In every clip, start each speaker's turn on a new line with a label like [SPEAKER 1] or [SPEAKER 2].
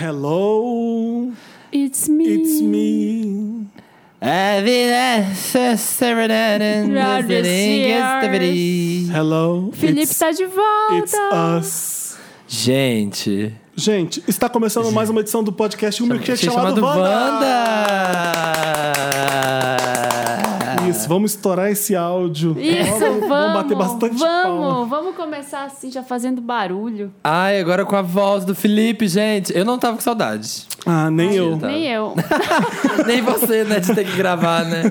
[SPEAKER 1] Hello,
[SPEAKER 2] It's me.
[SPEAKER 1] it's me.
[SPEAKER 3] A É vida se
[SPEAKER 2] Ra-
[SPEAKER 3] serenando.
[SPEAKER 1] Hello,
[SPEAKER 2] Felipe
[SPEAKER 1] it's,
[SPEAKER 2] tá de volta.
[SPEAKER 1] it's us.
[SPEAKER 3] Gente,
[SPEAKER 1] Gente, está começando mais uma edição do podcast Um Milkshake
[SPEAKER 3] achei
[SPEAKER 1] chamado,
[SPEAKER 3] chamado
[SPEAKER 1] Wanda.
[SPEAKER 3] Wanda.
[SPEAKER 1] Isso, vamos estourar esse áudio.
[SPEAKER 2] Isso, vamos.
[SPEAKER 1] vamos, vamos bater bastante palma.
[SPEAKER 2] Vamos, vamos começar assim, já fazendo barulho.
[SPEAKER 3] Ai, agora com a voz do Felipe, gente. Eu não tava com saudade.
[SPEAKER 1] Ah, nem eu.
[SPEAKER 3] Tá.
[SPEAKER 2] Nem eu.
[SPEAKER 3] Nem você, né, de ter que gravar, né?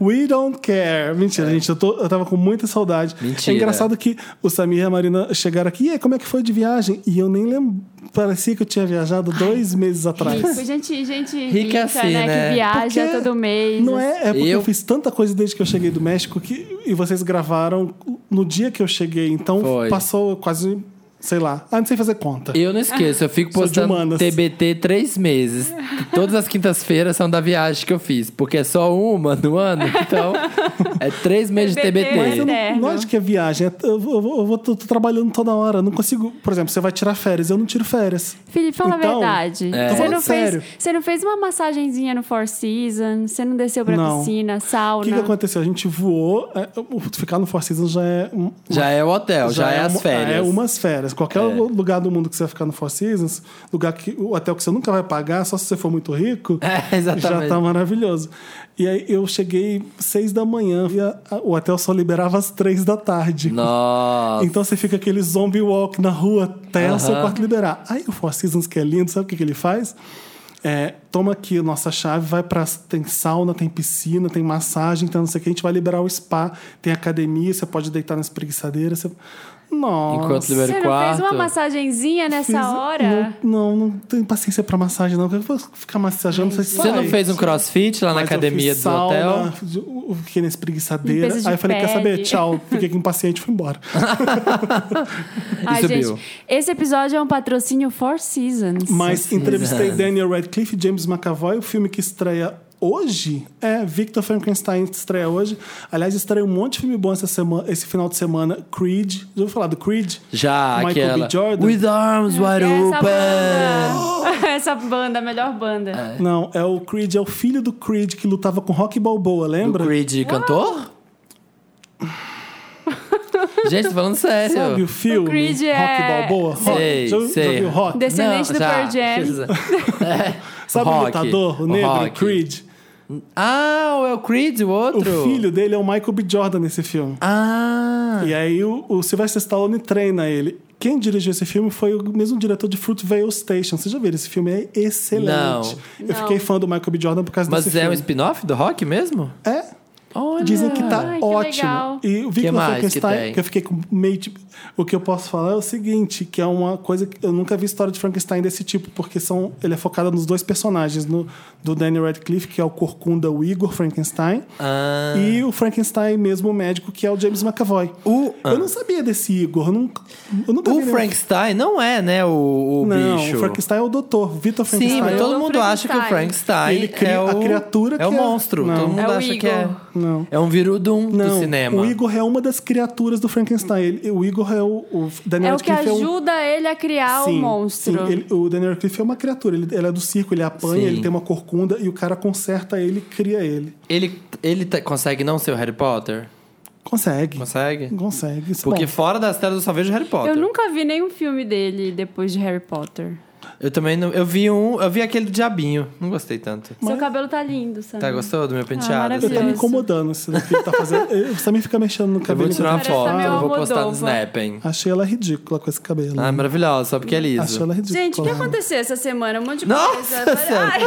[SPEAKER 1] We don't care. Mentira, gente, eu, tô- eu tava com muita saudade.
[SPEAKER 3] Mentira.
[SPEAKER 1] É engraçado que o Samir e a Marina chegaram aqui. E aí, como é que foi de viagem? E eu nem lembro. Parecia que eu tinha viajado dois meses atrás.
[SPEAKER 2] Rico, gente, gente rica,
[SPEAKER 3] Rica é assim,
[SPEAKER 2] né?
[SPEAKER 3] né?
[SPEAKER 2] Que viaja
[SPEAKER 1] Porque
[SPEAKER 2] todo mês.
[SPEAKER 1] Não é, é porque eu...
[SPEAKER 3] Eu-
[SPEAKER 1] fiz tanta coisa desde que eu cheguei do México que e vocês gravaram no dia que eu cheguei, então
[SPEAKER 3] Foi.
[SPEAKER 1] passou quase, sei lá, ah, não sei fazer conta.
[SPEAKER 3] Eu não esqueço, eu fico
[SPEAKER 1] Sou de
[SPEAKER 3] postando
[SPEAKER 1] humanas.
[SPEAKER 3] TBT três meses. Todas as quintas-feiras são da viagem que eu fiz, porque é só uma no ano, então é três meses de
[SPEAKER 2] TBT.
[SPEAKER 1] Mas eu
[SPEAKER 3] TBT.
[SPEAKER 1] não-
[SPEAKER 2] Eterno.
[SPEAKER 1] não acho que é viagem, é- eu, vou- eu vou- eu vou tô, tô trabalhando toda hora, eu não consigo, por exemplo, você vai tirar férias, eu não tiro férias.
[SPEAKER 2] Felipe, fala
[SPEAKER 1] Então,
[SPEAKER 2] a verdade.
[SPEAKER 3] é.
[SPEAKER 1] Tô
[SPEAKER 2] Você, não
[SPEAKER 1] falando sério.
[SPEAKER 2] fez, você não fez uma massagenzinha no Four Seasons? Você não desceu pra
[SPEAKER 1] Não.
[SPEAKER 2] piscina,
[SPEAKER 1] O
[SPEAKER 2] sauna?
[SPEAKER 1] que, que aconteceu? A gente voou, é, o- ficar no Four Seasons já é um-
[SPEAKER 3] Já é o hotel, já, é, as
[SPEAKER 1] uma-
[SPEAKER 3] férias.
[SPEAKER 1] É umas férias. Qualquer lugar do mundo que você vai ficar no Four Seasons, lugar que, o hotel que você nunca vai pagar, só se você for muito rico,
[SPEAKER 3] É, exatamente.
[SPEAKER 1] já tá maravilhoso. E aí eu cheguei seis da manhã e a- a- o hotel só liberava às três da tarde.
[SPEAKER 3] Nossa.
[SPEAKER 1] Então você fica aquele zombie walk na rua até o seu
[SPEAKER 3] Ah. Aham.
[SPEAKER 1] quarto liberar. Aí o Four Seasons, que é lindo, sabe o que, que ele faz? É, toma aqui a nossa chave, vai pra. Tem sauna, tem piscina, tem massagem, então não sei o que. A gente vai liberar o spa, tem academia, você pode deitar na espreguiçadeira. Você... Nossa.
[SPEAKER 3] Enquanto libera
[SPEAKER 2] Você
[SPEAKER 3] o
[SPEAKER 2] não fez
[SPEAKER 3] quarto.
[SPEAKER 2] uma massagenzinha nessa
[SPEAKER 1] Fiz- um-
[SPEAKER 2] hora?
[SPEAKER 1] Não, não, não tenho paciência pra massagem, não. Eu vou ficar massageando, você
[SPEAKER 3] Você não fez um crossfit lá na academia do hotel?
[SPEAKER 1] hotel? Fiquei na espreguiçadeira.
[SPEAKER 2] Limpeza de
[SPEAKER 1] Aí eu falei, quer
[SPEAKER 2] pele."
[SPEAKER 1] saber? Tchau. Fiquei com impaciente e fui embora.
[SPEAKER 2] Ai,
[SPEAKER 3] subiu.
[SPEAKER 2] gente, esse episódio é um patrocínio Four Seasons.
[SPEAKER 1] Mas entrevistei
[SPEAKER 3] Exato.
[SPEAKER 1] Daniel Radcliffe e James McAvoy. O filme que estreia hoje é Victor Frankenstein estreia hoje. Aliás, estreia um monte de filme bom essa semana, esse final de semana. Creed. Já ouviu falar do Creed?
[SPEAKER 3] Já
[SPEAKER 1] Michael
[SPEAKER 3] aquela.
[SPEAKER 1] B. Jordan.
[SPEAKER 3] With arms wide
[SPEAKER 2] Essa
[SPEAKER 3] open.
[SPEAKER 2] banda. Essa banda, a melhor banda.
[SPEAKER 1] Não, é o Creed, é o filho do Creed que lutava com Rock Balboa,
[SPEAKER 3] O
[SPEAKER 1] lembra?
[SPEAKER 3] Creed cantor? gente, tô falando sério.
[SPEAKER 1] Sabe o filme?
[SPEAKER 2] O Creed
[SPEAKER 1] Rock
[SPEAKER 2] é-
[SPEAKER 1] Balboa? Rock.
[SPEAKER 3] Sei,
[SPEAKER 1] já, já
[SPEAKER 3] sei.
[SPEAKER 1] viu Rock?
[SPEAKER 2] Descendente do Pearl Jam.
[SPEAKER 1] Sabe o
[SPEAKER 3] É. Rock,
[SPEAKER 1] lutador, o negro,
[SPEAKER 3] Rock.
[SPEAKER 1] o Creed?
[SPEAKER 3] Ah, é o Creed, o outro?
[SPEAKER 1] O filho dele é o Michael B. Jordan nesse filme.
[SPEAKER 3] Ah,
[SPEAKER 1] E aí o, o Sylvester Stallone treina ele. Quem dirigiu esse filme foi o mesmo diretor de Fruitvale Station. Vocês já viram? Esse filme é excelente.
[SPEAKER 3] Não.
[SPEAKER 1] Eu
[SPEAKER 2] Não.
[SPEAKER 1] fiquei fã do Michael B. Jordan por causa
[SPEAKER 3] mas
[SPEAKER 1] desse
[SPEAKER 3] é um
[SPEAKER 1] filme.
[SPEAKER 3] spin-off do Rock mesmo?
[SPEAKER 1] É?
[SPEAKER 3] Olha.
[SPEAKER 1] Dizem que tá
[SPEAKER 2] Ai, Ah, que
[SPEAKER 1] ótimo.
[SPEAKER 2] legal.
[SPEAKER 1] E o
[SPEAKER 3] Que
[SPEAKER 1] Victor
[SPEAKER 3] mais que
[SPEAKER 1] Frankenstein, que,
[SPEAKER 3] tem?
[SPEAKER 1] eu fiquei com meio tipo, O que eu posso falar é o seguinte, que é uma coisa que eu nunca vi história de Frankenstein desse tipo, porque são, ele é focado nos dois personagens, no, do Daniel Radcliffe, que é o corcunda, o Igor Frankenstein,
[SPEAKER 3] Ah.
[SPEAKER 1] e o Frankenstein mesmo, o médico, que é o James McAvoy.
[SPEAKER 3] O,
[SPEAKER 1] Eu não sabia desse Igor, eu nunca, eu nunca
[SPEAKER 3] o
[SPEAKER 1] vi nenhum-
[SPEAKER 3] Frankenstein não é, né, o, o
[SPEAKER 1] Não,
[SPEAKER 3] bicho.
[SPEAKER 1] o Frankenstein é o doutor, Vitor
[SPEAKER 3] Sim,
[SPEAKER 1] Frankenstein.
[SPEAKER 3] mas
[SPEAKER 1] é o-
[SPEAKER 3] todo
[SPEAKER 2] o
[SPEAKER 3] mundo acha que o
[SPEAKER 2] Frankenstein.
[SPEAKER 3] Frankenstein
[SPEAKER 1] Ele cria-
[SPEAKER 3] é o,
[SPEAKER 1] a criatura
[SPEAKER 3] é o
[SPEAKER 1] que é-
[SPEAKER 3] monstro.
[SPEAKER 1] Não.
[SPEAKER 3] Todo mundo
[SPEAKER 2] É o
[SPEAKER 3] acha que é.
[SPEAKER 2] Igor.
[SPEAKER 1] Não.
[SPEAKER 3] É um virudum do cinema.
[SPEAKER 1] o Igor é uma das criaturas do Frankenstein. Ele- o Igor é o, o Daniel
[SPEAKER 2] É o que
[SPEAKER 1] Radcliffe é um
[SPEAKER 2] ajuda ele a criar o
[SPEAKER 1] Sim,
[SPEAKER 2] monstro.
[SPEAKER 1] sim. Ele- o Daniel Radcliffe é uma criatura. Ele, ele é do circo, ele apanha,
[SPEAKER 3] Sim.
[SPEAKER 1] ele tem uma corcunda e o cara conserta ele e cria ele.
[SPEAKER 3] Ele, ele tá- consegue não ser o Harry Potter?
[SPEAKER 1] Consegue.
[SPEAKER 3] Consegue?
[SPEAKER 1] Consegue. Isso
[SPEAKER 3] Porque
[SPEAKER 1] bom.
[SPEAKER 3] fora das telas eu só vejo Harry Potter.
[SPEAKER 2] Eu nunca vi nenhum filme dele depois de Harry Potter.
[SPEAKER 3] Eu também não. Eu vi um. Eu vi aquele do diabinho. Não gostei tanto.
[SPEAKER 2] Seu cabelo tá lindo, Sam.
[SPEAKER 3] Tá, gostou do meu penteado?
[SPEAKER 1] Ele tá me
[SPEAKER 2] Ah, maravilhoso.
[SPEAKER 1] incomodando isso daqui que ele tá fazendo. Eu- Você também fica mexendo no
[SPEAKER 3] eu vou
[SPEAKER 1] cabelo.
[SPEAKER 3] tirar uma
[SPEAKER 2] Parece
[SPEAKER 3] foto,
[SPEAKER 2] também
[SPEAKER 3] eu vou
[SPEAKER 2] uma
[SPEAKER 3] postar no
[SPEAKER 2] Moldova.
[SPEAKER 3] Snapping.
[SPEAKER 1] Achei ela ridícula com esse cabelo.
[SPEAKER 3] Ah, maravilhosa, só porque é
[SPEAKER 1] Achei
[SPEAKER 3] liso.
[SPEAKER 1] ela ridícula.
[SPEAKER 2] Gente, o que aconteceu essa semana? Um monte de
[SPEAKER 3] Nossa,
[SPEAKER 2] coisa.
[SPEAKER 3] Sam.
[SPEAKER 2] Ai,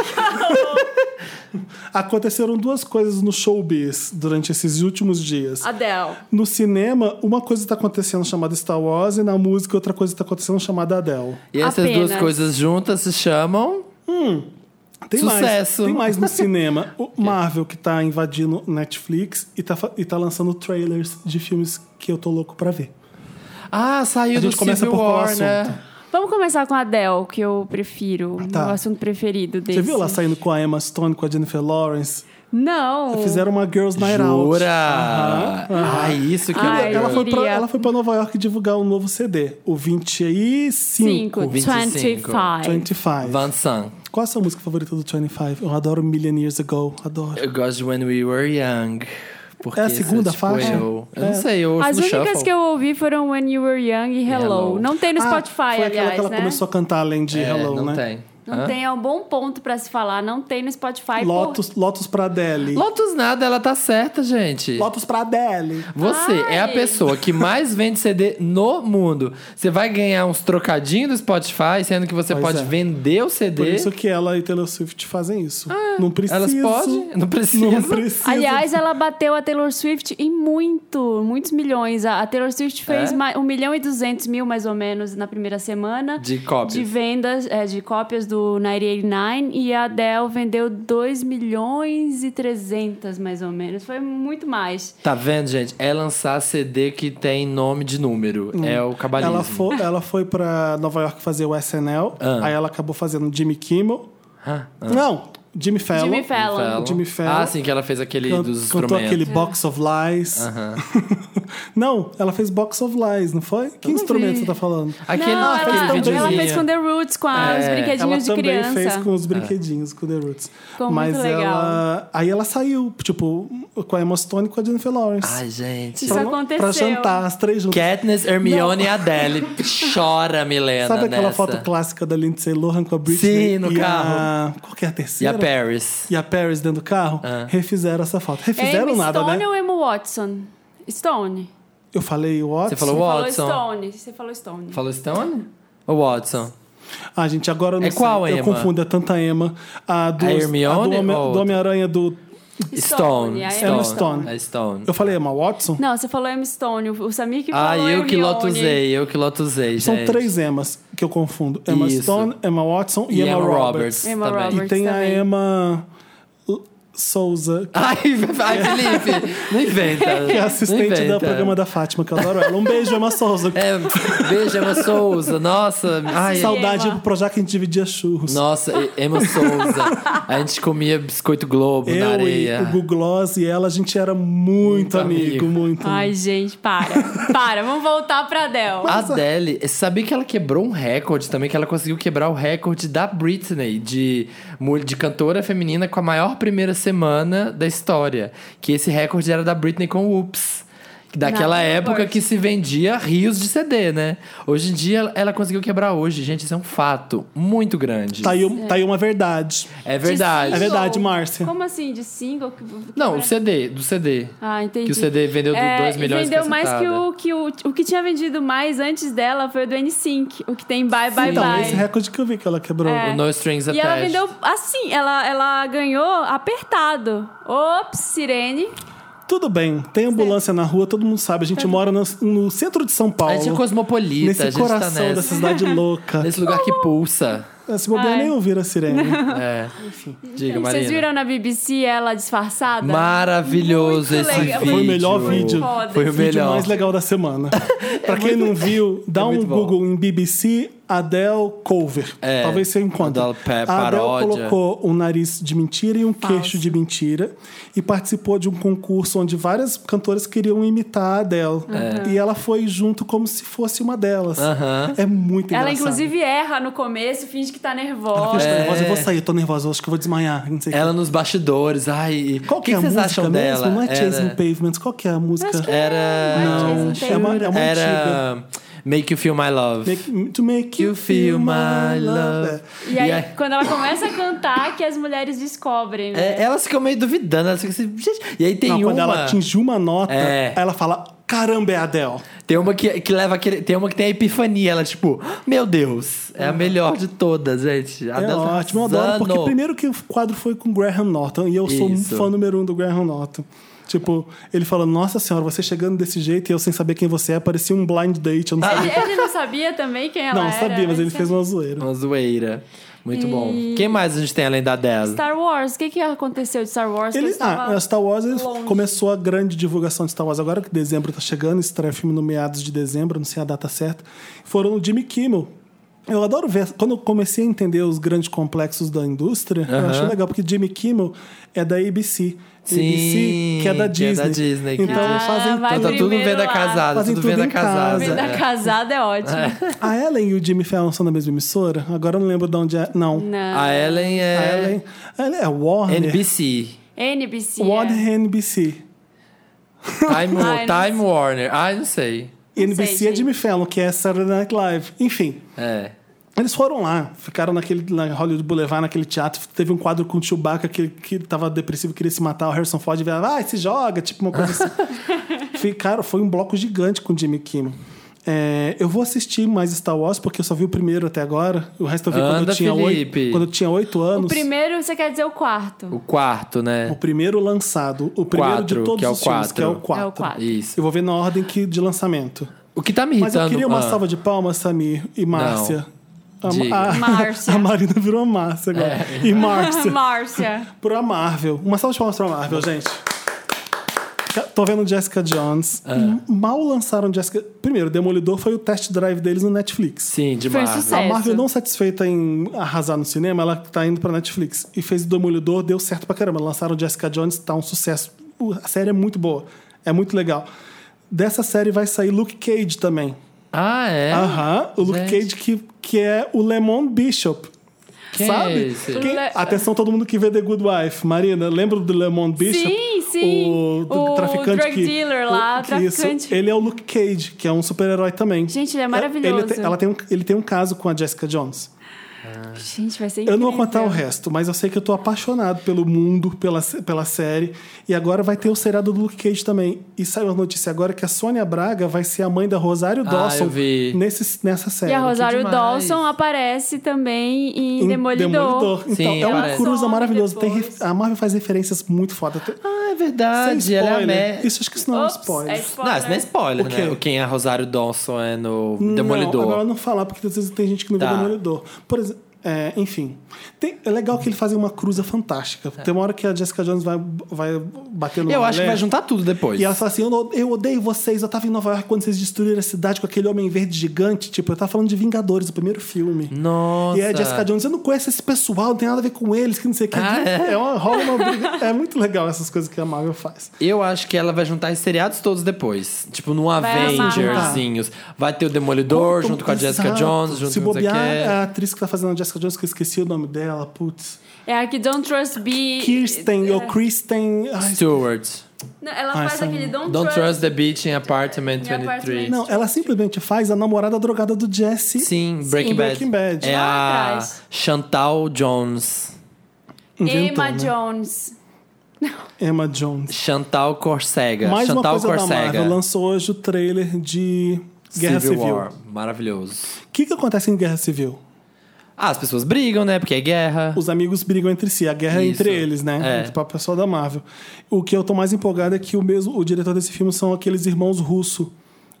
[SPEAKER 1] Aconteceram duas coisas no showbiz durante esses últimos dias.
[SPEAKER 2] Adele.
[SPEAKER 1] No cinema, uma coisa está acontecendo chamada Star Wars e na música outra coisa está acontecendo chamada Adele.
[SPEAKER 3] E essas
[SPEAKER 2] Apenas.
[SPEAKER 3] duas coisas juntas se chamam.
[SPEAKER 1] Tem
[SPEAKER 3] Sucesso.
[SPEAKER 1] Mais, tem mais no cinema. O Marvel que tá invadindo Netflix e tá, fa- e tá lançando trailers de filmes que eu tô louco pra ver.
[SPEAKER 3] Ah, saiu
[SPEAKER 1] A gente
[SPEAKER 3] do
[SPEAKER 1] começa
[SPEAKER 3] Civil
[SPEAKER 1] por qual
[SPEAKER 3] War,
[SPEAKER 1] assunto?
[SPEAKER 3] né?
[SPEAKER 2] Vamos começar com a Adele, que eu prefiro.
[SPEAKER 1] tá.
[SPEAKER 2] Meu assunto preferido desse.
[SPEAKER 1] Você viu ela saindo com a Emma Stone, com a Jennifer Lawrence?
[SPEAKER 2] Não.
[SPEAKER 1] Fizeram uma Girls Night Out.
[SPEAKER 3] Jura?
[SPEAKER 1] Aham.
[SPEAKER 3] Ah, isso que
[SPEAKER 2] Ai,
[SPEAKER 3] é
[SPEAKER 1] Ela
[SPEAKER 3] uma
[SPEAKER 1] foi, pra,
[SPEAKER 2] queria.
[SPEAKER 1] ela foi pra Nova York divulgar um novo CD, o 25.
[SPEAKER 2] 5,
[SPEAKER 3] 25.
[SPEAKER 2] 25.
[SPEAKER 1] 25.
[SPEAKER 3] Van Sant.
[SPEAKER 1] Qual é a sua música favorita do 25? Eu adoro Million Years Ago, adoro.
[SPEAKER 3] Eu gosto de When We Were Young. Porque
[SPEAKER 1] É a
[SPEAKER 3] isso
[SPEAKER 1] segunda
[SPEAKER 3] tipo,
[SPEAKER 1] faixa?
[SPEAKER 3] Eu, eu
[SPEAKER 1] É.
[SPEAKER 3] não sei, eu ouço
[SPEAKER 2] As
[SPEAKER 3] no
[SPEAKER 2] únicas
[SPEAKER 3] shuffle.
[SPEAKER 2] que eu ouvi foram When You Were Young e Hello.
[SPEAKER 3] Hello.
[SPEAKER 2] Não tem no
[SPEAKER 1] Ah,
[SPEAKER 2] Spotify,
[SPEAKER 1] foi aquela
[SPEAKER 2] aliás,
[SPEAKER 1] que ela
[SPEAKER 2] né?
[SPEAKER 1] começou a cantar além de
[SPEAKER 3] É,
[SPEAKER 1] Hello,
[SPEAKER 3] não
[SPEAKER 1] né?
[SPEAKER 3] tem.
[SPEAKER 2] Não
[SPEAKER 3] Hã?
[SPEAKER 2] tem, é um bom ponto pra se falar. Não tem no Spotify. por-
[SPEAKER 1] Lotus, Lotus pra Adele.
[SPEAKER 3] Lotus nada, ela tá certa, gente.
[SPEAKER 1] Lotus pra Adele.
[SPEAKER 3] Você é a
[SPEAKER 2] Ai.
[SPEAKER 3] pessoa que mais vende CD no mundo. Você vai ganhar uns trocadinhos do Spotify, sendo que você
[SPEAKER 1] Pois
[SPEAKER 3] pode
[SPEAKER 1] é.
[SPEAKER 3] vender o
[SPEAKER 1] Por
[SPEAKER 3] CD.
[SPEAKER 1] isso que ela e Taylor Swift fazem isso. não precisa.
[SPEAKER 3] Elas podem? Não precisa.
[SPEAKER 1] Não precisa.
[SPEAKER 2] Ah. Aliás, ela bateu a Taylor Swift em muito, muitos milhões. A a Taylor Swift fez
[SPEAKER 3] É?
[SPEAKER 2] ma- 1 milhão e 200 mil, mais ou menos, na primeira semana.
[SPEAKER 3] De cópias.
[SPEAKER 2] De vendas, é, de cópias do 989. E a Adele vendeu 2 milhões e 300, mais ou menos. Foi muito mais.
[SPEAKER 3] Tá vendo, gente? É lançar CD que tem nome de número. É o cabalismo.
[SPEAKER 1] Ela foi, ela foi pra Nova York fazer o SNL.
[SPEAKER 3] Ah.
[SPEAKER 1] Aí ela acabou fazendo Jimmy Kimmel.
[SPEAKER 3] Hã? Hã?
[SPEAKER 1] Não, Jimmy Fallon.
[SPEAKER 2] Jimmy Fallon.
[SPEAKER 3] Fallon.
[SPEAKER 1] Jimmy Fallon.
[SPEAKER 3] Ah, sim, que ela fez aquele
[SPEAKER 1] Can-
[SPEAKER 3] dos
[SPEAKER 1] cantou
[SPEAKER 3] instrumentos.
[SPEAKER 1] aquele Box of Lies.
[SPEAKER 3] Aham.
[SPEAKER 1] não, ela fez Box of Lies, não foi? Que instrumento você tá falando?
[SPEAKER 3] Aquele,
[SPEAKER 2] Não,
[SPEAKER 3] aquele
[SPEAKER 2] ela,
[SPEAKER 1] videozinho.
[SPEAKER 2] ela fez com The Roots, com a-
[SPEAKER 3] É.
[SPEAKER 2] os
[SPEAKER 1] Ela
[SPEAKER 2] brinquedinhos de
[SPEAKER 1] também
[SPEAKER 2] criança.
[SPEAKER 1] fez com os brinquedinhos, com The Roots.
[SPEAKER 2] Ficou muito
[SPEAKER 1] Mas
[SPEAKER 2] legal.
[SPEAKER 1] ela. Aí ela saiu, tipo, com a Emma Stone e com a Jennifer Lawrence.
[SPEAKER 3] Ai, gente.
[SPEAKER 2] Isso
[SPEAKER 1] pra, Pra
[SPEAKER 2] aconteceu.
[SPEAKER 1] jantar, as três juntas.
[SPEAKER 3] Katniss, Hermione e Adele. Chora, Milena,
[SPEAKER 1] Sabe aquela
[SPEAKER 3] nessa.
[SPEAKER 1] foto clássica da Lindsay Lohan com a Britney?
[SPEAKER 3] Sim, no
[SPEAKER 1] e
[SPEAKER 3] carro.
[SPEAKER 1] A... Qual que é a
[SPEAKER 3] E
[SPEAKER 1] terceira?
[SPEAKER 3] a Paris.
[SPEAKER 1] E a Paris dentro do carro?
[SPEAKER 3] Ah.
[SPEAKER 1] Refizeram essa foto. Refizeram
[SPEAKER 2] Amy
[SPEAKER 1] nada,
[SPEAKER 2] Stone
[SPEAKER 1] né?
[SPEAKER 2] ou Emma Watson? Stone.
[SPEAKER 1] Eu falei Watson.
[SPEAKER 3] Você falou Watson.
[SPEAKER 2] Falou Stone. Você falou Stone.
[SPEAKER 3] Falou Stone? Ou Watson?
[SPEAKER 1] Ah, gente, agora eu não
[SPEAKER 3] É
[SPEAKER 1] sei.
[SPEAKER 3] qual
[SPEAKER 1] eu
[SPEAKER 3] Emma?
[SPEAKER 1] confundo, é tanta Emma. A, do,
[SPEAKER 3] A Hermione
[SPEAKER 1] a do Homem-
[SPEAKER 3] ou
[SPEAKER 1] do Homem-Aranha do...
[SPEAKER 3] Stone.
[SPEAKER 2] a
[SPEAKER 1] Emma
[SPEAKER 3] Stone.
[SPEAKER 1] Stone.
[SPEAKER 3] É Stone.
[SPEAKER 1] Eu falei Emma Watson?
[SPEAKER 2] Não, você falou Emma Stone. O o Samir que
[SPEAKER 3] Ah,
[SPEAKER 2] falou
[SPEAKER 3] eu que
[SPEAKER 2] Hermione.
[SPEAKER 3] lotuzei, eu que lotuzei,
[SPEAKER 1] São
[SPEAKER 3] gente.
[SPEAKER 1] três Emmas que eu confundo. Emma
[SPEAKER 3] Isso.
[SPEAKER 1] Stone, Emma Watson e,
[SPEAKER 3] E Emma Roberts.
[SPEAKER 2] Emma
[SPEAKER 3] também.
[SPEAKER 2] Roberts.
[SPEAKER 1] E tem a
[SPEAKER 2] também.
[SPEAKER 1] Emma Souza,
[SPEAKER 3] Ai, ai, Felipe, não inventa.
[SPEAKER 1] que é
[SPEAKER 3] não
[SPEAKER 1] assistente do
[SPEAKER 3] Ah, inventa.
[SPEAKER 1] programa da Fátima, que eu adoro ela. Um beijo, Emma Souza.
[SPEAKER 3] É, beijo, Emma Souza. Nossa, ai,
[SPEAKER 1] Saudade
[SPEAKER 2] Emma.
[SPEAKER 1] do Projac, a gente dividia churros.
[SPEAKER 3] nossa, Emma Souza. A gente comia biscoito Globo na
[SPEAKER 1] Eu e
[SPEAKER 3] areia.
[SPEAKER 1] o Gugloss e ela, a gente era muito,
[SPEAKER 3] Muito
[SPEAKER 1] amigo,
[SPEAKER 3] amigo.
[SPEAKER 1] muito.
[SPEAKER 2] Ai, gente, para. Para, vamos voltar pra Adele.
[SPEAKER 3] A
[SPEAKER 1] assim,
[SPEAKER 3] Adele, sabia que ela quebrou um recorde também, que ela conseguiu quebrar o recorde da Britney, de, mul- de cantora feminina com a maior primeira semana da história. Que esse recorde era da Britney com Whoops. Daquela
[SPEAKER 2] Na
[SPEAKER 3] época
[SPEAKER 2] Billboard.
[SPEAKER 3] que se vendia rios de CD, né? Hoje em dia ela- ela conseguiu quebrar hoje, gente. Isso é um fato muito grande.
[SPEAKER 1] Tá aí, um- tá aí uma verdade.
[SPEAKER 3] É
[SPEAKER 2] De
[SPEAKER 3] verdade.
[SPEAKER 1] É
[SPEAKER 2] single?
[SPEAKER 1] verdade, Márcia.
[SPEAKER 2] Como assim, de single? Que- que-
[SPEAKER 3] Não, o CD, do CD.
[SPEAKER 2] Ah, entendi.
[SPEAKER 3] Que o CD vendeu do-
[SPEAKER 2] É,
[SPEAKER 3] 2 milhões de
[SPEAKER 2] Vendeu mais que
[SPEAKER 3] cacetada.
[SPEAKER 2] o, que o... O que tinha vendido mais antes dela foi o do N-Sync. O que tem Bye Bye
[SPEAKER 1] então,
[SPEAKER 2] Bye.
[SPEAKER 1] esse recorde que eu vi que ela quebrou.
[SPEAKER 3] O No Strings
[SPEAKER 2] É. E
[SPEAKER 3] Attached.
[SPEAKER 2] ela vendeu assim, ela, ela ganhou apertado. Ops, sirene.
[SPEAKER 1] Tudo bem, tem ambulância na rua, todo mundo sabe. A gente mora no, no centro de São
[SPEAKER 3] A
[SPEAKER 1] Paulo.
[SPEAKER 3] gente é cosmopolita, a
[SPEAKER 1] nesse
[SPEAKER 3] gente tá
[SPEAKER 1] coração
[SPEAKER 3] nessa.
[SPEAKER 1] dessa cidade louca.
[SPEAKER 3] Nesse lugar que pulsa.
[SPEAKER 1] Se bobear
[SPEAKER 2] Ai.
[SPEAKER 1] nem ouvir a sirene.
[SPEAKER 3] É. Diga, Marina.
[SPEAKER 2] Vocês viram na BBC ela disfarçada?
[SPEAKER 3] Maravilhoso
[SPEAKER 2] Muito
[SPEAKER 3] esse
[SPEAKER 2] legal.
[SPEAKER 3] vídeo.
[SPEAKER 1] Foi o melhor vídeo.
[SPEAKER 2] Foda.
[SPEAKER 3] Foi o
[SPEAKER 1] vídeo
[SPEAKER 3] melhor.
[SPEAKER 1] mais legal da semana. pra quem não viu, dá um
[SPEAKER 3] muito bom.
[SPEAKER 1] Google em BBC Adele Cover.
[SPEAKER 3] É,
[SPEAKER 1] Talvez você encontre.
[SPEAKER 3] Adele pa-
[SPEAKER 1] a Adele
[SPEAKER 3] paródia.
[SPEAKER 1] colocou um nariz de mentira e um queixo de mentira e participou de um concurso onde várias cantoras queriam imitar a Adele.
[SPEAKER 3] Uhum.
[SPEAKER 1] E ela foi junto como se fosse uma delas.
[SPEAKER 3] É. Aham.
[SPEAKER 1] É muito engraçado.
[SPEAKER 2] Ela, inclusive, erra no começo, finge que tá
[SPEAKER 1] Ela fica,
[SPEAKER 2] nervosa.
[SPEAKER 1] "Tô
[SPEAKER 3] É.
[SPEAKER 1] nervosa, eu vou sair, eu tô nervosa, eu acho que eu vou desmaiar. Não sei o quê."
[SPEAKER 3] Ela nos bastidores. Ai,
[SPEAKER 1] Qual
[SPEAKER 3] o
[SPEAKER 1] que,
[SPEAKER 3] que,
[SPEAKER 1] é a
[SPEAKER 3] vocês
[SPEAKER 1] música
[SPEAKER 3] acham
[SPEAKER 1] mesmo?
[SPEAKER 3] dela?
[SPEAKER 1] Não é Chasing
[SPEAKER 3] Era...
[SPEAKER 1] Pavements? Qual que é a música?
[SPEAKER 3] Era...
[SPEAKER 2] Não,
[SPEAKER 1] é uma- é uma
[SPEAKER 3] Era... Make You Feel My Love.
[SPEAKER 1] Make- to make
[SPEAKER 3] You feel my
[SPEAKER 1] é.
[SPEAKER 3] love.
[SPEAKER 2] E aí, quando ela começa a cantar, que as mulheres descobrem. né?
[SPEAKER 3] É, elas ficam meio duvidando. Elas ficam assim, "Gente", E aí tem
[SPEAKER 1] Não,
[SPEAKER 3] uma...
[SPEAKER 1] Quando ela atinge uma nota,
[SPEAKER 3] É.
[SPEAKER 1] aí ela fala: caramba, é a Adele.
[SPEAKER 3] Tem uma que, que leva aquele. Tem uma que tem a epifania, ela, tipo, meu Deus, é a melhor de todas, gente. A
[SPEAKER 1] Uhum. É
[SPEAKER 3] Adele tá
[SPEAKER 1] ótimo, eu adoro. Porque
[SPEAKER 3] arrasando.
[SPEAKER 1] primeiro que o quadro foi com Graham Norton, e eu sou um
[SPEAKER 3] Isso.
[SPEAKER 1] fã número um do Graham Norton. Tipo, ele fala, nossa senhora, você chegando desse jeito e eu sem saber quem você é, parecia um blind date, eu não sabia.
[SPEAKER 2] Ele, ele não sabia também quem ela
[SPEAKER 1] não,
[SPEAKER 2] era. né?
[SPEAKER 1] sabia, mas ele fez uma zoeira.
[SPEAKER 3] Uma zoeira. Muito
[SPEAKER 2] E-
[SPEAKER 3] bom. Quem mais a gente tem além da Adele?
[SPEAKER 2] Star Wars, o que, que aconteceu de Star Wars? que
[SPEAKER 1] um Ele,
[SPEAKER 2] estava-
[SPEAKER 1] ah, Star Wars ele
[SPEAKER 2] longe.
[SPEAKER 1] começou a grande divulgação de Star Wars agora que dezembro tá chegando, estreia filme no meados de dezembro, não sei a data certa. Foram o Jimmy Kimmel. Eu adoro ver. Quando eu comecei a entender os grandes complexos da indústria, eu
[SPEAKER 3] Aham.
[SPEAKER 1] achei legal, porque Jimmy Kimmel é da ABC.
[SPEAKER 3] Sim,
[SPEAKER 1] ABC, que é da
[SPEAKER 3] que é
[SPEAKER 1] Disney.
[SPEAKER 3] da Disney, que
[SPEAKER 1] Então
[SPEAKER 3] é-
[SPEAKER 1] fazem
[SPEAKER 2] vai
[SPEAKER 3] Então tá
[SPEAKER 1] tudo.
[SPEAKER 2] abrir.
[SPEAKER 3] tudo
[SPEAKER 2] Primeiro
[SPEAKER 3] venda
[SPEAKER 2] lá.
[SPEAKER 3] casada,
[SPEAKER 1] Fazem
[SPEAKER 3] tudo
[SPEAKER 1] tudo
[SPEAKER 3] venda
[SPEAKER 1] em casa.
[SPEAKER 3] casada.
[SPEAKER 2] Venda
[SPEAKER 3] é.
[SPEAKER 2] casada é ótimo.
[SPEAKER 1] A Ellen e o Jimmy Fallon são da mesma emissora? Agora eu não lembro de onde é. Não.
[SPEAKER 2] Não.
[SPEAKER 3] A Ellen é
[SPEAKER 1] A Ellen, a Ellen é Warner.
[SPEAKER 3] NBC.
[SPEAKER 2] NBC. é.
[SPEAKER 1] Warner NBC.
[SPEAKER 3] Time,
[SPEAKER 2] Ai, não
[SPEAKER 3] Time Warner. Ah, não sei.
[SPEAKER 1] NBC é
[SPEAKER 2] gente.
[SPEAKER 1] Jimmy Fallon, que é Saturday Night Live. Enfim.
[SPEAKER 3] É.
[SPEAKER 1] Eles foram lá, ficaram naquele, na Hollywood Boulevard, naquele teatro. Teve um quadro com o Chewbacca que, que tava depressivo, queria se matar. O Harrison Ford veio, vai, se joga, tipo uma coisa assim. Ficaram, foi um bloco gigante com o Jimmy Kimmel. É, eu vou assistir mais Star Wars, porque eu só vi o primeiro até agora. O resto eu vi quando
[SPEAKER 3] Anda,
[SPEAKER 1] eu tinha
[SPEAKER 3] Felipe.
[SPEAKER 1] oito, quando eu tinha oito anos.
[SPEAKER 2] O primeiro, você quer dizer o quarto.
[SPEAKER 3] O quarto,
[SPEAKER 1] O
[SPEAKER 3] né?
[SPEAKER 1] primeiro lançado. O primeiro de
[SPEAKER 3] Quatro,
[SPEAKER 1] todos
[SPEAKER 3] que é o
[SPEAKER 1] os filmes, que é o
[SPEAKER 3] quatro.
[SPEAKER 1] quatro.
[SPEAKER 2] É o quatro.
[SPEAKER 3] Isso.
[SPEAKER 1] Eu vou ver na ordem que, de lançamento.
[SPEAKER 3] O que tá me irritando...
[SPEAKER 1] Mas eu queria uma
[SPEAKER 3] Ah,
[SPEAKER 1] salva de palmas, Samir e Márcia. A,
[SPEAKER 3] Diga.
[SPEAKER 1] a-
[SPEAKER 2] Márcia.
[SPEAKER 1] a Marina virou Márcia agora.
[SPEAKER 3] É.
[SPEAKER 1] E Márcia.
[SPEAKER 2] Márcia.
[SPEAKER 1] pra Marvel. Uma salva de palmas pra Marvel, gente. Tô vendo Jessica Jones.
[SPEAKER 3] É.
[SPEAKER 1] Mal lançaram Jessica. Primeiro, Demolidor foi o test drive deles no Netflix.
[SPEAKER 3] Sim, de
[SPEAKER 2] Foi um
[SPEAKER 3] Marvel.
[SPEAKER 2] sucesso.
[SPEAKER 1] A Marvel não satisfeita em arrasar no cinema, ela tá indo pra Netflix. E fez o Demolidor, deu certo pra caramba. Lançaram Jessica Jones, tá um sucesso. Uh, A série é muito boa, é muito legal. Dessa série vai sair Luke Cage também.
[SPEAKER 3] Ah, é?
[SPEAKER 1] Aham, o Luke
[SPEAKER 3] Gente.
[SPEAKER 1] Cage que, que é o Lemon Bishop.
[SPEAKER 3] Quem
[SPEAKER 1] sabe?
[SPEAKER 3] é esse?
[SPEAKER 1] Quem-
[SPEAKER 2] Le-
[SPEAKER 1] Atenção, todo mundo que vê The Good Wife. Marina, lembra do Lemon Bishop?
[SPEAKER 2] Sim, sim.
[SPEAKER 1] O, do
[SPEAKER 2] O
[SPEAKER 1] traficante
[SPEAKER 2] drug
[SPEAKER 1] que,
[SPEAKER 2] dealer lá, o
[SPEAKER 1] que isso,
[SPEAKER 2] traficante.
[SPEAKER 1] ele é o Luke Cage, que é um super-herói também.
[SPEAKER 2] Gente, ele é
[SPEAKER 1] É-
[SPEAKER 2] maravilhoso.
[SPEAKER 1] Ele tem, ela tem um, ele tem um caso com a Jessica Jones.
[SPEAKER 2] Gente, vai ser incrível.
[SPEAKER 1] Eu não vou contar o resto, mas eu sei que eu tô apaixonado pelo mundo, pela, se- pela série. E agora vai ter o seriado do Luke Cage também. E saiu a notícia agora que a Sônia Braga vai ser a mãe da Rosário
[SPEAKER 3] Ah,
[SPEAKER 1] Dawson
[SPEAKER 3] eu vi.
[SPEAKER 1] nesse- nessa série. é
[SPEAKER 2] E a Rosário
[SPEAKER 3] demais.
[SPEAKER 2] Dawson aparece também em,
[SPEAKER 1] Em
[SPEAKER 2] Demolidor.
[SPEAKER 1] Então,
[SPEAKER 3] Sim,
[SPEAKER 1] é uma
[SPEAKER 3] aparece.
[SPEAKER 1] cruza
[SPEAKER 2] Some
[SPEAKER 1] maravilhosa. Tem
[SPEAKER 2] depois.
[SPEAKER 1] ref- a Marvel faz referências muito foda. Tem-
[SPEAKER 3] Ah, é
[SPEAKER 1] Sem
[SPEAKER 3] verdade. Ela é a
[SPEAKER 1] spoiler.
[SPEAKER 3] Mary-
[SPEAKER 1] Isso acho que isso não é um
[SPEAKER 2] Ops,
[SPEAKER 1] spoiler.
[SPEAKER 2] é
[SPEAKER 3] Não, isso não é spoiler,
[SPEAKER 1] O quê?
[SPEAKER 3] né? O Quem é Rosário Dawson é no
[SPEAKER 1] Não,
[SPEAKER 3] Demolidor.
[SPEAKER 1] agora não falar, porque às vezes tem gente que não vê
[SPEAKER 3] Tá.
[SPEAKER 1] Demolidor. Por exemplo, é, enfim. Tem- é legal que ele fazem uma cruza fantástica. Tem uma hora que a Jessica Jones vai, vai bater no
[SPEAKER 3] Tá. Eu acho que vai
[SPEAKER 1] mulher,
[SPEAKER 3] juntar tudo depois.
[SPEAKER 1] E ela fala assim: eu, não- eu odeio vocês, eu tava em Nova York quando vocês destruíram a cidade com aquele homem verde gigante. Tipo, eu tava falando de Vingadores, o primeiro filme.
[SPEAKER 3] Nossa.
[SPEAKER 1] E aí a Jessica Jones, eu não conheço esse pessoal, não tem nada a ver com eles, que não sei o que.
[SPEAKER 3] Ah,
[SPEAKER 1] é? uma, rola uma briga. É muito legal essas coisas que a Marvel faz.
[SPEAKER 3] Eu acho que ela vai juntar esses seriados todos depois. Tipo, num
[SPEAKER 2] Vai amar.
[SPEAKER 3] Avengersinhos. Vai ter o Demolidor
[SPEAKER 1] Como-
[SPEAKER 3] junto com a Jessica
[SPEAKER 1] Exato.
[SPEAKER 3] Jones, junto
[SPEAKER 1] Se
[SPEAKER 3] com não sei o
[SPEAKER 1] bobear, a
[SPEAKER 3] quê.
[SPEAKER 1] atriz que tá fazendo a Jessica Jones, que eu esqueci o nome dela, putz.
[SPEAKER 2] É a que Don't Trust Be...
[SPEAKER 3] é.
[SPEAKER 1] Kirsten, ou Kristen. ai,
[SPEAKER 3] Stewart.
[SPEAKER 2] Não, ela
[SPEAKER 1] Ah,
[SPEAKER 2] faz
[SPEAKER 1] essa-
[SPEAKER 2] aquele Don't,
[SPEAKER 3] Don't Trust
[SPEAKER 2] Trust...
[SPEAKER 3] the Beach in Apartment
[SPEAKER 2] Em Apartment.
[SPEAKER 3] 23.
[SPEAKER 1] não, ela simplesmente faz a namorada drogada do Jesse.
[SPEAKER 3] Sim, Breaking Bad.
[SPEAKER 1] Breaking Bad.
[SPEAKER 3] É
[SPEAKER 2] Lá
[SPEAKER 3] a
[SPEAKER 2] atrás.
[SPEAKER 3] Chantal Jones.
[SPEAKER 1] Inventou,
[SPEAKER 2] Emma
[SPEAKER 1] né?
[SPEAKER 2] Jones.
[SPEAKER 1] Emma Jones.
[SPEAKER 3] Chantal Corsega.
[SPEAKER 1] Mais uma
[SPEAKER 3] Chantal
[SPEAKER 1] coisa da
[SPEAKER 3] Corsega.
[SPEAKER 1] Marvel. Lançou hoje o trailer de Guerra
[SPEAKER 3] Civil,
[SPEAKER 1] Civil.
[SPEAKER 3] War. Maravilhoso.
[SPEAKER 1] O que, que acontece em Guerra Civil?
[SPEAKER 3] Ah, as pessoas brigam, né? Porque é guerra.
[SPEAKER 1] Os amigos brigam entre si, a guerra é
[SPEAKER 3] Isso.
[SPEAKER 1] entre eles, né?
[SPEAKER 3] É.
[SPEAKER 1] Entre o pessoal da Marvel. O que eu tô mais empolgado é que o mesmo o diretor desse filme são aqueles irmãos russo,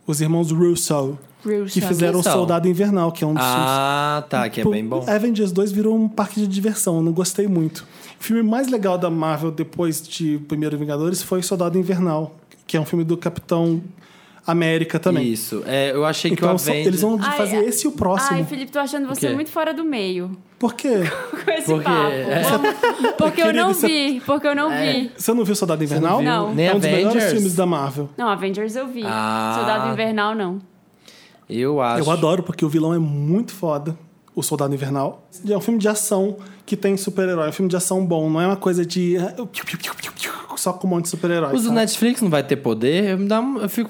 [SPEAKER 1] os irmãos Russo,
[SPEAKER 2] Russo. é
[SPEAKER 1] que fizeram o
[SPEAKER 3] Quem são?
[SPEAKER 1] Soldado Invernal, que é um dos filmes.
[SPEAKER 3] Ah, tá, que é
[SPEAKER 1] Pô,
[SPEAKER 3] bem bom.
[SPEAKER 1] Avengers 2 virou um parque de diversão, eu não gostei muito. O filme mais legal da Marvel depois de Primeiro Vingadores foi Soldado Invernal, que é um filme do Capitão América também.
[SPEAKER 3] Isso. É, eu achei que o
[SPEAKER 1] Então só-
[SPEAKER 3] Avengers...
[SPEAKER 1] eles vão
[SPEAKER 2] Ai,
[SPEAKER 1] fazer
[SPEAKER 2] ai.
[SPEAKER 1] esse e o próximo.
[SPEAKER 2] Ai, Felipe, tô achando você
[SPEAKER 3] quê?
[SPEAKER 2] muito fora do meio
[SPEAKER 1] Por quê?
[SPEAKER 2] com esse
[SPEAKER 3] Porque-
[SPEAKER 2] papo.
[SPEAKER 3] é.
[SPEAKER 2] Vamos- Porque eu não
[SPEAKER 1] Querido, você-
[SPEAKER 2] vi, porque eu não vi.
[SPEAKER 1] Você não viu Soldado Invernal?
[SPEAKER 3] viu?
[SPEAKER 2] Não.
[SPEAKER 3] Nem
[SPEAKER 1] é um dos melhores
[SPEAKER 3] Avengers?
[SPEAKER 1] filmes da Marvel.
[SPEAKER 2] Não, Avengers eu vi.
[SPEAKER 3] Ah.
[SPEAKER 2] Soldado Invernal, não.
[SPEAKER 3] Eu acho.
[SPEAKER 1] Eu adoro, porque o vilão é muito foda. O Soldado Invernal. É um filme de ação que tem super-herói. É um filme de ação bom. Não é uma coisa de... ah, piu, piu, piu, piu, piu, Só com um monte de super-herói.
[SPEAKER 3] Os do
[SPEAKER 1] sabe?
[SPEAKER 3] Netflix não vai ter poder. Eu me dá, um- eu fico,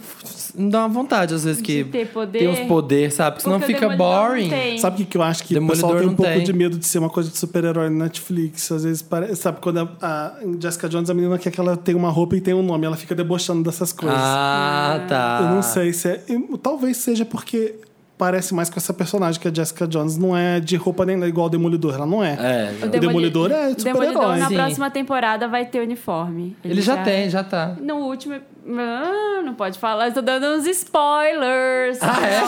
[SPEAKER 3] me dá uma vontade, às vezes, que
[SPEAKER 2] ter poder.
[SPEAKER 3] tem uns poder, sabe? Porque senão
[SPEAKER 2] Porque o
[SPEAKER 3] fica
[SPEAKER 2] Demolidor não
[SPEAKER 3] boring.
[SPEAKER 2] tem.
[SPEAKER 1] Sabe o que, que eu acho que
[SPEAKER 3] Demolidor
[SPEAKER 1] o pessoal tem um
[SPEAKER 3] não
[SPEAKER 1] pouco
[SPEAKER 3] tem.
[SPEAKER 1] de medo de ser uma coisa de super-herói no Netflix? Às vezes parece. Sabe, quando a, a Jessica Jones, a menina que é que ela tem uma roupa e tem um nome, ela fica debochando dessas coisas.
[SPEAKER 3] Ah, tá.
[SPEAKER 1] Eu não sei se é. eu- Talvez seja porque parece mais com essa personagem que a Jessica Jones não é de roupa nem igual o Demolidor, ela não é.
[SPEAKER 3] É.
[SPEAKER 2] O
[SPEAKER 1] O Demolidor é
[SPEAKER 2] Demolidor
[SPEAKER 1] super-herói.
[SPEAKER 2] na
[SPEAKER 3] Sim.
[SPEAKER 2] próxima temporada vai ter uniforme.
[SPEAKER 3] Ele já tem, já tá.
[SPEAKER 2] No último. Ah, não pode falar, estou dando uns spoilers.
[SPEAKER 3] Ah, é?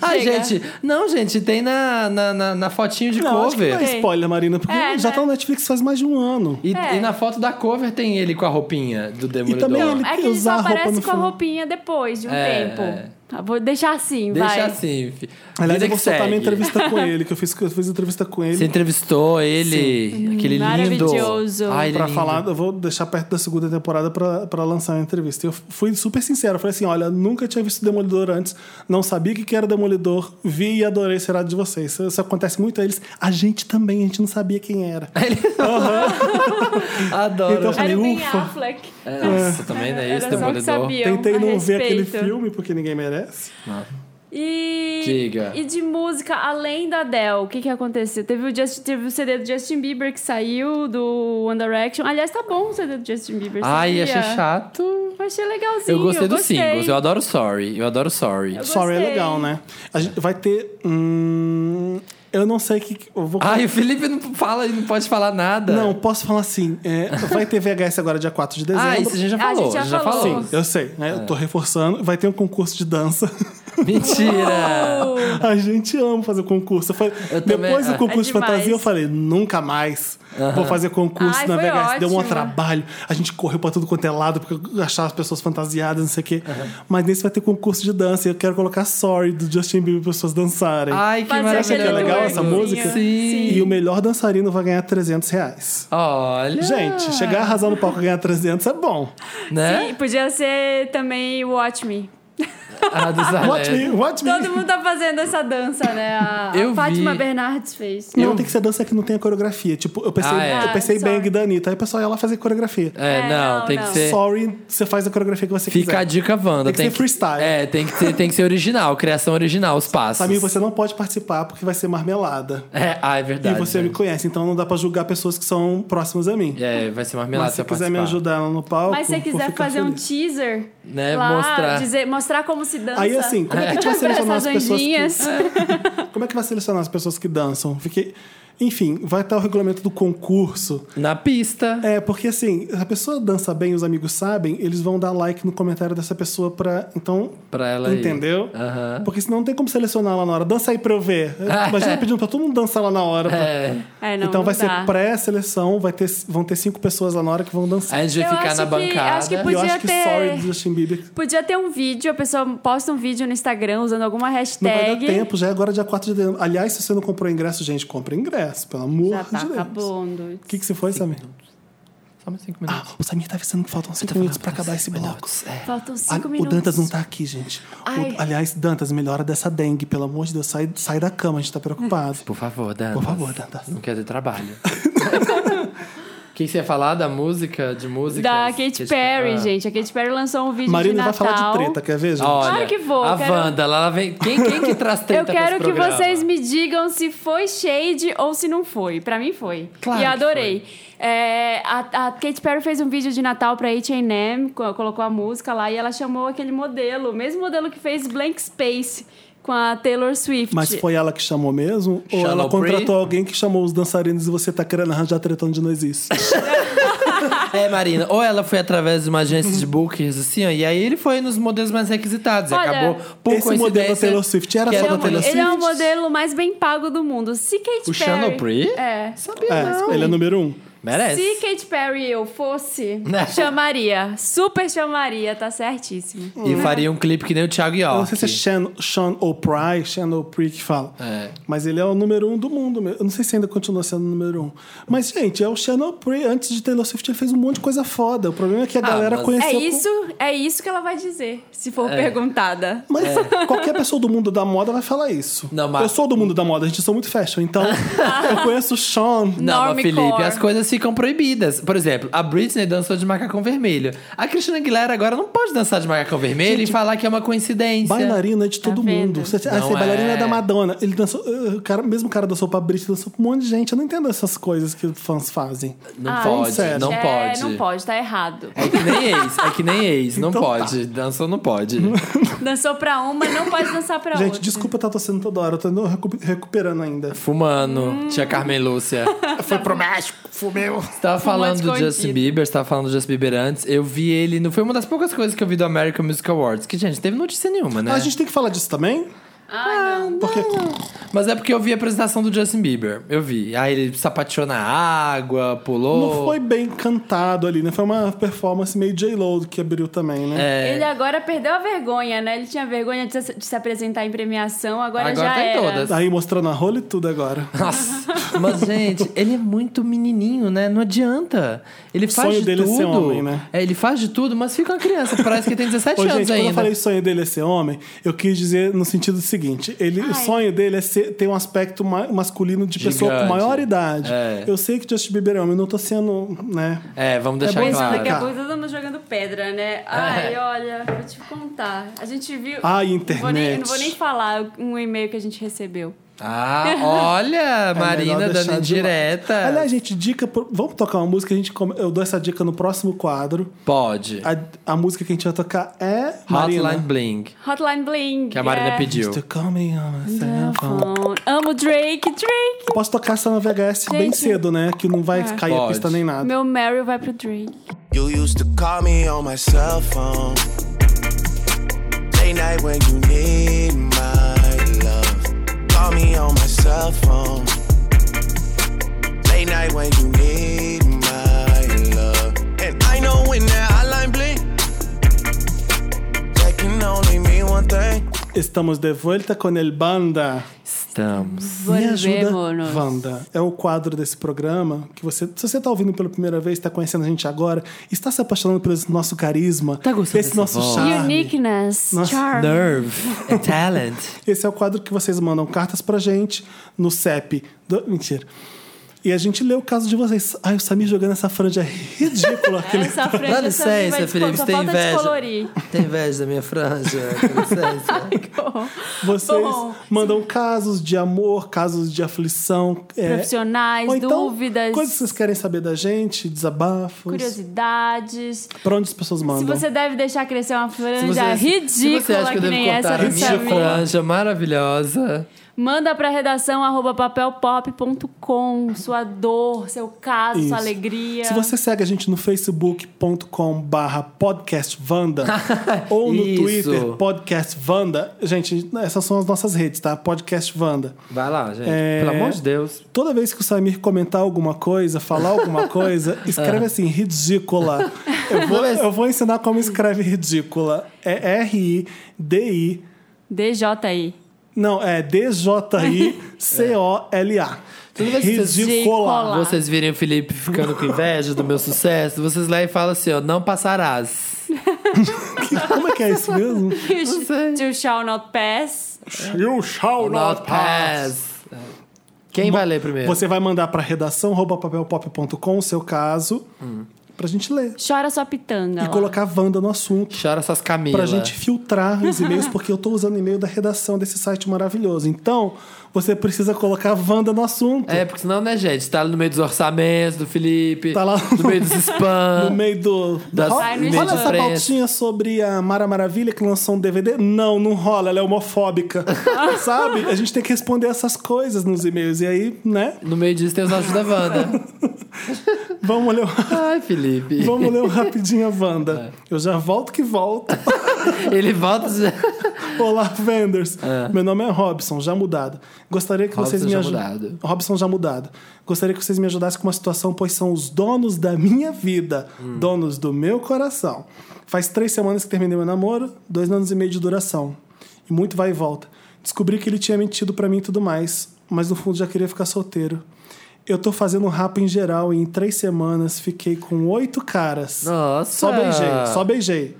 [SPEAKER 3] Ah,
[SPEAKER 2] Chega.
[SPEAKER 3] gente. Não, gente, tem na, na, na, na fotinho de
[SPEAKER 1] Não, acho que
[SPEAKER 3] cover.
[SPEAKER 1] não é spoiler, Marina, porque
[SPEAKER 2] É,
[SPEAKER 1] já
[SPEAKER 2] né?
[SPEAKER 1] tá no Netflix faz mais de um ano.
[SPEAKER 3] E,
[SPEAKER 2] É.
[SPEAKER 3] e na foto da cover tem ele com a roupinha do Demolidor.
[SPEAKER 1] também ele-
[SPEAKER 2] É que ele
[SPEAKER 1] usar a
[SPEAKER 2] só
[SPEAKER 1] roupa
[SPEAKER 2] aparece
[SPEAKER 1] no
[SPEAKER 2] com a
[SPEAKER 1] filme.
[SPEAKER 2] roupinha depois de um
[SPEAKER 3] É,
[SPEAKER 2] tempo.
[SPEAKER 3] é.
[SPEAKER 2] Ah, Vou deixar assim,
[SPEAKER 3] Deixa
[SPEAKER 2] vai.
[SPEAKER 3] assim, fi.
[SPEAKER 1] Aliás,
[SPEAKER 3] Vida
[SPEAKER 1] eu vou
[SPEAKER 3] que
[SPEAKER 1] soltar minha
[SPEAKER 3] segue.
[SPEAKER 1] entrevista com ele, que eu fiz, eu fiz entrevista com ele.
[SPEAKER 3] Você entrevistou ele, aquele lindo.
[SPEAKER 2] Maravilhoso.
[SPEAKER 3] Ai, ele é
[SPEAKER 1] Pra
[SPEAKER 3] lindo.
[SPEAKER 1] falar, eu vou deixar perto da segunda temporada pra pra lançar a entrevista. Eu fui super sincero, eu falei assim: olha, nunca tinha visto Demolidor antes, não sabia o que que era Demolidor, vi e adorei ser de vocês. Isso, isso acontece muito a eles. A gente também, a gente não sabia quem era.
[SPEAKER 3] Adoro.
[SPEAKER 1] Então,
[SPEAKER 2] Era o Ben
[SPEAKER 1] Ufa.
[SPEAKER 2] Affleck.
[SPEAKER 3] É, Nossa, também não é isso,
[SPEAKER 2] Era só o que
[SPEAKER 3] demolidor.
[SPEAKER 2] sabiam
[SPEAKER 1] Tentei
[SPEAKER 2] a
[SPEAKER 1] não ver aquele
[SPEAKER 2] respeito.
[SPEAKER 1] filme, porque ninguém merece.
[SPEAKER 2] E,
[SPEAKER 3] Diga.
[SPEAKER 2] e de música, além da Adele, o que, que aconteceu? Teve o, Justin, teve o CD do Justin Bieber que saiu do One Direction. Aliás, tá bom o CD do Justin Bieber.
[SPEAKER 3] Ai,
[SPEAKER 2] sabia?
[SPEAKER 3] achei chato.
[SPEAKER 2] Eu achei legalzinho.
[SPEAKER 3] Eu gostei dos
[SPEAKER 2] gostei.
[SPEAKER 3] singles. Eu adoro Sorry. Eu adoro Sorry.
[SPEAKER 2] Eu
[SPEAKER 1] Sorry é
[SPEAKER 2] gostei.
[SPEAKER 1] legal, né? A gente vai ter. Hum, eu não sei o que. que- Eu vou
[SPEAKER 3] Ai, o Felipe não fala e não pode falar nada.
[SPEAKER 1] Não, posso falar assim. é, vai ter VHS agora dia 4 de dezembro.
[SPEAKER 3] Ah, isso a gente já É.
[SPEAKER 2] Ah, a
[SPEAKER 3] falou.
[SPEAKER 2] gente já falou.
[SPEAKER 3] falou.
[SPEAKER 1] Sim, eu sei, né? Eu tô reforçando. Vai ter um concurso de dança.
[SPEAKER 3] Mentira!
[SPEAKER 1] A gente ama fazer concurso. Eu falei-
[SPEAKER 3] Eu também,
[SPEAKER 1] depois
[SPEAKER 3] é.
[SPEAKER 1] do concurso de
[SPEAKER 2] É demais.
[SPEAKER 1] fantasia, eu falei, nunca mais vou fazer concurso
[SPEAKER 2] Ai,
[SPEAKER 1] na
[SPEAKER 2] foi
[SPEAKER 1] VHS. Deu um
[SPEAKER 2] ótimo.
[SPEAKER 1] trabalho. A gente correu pra tudo quanto é lado, porque achar as pessoas fantasiadas, não sei o quê. Mas nesse vai ter concurso de dança. E eu quero colocar sorry do Justin Bieber pra pessoas dançarem.
[SPEAKER 3] Ai, que
[SPEAKER 2] Fazer
[SPEAKER 3] maravilhoso.
[SPEAKER 1] aquele legal essa música?
[SPEAKER 3] Sim.
[SPEAKER 1] E o melhor dançarino vai ganhar 300 reais.
[SPEAKER 3] Olha.
[SPEAKER 2] Ah.
[SPEAKER 1] Gente, chegar a arrasar no palco e ganhar 300 é bom.
[SPEAKER 3] Né?
[SPEAKER 2] Sim, podia ser também Watch Me.
[SPEAKER 3] Ah, do Zalé.
[SPEAKER 1] Watch me, watch me.
[SPEAKER 2] Todo mundo tá fazendo essa dança, né? A, a
[SPEAKER 3] Eu vi.
[SPEAKER 2] Fátima Bernardes fez.
[SPEAKER 1] Não, tem que ser dança que não tenha coreografia. Tipo, eu pensei,
[SPEAKER 3] Ah, é.
[SPEAKER 1] eu pensei
[SPEAKER 2] Ah,
[SPEAKER 1] bang
[SPEAKER 2] sorry.
[SPEAKER 1] da Anitta. Aí tá? o pessoal ia lá fazer coreografia.
[SPEAKER 3] É,
[SPEAKER 2] É,
[SPEAKER 3] não,
[SPEAKER 2] não,
[SPEAKER 3] tem
[SPEAKER 2] não.
[SPEAKER 3] que ser.
[SPEAKER 1] Sorry, você faz a coreografia que você
[SPEAKER 3] Fica a
[SPEAKER 1] quiser.
[SPEAKER 3] dica, Wanda.
[SPEAKER 1] Tem que ser freestyle.
[SPEAKER 3] É, tem que ser, tem que ser original, criação original, os passos.
[SPEAKER 1] Samir, você não pode participar porque vai ser marmelada.
[SPEAKER 3] É, ah, é verdade.
[SPEAKER 1] e você me
[SPEAKER 3] né?
[SPEAKER 1] conhece, então não dá pra julgar pessoas que são próximas a mim.
[SPEAKER 3] É, vai ser marmelada
[SPEAKER 1] Mas
[SPEAKER 3] se
[SPEAKER 1] se você
[SPEAKER 3] eu
[SPEAKER 1] quiser me
[SPEAKER 3] participar.
[SPEAKER 1] ajudar no palco.
[SPEAKER 2] Mas se você
[SPEAKER 1] vou
[SPEAKER 2] quiser
[SPEAKER 1] ficar
[SPEAKER 2] fazer um
[SPEAKER 1] feliz.
[SPEAKER 2] teaser
[SPEAKER 3] Né,
[SPEAKER 2] lá,
[SPEAKER 3] mostrar.
[SPEAKER 2] dizer- mostrar como se dança.
[SPEAKER 1] Aí assim, como é que a gente vai selecionar as
[SPEAKER 2] Essas
[SPEAKER 1] pessoas? Que,
[SPEAKER 2] anjinhas.
[SPEAKER 1] como é que vai selecionar as pessoas que dançam? Fiquei. Enfim, vai estar o regulamento do concurso.
[SPEAKER 3] Na pista.
[SPEAKER 1] É, porque assim, a pessoa dança bem, os amigos sabem, eles vão dar like no comentário dessa pessoa pra. Então.
[SPEAKER 3] Pra ela ir.
[SPEAKER 1] Entendeu?
[SPEAKER 3] Aham.
[SPEAKER 1] Porque senão não tem como selecionar lá na hora. Dança aí pra eu ver. Imagina pedindo pra todo mundo dançar lá na hora. pra-
[SPEAKER 3] É.
[SPEAKER 2] É, não,
[SPEAKER 1] então
[SPEAKER 2] não
[SPEAKER 1] vai
[SPEAKER 2] dá.
[SPEAKER 1] ser pré-seleção, vai ter, vão ter cinco pessoas lá na hora que vão dançar.
[SPEAKER 3] A gente vai
[SPEAKER 2] Eu
[SPEAKER 3] ficar
[SPEAKER 2] acho
[SPEAKER 3] na
[SPEAKER 2] que-
[SPEAKER 3] bancada.
[SPEAKER 2] acho que
[SPEAKER 1] E eu
[SPEAKER 2] podia
[SPEAKER 1] acho que
[SPEAKER 2] ter-
[SPEAKER 1] sorry do Justin Bieber.
[SPEAKER 2] Podia ter um vídeo, a pessoa posta um vídeo no Instagram usando alguma
[SPEAKER 1] Não
[SPEAKER 2] hashtag.
[SPEAKER 1] vai dar tempo, já é agora dia 4 de dezembro. Aliás, se você não comprou ingresso, gente, compra ingresso, pelo amor
[SPEAKER 2] Já tá
[SPEAKER 1] de Deus.
[SPEAKER 2] acabando.
[SPEAKER 1] O que, que você foi, Samir?
[SPEAKER 3] Só mais cinco
[SPEAKER 1] Ah,
[SPEAKER 3] minutos.
[SPEAKER 1] o Samir tá avisando que faltam 5 minutos pra acabar esse bloco.
[SPEAKER 3] É.
[SPEAKER 2] Faltam
[SPEAKER 1] Ah,
[SPEAKER 2] cinco
[SPEAKER 1] o
[SPEAKER 2] minutos.
[SPEAKER 1] Dantas não tá aqui, gente. O-
[SPEAKER 2] Ai.
[SPEAKER 1] aliás, Dantas, melhora dessa dengue, pelo amor de Deus. Sai, sai da cama, a gente tá preocupado.
[SPEAKER 3] Por favor, Dan.
[SPEAKER 1] Por favor, Dantas.
[SPEAKER 3] Não quer ter trabalho. O que você ia falar da música? De música?
[SPEAKER 2] Da Katy
[SPEAKER 3] Ah.
[SPEAKER 2] Perry, gente. A Katy Perry lançou um vídeo
[SPEAKER 1] Marina
[SPEAKER 2] de
[SPEAKER 1] vai
[SPEAKER 2] Natal.
[SPEAKER 1] falar de treta, quer ver, gente?
[SPEAKER 3] Olha,
[SPEAKER 2] Claro que vou,
[SPEAKER 3] A
[SPEAKER 2] quero-
[SPEAKER 3] Wanda, lá ela vem. Quem, quem que traz treta
[SPEAKER 2] Eu
[SPEAKER 3] pra esse
[SPEAKER 2] quero que
[SPEAKER 3] programa?
[SPEAKER 2] vocês me digam se foi shade ou se não foi. Pra mim foi.
[SPEAKER 3] Claro
[SPEAKER 2] e eu
[SPEAKER 3] que
[SPEAKER 2] adorei. É, a, a Katy Perry fez um vídeo de Natal pra H&M, co- colocou a música lá e ela chamou aquele modelo, o mesmo modelo que fez Blank Space com a Taylor Swift.
[SPEAKER 1] Mas foi ela que chamou mesmo? Ou
[SPEAKER 3] Shallow
[SPEAKER 1] ela contratou
[SPEAKER 3] Bree?
[SPEAKER 1] alguém que chamou os dançarinos e você tá querendo arranjar treta onde não existe?
[SPEAKER 3] É, Marina, ou ela foi através de uma agência de bookings, assim, ó, e aí ele foi nos modelos mais requisitados. e
[SPEAKER 2] Olha,
[SPEAKER 3] acabou por
[SPEAKER 1] Esse modelo da
[SPEAKER 3] coincidência
[SPEAKER 1] Taylor Swift era
[SPEAKER 3] que
[SPEAKER 1] só
[SPEAKER 2] Ele é
[SPEAKER 1] da
[SPEAKER 2] o-
[SPEAKER 1] Taylor
[SPEAKER 2] ele é o
[SPEAKER 1] Swift?
[SPEAKER 2] modelo mais bem pago do mundo. Se Katy
[SPEAKER 3] O
[SPEAKER 2] Perry...
[SPEAKER 3] Shannon Bree?
[SPEAKER 2] É.
[SPEAKER 1] É, ele é número um.
[SPEAKER 3] Merece.
[SPEAKER 2] Se Katy Perry eu fosse,
[SPEAKER 3] Né?
[SPEAKER 2] chamaria. Super chamaria, tá certíssimo.
[SPEAKER 3] E faria um clipe que nem o Thiago
[SPEAKER 1] Eu
[SPEAKER 3] York.
[SPEAKER 1] não sei se é Sean, Sean O'Pry, Sean O'Pry que fala.
[SPEAKER 3] É.
[SPEAKER 1] Mas ele é o número um do mundo. mesmo. Eu não sei se ainda continua sendo o número um. Mas, gente, é o Sean O'Pry. Antes de Taylor Swift, ele fez um monte de coisa foda. O problema é que a galera
[SPEAKER 3] Ah, mas- É.
[SPEAKER 1] conheceu...
[SPEAKER 2] É
[SPEAKER 1] com-
[SPEAKER 2] isso, é isso que ela vai dizer, se for perguntada.
[SPEAKER 1] Mas qualquer pessoa do mundo da moda vai falar isso.
[SPEAKER 3] Não, mas-
[SPEAKER 1] Eu sou do mundo da moda, a gente sou muito fashion. Então, eu conheço o Sean...
[SPEAKER 3] Não, mas
[SPEAKER 2] Normcore.
[SPEAKER 3] Felipe, as coisas ficam proibidas. Por exemplo, a Britney dançou de macacão vermelho. A Cristina Aguilera agora não pode dançar de macacão vermelho e falar que é uma coincidência.
[SPEAKER 1] Bailarina é de todo
[SPEAKER 2] tá vendo?
[SPEAKER 1] mundo. Você, ah,
[SPEAKER 3] Não
[SPEAKER 1] você é bailarina
[SPEAKER 3] é.
[SPEAKER 1] da Madonna. Ele dançou, ah, o cara, mesmo o cara dançou pra Britney, dançou pra um monte de gente. Eu não entendo essas coisas que fãs fazem.
[SPEAKER 3] Não
[SPEAKER 2] Ah,
[SPEAKER 3] pode,
[SPEAKER 1] sério.
[SPEAKER 3] não
[SPEAKER 2] é,
[SPEAKER 3] pode.
[SPEAKER 2] não pode, tá errado.
[SPEAKER 3] É que nem ex, é que nem ex, não
[SPEAKER 1] Então tá.
[SPEAKER 3] pode. Dançou, não pode.
[SPEAKER 2] Dançou pra uma, não pode dançar pra
[SPEAKER 1] gente,
[SPEAKER 2] outra.
[SPEAKER 1] desculpa eu estar tossindo toda hora. Eu tô indo recu- recuperando ainda.
[SPEAKER 3] Fumando, tia Carmen Lúcia.
[SPEAKER 1] Foi pro México, um- fumeu.
[SPEAKER 3] Você tava falando do
[SPEAKER 2] escondido.
[SPEAKER 3] Justin Bieber, você tava falando do Justin Bieber antes. Eu vi ele, no, foi uma das poucas coisas que eu vi do American Music Awards. Que, gente, não teve notícia nenhuma, né?
[SPEAKER 1] A gente tem que falar disso também? Ah,
[SPEAKER 2] Ai, não.
[SPEAKER 1] Porque
[SPEAKER 3] Mas é porque eu vi a apresentação do Justin Bieber. Eu vi. Aí ele sapateou na água, pulou.
[SPEAKER 1] não foi bem cantado ali, né? Foi uma performance meio J-Lo que abriu também, né?
[SPEAKER 3] É.
[SPEAKER 2] Ele agora perdeu a vergonha, né? Ele tinha vergonha de se, de se apresentar em premiação, agora,
[SPEAKER 3] Agora
[SPEAKER 2] já
[SPEAKER 3] tem
[SPEAKER 2] era.
[SPEAKER 3] todas. tá
[SPEAKER 1] Aí mostrando a rola e tudo agora.
[SPEAKER 3] Nossa. Mas, gente, ele é muito menininho, né? Não adianta. Ele faz
[SPEAKER 1] sonho
[SPEAKER 3] de
[SPEAKER 1] dele é
[SPEAKER 3] tudo.
[SPEAKER 1] ser homem, né?
[SPEAKER 3] É, ele faz de tudo, mas fica uma criança. Parece que tem 17
[SPEAKER 1] Ô,
[SPEAKER 3] anos
[SPEAKER 1] gente, quando
[SPEAKER 3] ainda.
[SPEAKER 1] eu falei sonho dele é ser homem, eu quis dizer no sentido seguinte: ele,
[SPEAKER 2] Ai.
[SPEAKER 1] o sonho dele é ser, ter um aspecto ma- masculino de pessoa com
[SPEAKER 3] Gigante.
[SPEAKER 1] maior idade.
[SPEAKER 3] É.
[SPEAKER 1] Eu sei que Justin Bieber é homem, eu não tô sendo, né?
[SPEAKER 3] É, vamos
[SPEAKER 1] É
[SPEAKER 3] deixar
[SPEAKER 1] bom
[SPEAKER 3] claro. É.
[SPEAKER 2] Daqui a
[SPEAKER 1] explicar.
[SPEAKER 2] pouco estamos jogando pedra, né? Ai, olha, vou te contar. A gente viu.
[SPEAKER 1] Ai,
[SPEAKER 2] Não vou nem,
[SPEAKER 1] Ah, internet.
[SPEAKER 2] não vou nem falar um e-mail que a gente recebeu.
[SPEAKER 3] Ah, olha,
[SPEAKER 1] É
[SPEAKER 3] Marina
[SPEAKER 1] melhor deixar
[SPEAKER 3] dando
[SPEAKER 1] de lado.
[SPEAKER 3] direta.
[SPEAKER 1] Aliás, gente, dica. por- Vamos tocar uma música, a gente, come- eu dou essa dica no próximo quadro.
[SPEAKER 3] Pode.
[SPEAKER 1] A, a música que a gente vai tocar é.
[SPEAKER 3] Hotline
[SPEAKER 1] Marina.
[SPEAKER 3] Bling,
[SPEAKER 2] Hotline Bling.
[SPEAKER 3] que a Marina
[SPEAKER 2] é.
[SPEAKER 3] pediu.
[SPEAKER 1] Mr. Call Me on my cell phone.
[SPEAKER 2] Phone. Amo Drake, Drake.
[SPEAKER 1] Eu posso tocar essa na VHS bem
[SPEAKER 2] Gente.
[SPEAKER 1] cedo, né? Que não vai
[SPEAKER 2] É.
[SPEAKER 1] cair a
[SPEAKER 3] Pode.
[SPEAKER 1] pista nem nada.
[SPEAKER 2] Meu Meryl vai pro Drake.
[SPEAKER 4] You used to call me on my cell phone. Late night when you need my love. Call me on my cell phone. Late night when you need my love. And I know when that hotline bling, that can only mean one thing.
[SPEAKER 1] Estamos de volta com El Banda.
[SPEAKER 3] Estamos.
[SPEAKER 1] Me ajuda,
[SPEAKER 2] Volvemos.
[SPEAKER 1] Wanda. É o quadro desse programa que você, se você está ouvindo pela primeira vez, está conhecendo a gente agora, está se apaixonando pelo nosso carisma,
[SPEAKER 3] Tá gostando
[SPEAKER 1] esse
[SPEAKER 3] dessa
[SPEAKER 1] nosso
[SPEAKER 3] voz?
[SPEAKER 1] charme.
[SPEAKER 2] Uniqueness.
[SPEAKER 1] Nossa,
[SPEAKER 2] Charm.
[SPEAKER 3] Nerve and talent.
[SPEAKER 1] Esse é o quadro que vocês mandam cartas pra gente no CEP. do- Mentira. E a gente lê o caso de vocês. Ai, o Samir jogando essa franja é ridícula. Aquele-
[SPEAKER 2] Essa franja
[SPEAKER 3] Dá
[SPEAKER 2] essa vai
[SPEAKER 3] licença,
[SPEAKER 2] descol-
[SPEAKER 3] Felipe,
[SPEAKER 2] só
[SPEAKER 3] tem
[SPEAKER 2] falta
[SPEAKER 3] inveja.
[SPEAKER 2] descolorir.
[SPEAKER 3] Tem inveja da minha franja, com licença.
[SPEAKER 1] Vocês
[SPEAKER 2] Bom,
[SPEAKER 1] mandam casos de amor, casos de aflição. é,
[SPEAKER 2] Profissionais,
[SPEAKER 1] ou então,
[SPEAKER 2] dúvidas,
[SPEAKER 1] Coisas que vocês querem saber da gente, desabafos.
[SPEAKER 2] curiosidades.
[SPEAKER 1] Pra onde as pessoas mandam?
[SPEAKER 2] Se você deve deixar crescer uma franja
[SPEAKER 3] Se você-
[SPEAKER 2] ridícula
[SPEAKER 3] se você acha que,
[SPEAKER 2] que,
[SPEAKER 3] eu devo
[SPEAKER 2] nem
[SPEAKER 3] cortar
[SPEAKER 2] essa
[SPEAKER 3] a
[SPEAKER 2] do
[SPEAKER 3] minha
[SPEAKER 2] Samir,
[SPEAKER 3] franja maravilhosa.
[SPEAKER 2] manda pra redação arroba papelpop.com sua dor, seu caso,
[SPEAKER 1] Isso.
[SPEAKER 2] sua alegria.
[SPEAKER 1] Se você segue a gente no facebook.com barra podcastvanda ou no
[SPEAKER 3] Isso.
[SPEAKER 1] Twitter podcastvanda, gente, essas são as nossas redes, tá? Podcastvanda.
[SPEAKER 3] Vai lá, gente.
[SPEAKER 1] É.
[SPEAKER 3] Pelo amor de Deus.
[SPEAKER 1] Toda vez que o Samir comentar alguma coisa, falar alguma coisa,
[SPEAKER 3] Ah.
[SPEAKER 1] escreve assim, ridícula. Eu vou, eu vou ensinar como escreve ridícula. É R-I-D-I...
[SPEAKER 2] DJI.
[SPEAKER 1] Não, é D-J-I-C-O-L-A.
[SPEAKER 3] Toda vez que vocês-
[SPEAKER 1] Ridícula.
[SPEAKER 2] Olá.
[SPEAKER 3] Vocês virem o Felipe ficando com inveja do meu sucesso, vocês lá e falam assim, ó, não passarás.
[SPEAKER 1] Como é que é isso mesmo?
[SPEAKER 3] sei.
[SPEAKER 2] You shall not pass.
[SPEAKER 1] You shall
[SPEAKER 3] Not pass. Quem vai ler primeiro?
[SPEAKER 1] Você vai mandar para redação arroba papelpop.com o seu caso
[SPEAKER 3] Hum.
[SPEAKER 1] pra gente ler
[SPEAKER 2] Chora sua pitanga.
[SPEAKER 1] e
[SPEAKER 2] lá.
[SPEAKER 1] colocar Wanda no assunto
[SPEAKER 3] Chora essas camisas.
[SPEAKER 1] pra gente filtrar os e-mails porque eu tô usando e-mail da redação desse site maravilhoso. Então, você precisa colocar Wanda no assunto.
[SPEAKER 3] É, porque senão, né, gente? Tá no meio dos orçamentos do Felipe.
[SPEAKER 1] Tá lá
[SPEAKER 3] no meio dos spam.
[SPEAKER 1] No meio do.
[SPEAKER 3] Das-
[SPEAKER 1] Rola-
[SPEAKER 2] Ai, no
[SPEAKER 1] Olha
[SPEAKER 2] Instagram.
[SPEAKER 1] essa pautinha sobre a Mara Maravilha que lançou um DVD. Não, não rola, ela é homofóbica. Sabe? A gente tem que responder essas coisas nos e-mails. E aí, né?
[SPEAKER 3] No meio disso tem os áudios da Wanda.
[SPEAKER 1] Vamos ler,
[SPEAKER 3] Ai, Felipe.
[SPEAKER 1] vamos ler um rapidinho a Wanda.
[SPEAKER 3] É.
[SPEAKER 1] Eu já volto que volto.
[SPEAKER 3] Ele volta. já-
[SPEAKER 1] Olá, Vendors. Meu nome é Robson, já mudado. Gostaria que
[SPEAKER 3] Robson
[SPEAKER 1] vocês me
[SPEAKER 3] já
[SPEAKER 1] ajudassem.
[SPEAKER 3] mudado.
[SPEAKER 1] Robson já mudado. Gostaria que vocês me ajudassem com uma situação, pois são os donos da minha vida,
[SPEAKER 3] Hum.
[SPEAKER 1] donos do meu coração. Faz três semanas que terminei meu namoro, dois anos e meio de duração. E muito vai e volta. Descobri que ele tinha mentido pra mim e tudo mais, mas no fundo já queria ficar solteiro. Eu tô fazendo um rapa em geral e em três semanas fiquei com oito caras.
[SPEAKER 3] Nossa.
[SPEAKER 1] Só beijei, só beijei.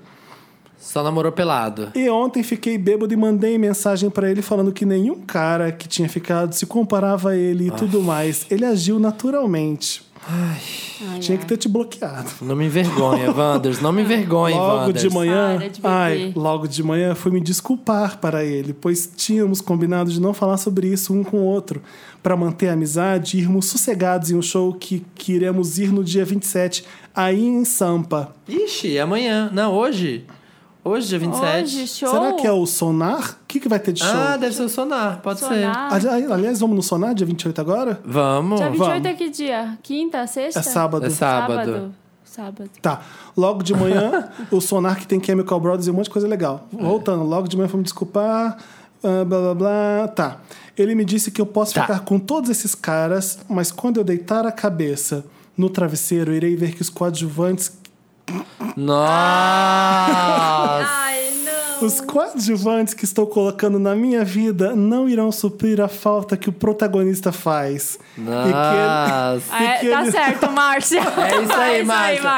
[SPEAKER 3] Só namorou pelado.
[SPEAKER 1] E ontem fiquei bêbado e mandei mensagem pra ele falando que nenhum cara que tinha ficado se comparava a ele
[SPEAKER 3] Ah.
[SPEAKER 1] e tudo mais. Ele agiu naturalmente.
[SPEAKER 2] Ai,
[SPEAKER 1] Tinha
[SPEAKER 2] ai.
[SPEAKER 1] que ter te bloqueado.
[SPEAKER 3] Não me envergonha, Wanders. Não me envergonha,
[SPEAKER 1] Logo
[SPEAKER 3] Wanders.
[SPEAKER 1] de manhã,
[SPEAKER 2] Para de beber.
[SPEAKER 1] ai, logo de manhã fui me desculpar para ele, pois tínhamos combinado de não falar sobre isso um com o outro, para manter a amizade e irmos sossegados em um show que, que iremos ir no dia 27, aí em Sampa.
[SPEAKER 3] Ixi, é amanhã. Não, hoje. Hoje, dia 27.
[SPEAKER 2] Hoje, show.
[SPEAKER 1] Será que é o Sonar? O que, que vai ter de show?
[SPEAKER 3] Ah, deve ser o Sonar. Pode ser.
[SPEAKER 2] Sonar.
[SPEAKER 1] Ali- Aliás, vamos no Sonar dia 28 agora? É
[SPEAKER 3] Vamos.
[SPEAKER 2] Dia 28
[SPEAKER 1] Vamos.
[SPEAKER 2] é que dia? Quinta, sexta?
[SPEAKER 1] É sábado.
[SPEAKER 3] É sábado.
[SPEAKER 2] Sábado. Sábado.
[SPEAKER 1] Tá. Logo de
[SPEAKER 2] É.
[SPEAKER 1] manhã, o Sonar que tem Chemical Brothers e um monte de coisa legal. Voltando, logo de manhã fomos desculpar. ah, blá blá blá. Tá. Ele me disse que eu posso
[SPEAKER 3] Tá.
[SPEAKER 1] ficar com todos esses caras, mas quando eu deitar a cabeça no travesseiro, irei ver que os coadjuvantes.
[SPEAKER 3] Nossa!
[SPEAKER 2] Ai, não.
[SPEAKER 1] Os coadjuvantes que estou colocando na minha vida não irão suprir a falta que o protagonista faz. E que ele-
[SPEAKER 3] Nossa!
[SPEAKER 2] Ah, é,
[SPEAKER 1] que
[SPEAKER 2] tá
[SPEAKER 1] ele-
[SPEAKER 2] certo, Márcia.
[SPEAKER 3] É isso aí, Márcia.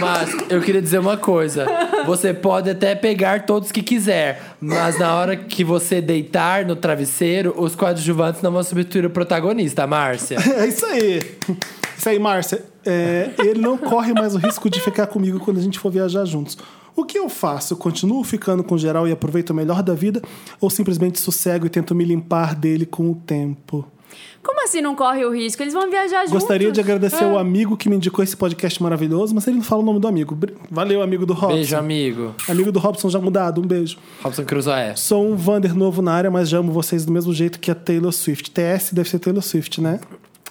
[SPEAKER 3] Mas eu queria dizer uma coisa. Você pode até pegar todos que quiser, mas na hora que você deitar no travesseiro, os coadjuvantes não vão substituir o protagonista, Márcia.
[SPEAKER 1] É isso aí. Isso aí, Márcia. É, ele não corre mais o risco de ficar comigo quando a gente for viajar juntos. O que eu faço? Continuo ficando com geral e aproveito o melhor da vida? Ou simplesmente sossego e tento me limpar dele com o tempo?
[SPEAKER 2] Como assim não corre o risco? Eles vão viajar juntos. Ah,
[SPEAKER 1] Gostaria de agradecer
[SPEAKER 2] É.
[SPEAKER 1] o amigo que me indicou esse podcast maravilhoso, mas ele não fala o nome do amigo. Br- Valeu, amigo do Robson.
[SPEAKER 3] Beijo, amigo.
[SPEAKER 1] Amigo do Robson já mudado, um beijo.
[SPEAKER 3] Robson Cruzoé.
[SPEAKER 1] Sou um Vander novo na área, mas já amo vocês do mesmo jeito que a Taylor Swift. TS deve ser Taylor Swift, né?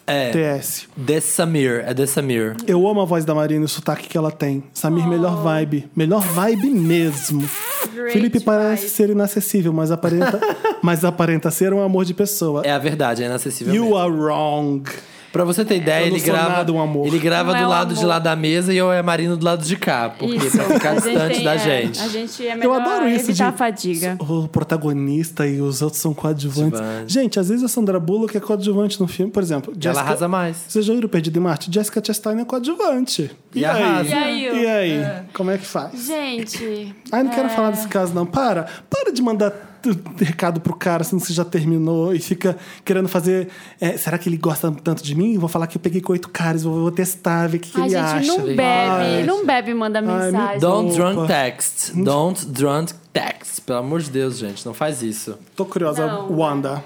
[SPEAKER 3] É.
[SPEAKER 1] TS.
[SPEAKER 3] The Samir. É The Samir.
[SPEAKER 1] Eu amo a voz da Marina e o sotaque que ela tem. Samir, melhor vibe. Melhor vibe mesmo.
[SPEAKER 2] Oh. Great
[SPEAKER 1] Felipe parece
[SPEAKER 2] vibe.
[SPEAKER 1] ser inacessível, mas aparenta, mas aparenta ser um amor de pessoa.
[SPEAKER 3] É a verdade, é inacessível.
[SPEAKER 1] You
[SPEAKER 3] mesmo.
[SPEAKER 1] are wrong.
[SPEAKER 3] Pra você ter ideia,
[SPEAKER 1] Eu não
[SPEAKER 3] ele
[SPEAKER 1] sou
[SPEAKER 3] grava,
[SPEAKER 1] nada um amor.
[SPEAKER 3] ele grava
[SPEAKER 2] Não é
[SPEAKER 3] do
[SPEAKER 2] um
[SPEAKER 3] lado de
[SPEAKER 2] amor.
[SPEAKER 3] lá da mesa e eu é a Marina do lado de cá, porque
[SPEAKER 2] Isso.
[SPEAKER 3] pra ficar
[SPEAKER 2] A gente
[SPEAKER 3] distante
[SPEAKER 2] tem-
[SPEAKER 3] da
[SPEAKER 2] é,
[SPEAKER 3] gente.
[SPEAKER 2] A gente é
[SPEAKER 1] Eu
[SPEAKER 2] melhor
[SPEAKER 1] adoro isso de
[SPEAKER 2] evitar a fadiga.
[SPEAKER 1] o protagonista e os outros são coadjuvantes.
[SPEAKER 3] Coadjuvante.
[SPEAKER 1] Gente, às vezes a Sandra Bullock é coadjuvante no filme, por exemplo.
[SPEAKER 3] Ela
[SPEAKER 1] Jessica-
[SPEAKER 3] arrasa mais.
[SPEAKER 1] Vocês já viram Perdido em Marte? Jessica Chastain é coadjuvante.
[SPEAKER 3] E arrasa.
[SPEAKER 2] E aí, ó?
[SPEAKER 1] E aí? Como é que faz?
[SPEAKER 2] Gente,
[SPEAKER 1] Ai, não quero falar
[SPEAKER 2] É.
[SPEAKER 1] desse caso, não. Para. Para de mandar t- recado pro cara, sendo que você já terminou e fica querendo fazer. é, será que ele gosta tanto de mim? Vou falar que eu peguei com oito caras, vou, vou testar, ver o que, que
[SPEAKER 2] a
[SPEAKER 1] ele
[SPEAKER 2] gente
[SPEAKER 1] acha.
[SPEAKER 2] não
[SPEAKER 3] gente.
[SPEAKER 2] bebe,
[SPEAKER 3] Ai.
[SPEAKER 2] não bebe e manda
[SPEAKER 1] meu
[SPEAKER 2] mensagem.
[SPEAKER 3] Don't
[SPEAKER 1] Opa.
[SPEAKER 3] drunk text.
[SPEAKER 1] Hum?
[SPEAKER 3] Don't drunk text. Pelo amor de Deus, gente, não faz isso.
[SPEAKER 1] Tô curiosa,
[SPEAKER 2] Não.
[SPEAKER 1] Wanda.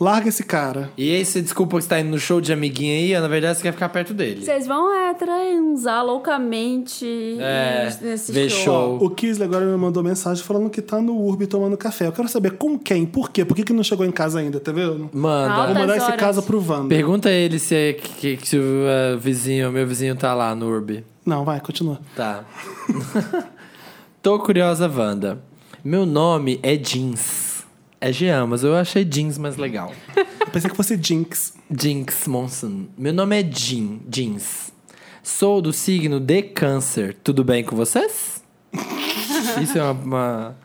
[SPEAKER 1] Larga esse cara.
[SPEAKER 3] E aí, você desculpa que você tá indo no show de amiguinha aí, na verdade você quer ficar perto dele.
[SPEAKER 2] Vocês vão é, transar loucamente
[SPEAKER 3] É,
[SPEAKER 2] nesse
[SPEAKER 3] vê show.
[SPEAKER 1] O Kisley agora me mandou mensagem falando que tá no Urb tomando café. Eu quero saber com quem, por quê, por que, que não chegou em casa ainda, tá vendo?
[SPEAKER 3] Manda.
[SPEAKER 1] Vou
[SPEAKER 2] Altas
[SPEAKER 1] mandar esse
[SPEAKER 2] horas.
[SPEAKER 1] caso pro Wanda.
[SPEAKER 3] Pergunta a ele se, é- que, que, se o eh, vizinho, meu vizinho tá lá no Urb.
[SPEAKER 1] Não, vai, continua.
[SPEAKER 3] Tá. Tô curiosa, Wanda. Meu nome é Jeans. É Jean, mas eu achei Jeans mais legal.
[SPEAKER 1] Eu pensei que fosse Jinx.
[SPEAKER 3] Jinx Monson. Meu nome é Jean, Jeans. Sou do signo de câncer. Tudo bem com vocês? Isso é uma. uma-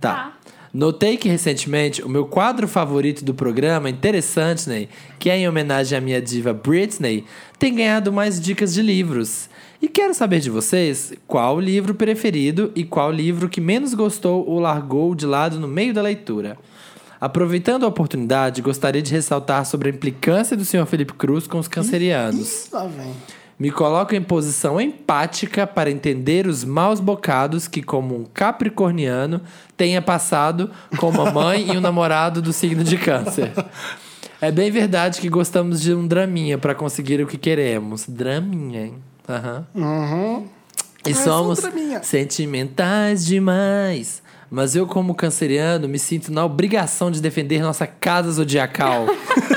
[SPEAKER 3] Tá. Notei que recentemente o meu quadro favorito do programa, interessante, Ney, que é em homenagem à minha diva Britney, tem ganhado mais dicas de livros. E quero saber de vocês qual o livro preferido e qual livro que menos gostou ou largou de lado no meio da leitura. Aproveitando a oportunidade, gostaria de ressaltar sobre a implicância do senhor Felipe Cruz com os cancerianos.
[SPEAKER 1] Lá vem.
[SPEAKER 3] Me coloco em posição empática para entender os maus bocados que, como um capricorniano, tenha passado com uma mãe e um namorado do signo de câncer. É bem verdade que gostamos de um draminha para conseguir o que queremos. Draminha, hein? Aham. E
[SPEAKER 1] só um
[SPEAKER 3] somos
[SPEAKER 1] draminha.
[SPEAKER 3] sentimentais demais. Mas eu, como canceriano, me sinto na obrigação de defender nossa casa zodiacal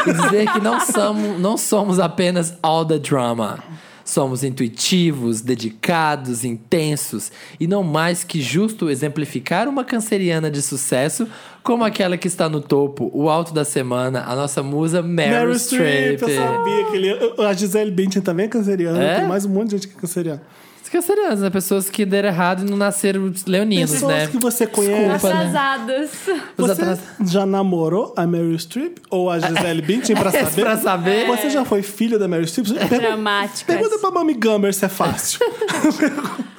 [SPEAKER 3] e dizer que não somos, não somos apenas all the drama. Somos intuitivos, dedicados, intensos e não mais que justo exemplificar uma canceriana de sucesso como aquela que está no topo, o alto da semana, a nossa musa Meryl,
[SPEAKER 1] Meryl
[SPEAKER 3] Streep.
[SPEAKER 1] Streep, eu sabia que ele. eu- A Gisele Bündchen também é canceriana.
[SPEAKER 3] É?
[SPEAKER 1] Tem mais um monte de gente que é canceriana.
[SPEAKER 3] Os Cancerianos, né? Pessoas que deram errado e não nasceram leoninos,
[SPEAKER 1] Pessoas
[SPEAKER 3] né?
[SPEAKER 1] que você conhece.
[SPEAKER 3] Desculpa, né?
[SPEAKER 2] Atrasados.
[SPEAKER 3] Os
[SPEAKER 1] Você
[SPEAKER 3] atras-
[SPEAKER 1] já namorou a Meryl Streep ou a Gisele Bündchen pra saber?
[SPEAKER 3] pra saber.
[SPEAKER 1] Você já foi filha da Meryl Streep? Pergunta,
[SPEAKER 2] Dramáticas.
[SPEAKER 1] pergunta pra Mami Gummer se é fácil.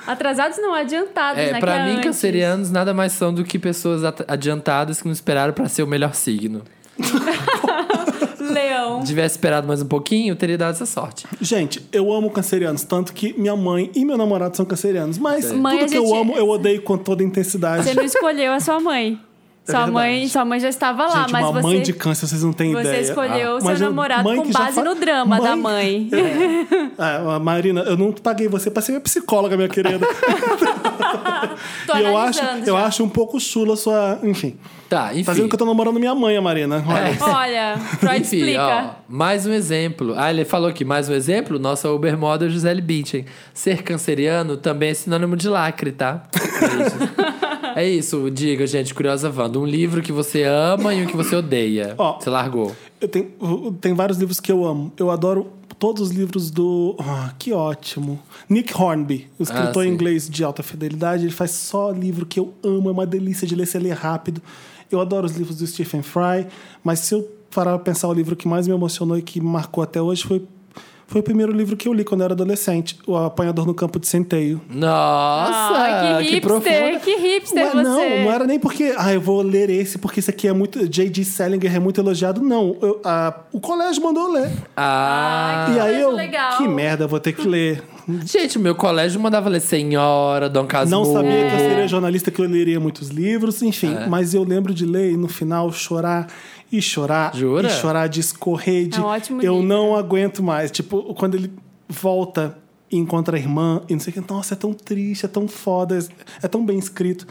[SPEAKER 2] Atrasados não, adiantados,
[SPEAKER 3] É,
[SPEAKER 2] né? que
[SPEAKER 3] pra mim,
[SPEAKER 2] antes.
[SPEAKER 3] cancerianos nada mais são do que pessoas at- adiantadas que não esperaram pra ser o melhor signo.
[SPEAKER 2] Leão.
[SPEAKER 3] Se tivesse esperado mais um pouquinho, eu teria dado essa sorte.
[SPEAKER 1] Gente, eu amo cancerianos, tanto que minha mãe e meu namorado são cancerianos. Mas
[SPEAKER 2] Mãe,
[SPEAKER 1] tudo
[SPEAKER 2] a
[SPEAKER 1] que eu
[SPEAKER 2] gente-
[SPEAKER 1] amo, eu odeio com toda intensidade.
[SPEAKER 2] Você não escolheu a sua mãe.
[SPEAKER 1] É
[SPEAKER 2] sua,
[SPEAKER 1] verdade.
[SPEAKER 2] mãe sua mãe já estava lá,
[SPEAKER 1] Gente,
[SPEAKER 2] Ah, mas
[SPEAKER 1] uma
[SPEAKER 2] você.
[SPEAKER 1] mãe de câncer, vocês não têm
[SPEAKER 2] você
[SPEAKER 1] ideia. Ah,
[SPEAKER 2] escolheu o seu
[SPEAKER 1] Mas eu-
[SPEAKER 2] namorado
[SPEAKER 1] mãe
[SPEAKER 2] com
[SPEAKER 1] que já
[SPEAKER 2] base
[SPEAKER 1] fa-
[SPEAKER 2] no drama da mãe.
[SPEAKER 1] É. Ah, Marina, eu não paguei você pra ser minha psicóloga, minha querida.
[SPEAKER 2] Tô
[SPEAKER 1] E eu acho,
[SPEAKER 2] analisando
[SPEAKER 1] eu
[SPEAKER 2] já.
[SPEAKER 1] acho um pouco chula a sua. Enfim.
[SPEAKER 3] Tá, enfim.
[SPEAKER 1] Tá vendo que eu tô namorando minha mãe, a Marina. Olha.
[SPEAKER 2] Olha, Freud
[SPEAKER 3] Enfim,
[SPEAKER 2] explica.
[SPEAKER 3] ó, mais um exemplo. Ah, ele falou aqui, mais um exemplo, nossa Uber model Gisele Bündchen. Ser canceriano também é sinônimo de lacre, tá? Beijos. É isso, diga, gente, curiosa Wanda. Um livro que você ama e um que você odeia.
[SPEAKER 1] Ó.
[SPEAKER 3] Você largou.
[SPEAKER 1] Eu tenho, eu- tem vários livros que eu amo. Eu adoro todos os livros do. Ah, que ótimo! Nick Hornby, o escritor
[SPEAKER 3] Ah, sim.
[SPEAKER 1] inglês de alta fidelidade, ele faz só livro que eu amo, é uma delícia de ler, você lê rápido. Eu adoro os livros do Stephen Fry, mas se eu parar pra pensar, o livro que mais me emocionou e que me marcou até hoje foi, foi o primeiro livro que eu li quando eu era adolescente: O Apanhador no Campo de Centeio.
[SPEAKER 3] Nossa!
[SPEAKER 2] Ah, que hipster,
[SPEAKER 3] profunda.
[SPEAKER 2] que, hipster
[SPEAKER 1] Ué,
[SPEAKER 2] você.
[SPEAKER 1] Não, não era nem porque, ah, eu vou ler esse porque esse aqui é muito. J.D. Salinger é muito elogiado. Não, eu- a- o colégio mandou eu ler.
[SPEAKER 3] Ah.
[SPEAKER 1] e aí
[SPEAKER 2] colégio
[SPEAKER 1] eu.
[SPEAKER 2] legal.
[SPEAKER 1] Que merda, eu vou ter que ler.
[SPEAKER 3] Gente, o meu colégio mandava ler Senhora, Dom
[SPEAKER 1] Não
[SPEAKER 3] Casmurro.
[SPEAKER 1] sabia que eu seria jornalista, que eu leria muitos livros, enfim. Mas eu lembro de ler e no final chorar e chorar.
[SPEAKER 3] Jura?
[SPEAKER 1] E chorar de escorrer. De,
[SPEAKER 2] É um ótimo
[SPEAKER 1] eu
[SPEAKER 2] livro.
[SPEAKER 1] não aguento mais. Tipo, quando ele volta e encontra a irmã e não sei o que. Nossa, é tão triste, é tão foda, é tão bem escrito.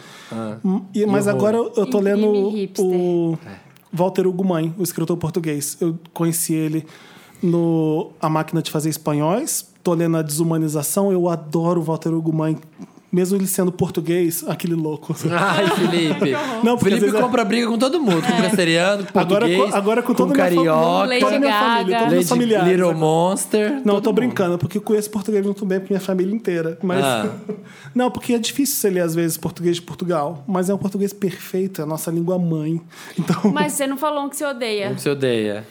[SPEAKER 1] Hum, e- mas
[SPEAKER 3] horror.
[SPEAKER 1] agora eu, eu tô
[SPEAKER 2] Imprime
[SPEAKER 1] lendo
[SPEAKER 2] hipster.
[SPEAKER 1] o É. Walter Hugo Mãe, o escritor português. Eu conheci ele no A Máquina de Fazer Espanhóis. Tô lendo A Desumanização. Eu adoro o Walter Hugo Mãe. Mesmo ele sendo português, aquele louco.
[SPEAKER 3] Ai, Felipe.
[SPEAKER 1] Não, porque às
[SPEAKER 3] Felipe
[SPEAKER 1] vezes é-
[SPEAKER 3] compra briga com todo mundo.
[SPEAKER 2] É.
[SPEAKER 3] Com brasileiro, com
[SPEAKER 1] Agora
[SPEAKER 3] português,
[SPEAKER 1] com- agora com toda a minha família.
[SPEAKER 3] carioca.
[SPEAKER 2] Lady
[SPEAKER 1] Toda a minha família,
[SPEAKER 2] Gaga.
[SPEAKER 1] todos
[SPEAKER 3] Lady
[SPEAKER 1] meus familiares.
[SPEAKER 3] Little Monster.
[SPEAKER 1] Não, eu
[SPEAKER 3] todo
[SPEAKER 1] tô
[SPEAKER 3] mundo.
[SPEAKER 1] brincando, porque eu conheço português muito bem pra minha família inteira. Mas.
[SPEAKER 3] Ah.
[SPEAKER 1] Não, porque é difícil você ler, às vezes, português de Portugal. Mas é um português perfeito, é a nossa língua mãe. Então.
[SPEAKER 2] Mas você não falou um que você odeia.
[SPEAKER 3] Como se odeia.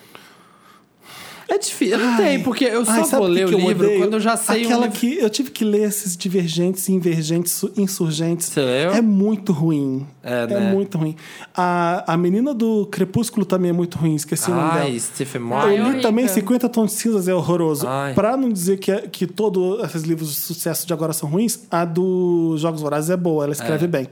[SPEAKER 3] É difícil. Não tem, porque eu só
[SPEAKER 1] Ai, sabe
[SPEAKER 3] vou
[SPEAKER 1] que
[SPEAKER 3] ler o
[SPEAKER 1] que eu
[SPEAKER 3] livro
[SPEAKER 1] odeio?
[SPEAKER 3] quando eu já sei
[SPEAKER 1] Aquela
[SPEAKER 3] um livro.
[SPEAKER 1] que eu tive que ler esses divergentes, invergentes, su- insurgentes.
[SPEAKER 3] Você leu?
[SPEAKER 1] É muito ruim.
[SPEAKER 3] É, né?
[SPEAKER 1] muito ruim. A, a menina do Crepúsculo também é muito ruim, esqueci o nome
[SPEAKER 3] Ai,
[SPEAKER 1] dela.
[SPEAKER 3] Stephen
[SPEAKER 2] Ai,
[SPEAKER 1] Eu
[SPEAKER 3] Moore.
[SPEAKER 1] li
[SPEAKER 2] horrível.
[SPEAKER 1] também 50 Tons de Cinzas, é horroroso.
[SPEAKER 3] Ai.
[SPEAKER 1] Pra não dizer que, é- que todos esses livros de sucesso de agora são ruins, a do Jogos Vorazes é boa, ela escreve bem.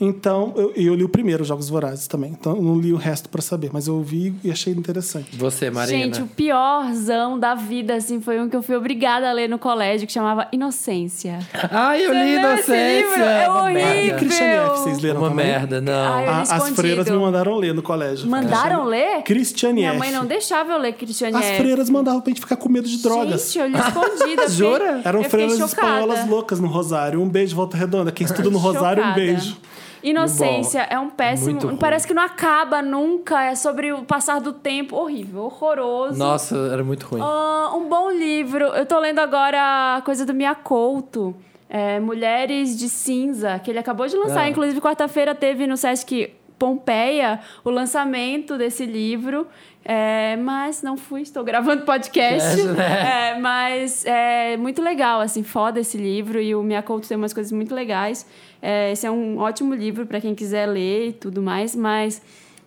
[SPEAKER 1] Então, eu, eu li o primeiro Jogos Vorazes também. Então, eu não li o resto pra saber, mas eu vi e achei interessante.
[SPEAKER 3] Você, Marina.
[SPEAKER 2] Gente, o piorzão da vida, assim, foi um que eu fui obrigada a ler no colégio, que chamava Inocência.
[SPEAKER 1] Ah,
[SPEAKER 3] Ai, eu li
[SPEAKER 2] Você leu esse livro?
[SPEAKER 3] Inocência.
[SPEAKER 2] É
[SPEAKER 3] Uma merda.
[SPEAKER 1] E
[SPEAKER 2] horrível.
[SPEAKER 1] Christian F, vocês leram
[SPEAKER 3] Uma
[SPEAKER 1] também?
[SPEAKER 3] merda,
[SPEAKER 2] Ai,
[SPEAKER 3] não.
[SPEAKER 2] eu
[SPEAKER 1] A-
[SPEAKER 2] li
[SPEAKER 1] as
[SPEAKER 2] escondido.
[SPEAKER 1] freiras me mandaram ler no colégio.
[SPEAKER 2] Mandaram
[SPEAKER 1] Chama-
[SPEAKER 2] ler?
[SPEAKER 1] Christiane
[SPEAKER 2] Minha
[SPEAKER 1] F.
[SPEAKER 2] mãe não deixava eu ler Cristiane
[SPEAKER 1] As freiras mandavam pra gente ficar com medo de drogas.
[SPEAKER 2] Gente, eu li escondida. eu fiquei-
[SPEAKER 3] Jura?
[SPEAKER 1] Eram
[SPEAKER 2] eu fiquei
[SPEAKER 1] freiras
[SPEAKER 2] chocada.
[SPEAKER 1] espanholas loucas no Rosário. Um beijo, Volta Redonda. Quem estuda no Rosário, um
[SPEAKER 2] Chocada.
[SPEAKER 1] beijo.
[SPEAKER 2] Inocência é um péssimo.
[SPEAKER 3] muito ruim.
[SPEAKER 2] Parece que não acaba nunca. É sobre o passar do tempo. Horrível, horroroso.
[SPEAKER 3] Nossa, era muito ruim.
[SPEAKER 2] Ah, um bom livro. Eu tô lendo agora a coisa do Miyakoto. É, Mulheres de Cinza, que ele acabou de lançar.
[SPEAKER 3] Ah.
[SPEAKER 2] Inclusive, quarta-feira teve no Sesc Pompeia o lançamento desse livro. É, mas não fui, estou gravando podcast.
[SPEAKER 3] Podcast, né?
[SPEAKER 2] É, mas é muito legal, assim, foda esse livro. E o Miyakoto tem umas coisas muito legais. É, esse é um ótimo livro para quem quiser ler e tudo mais, mas...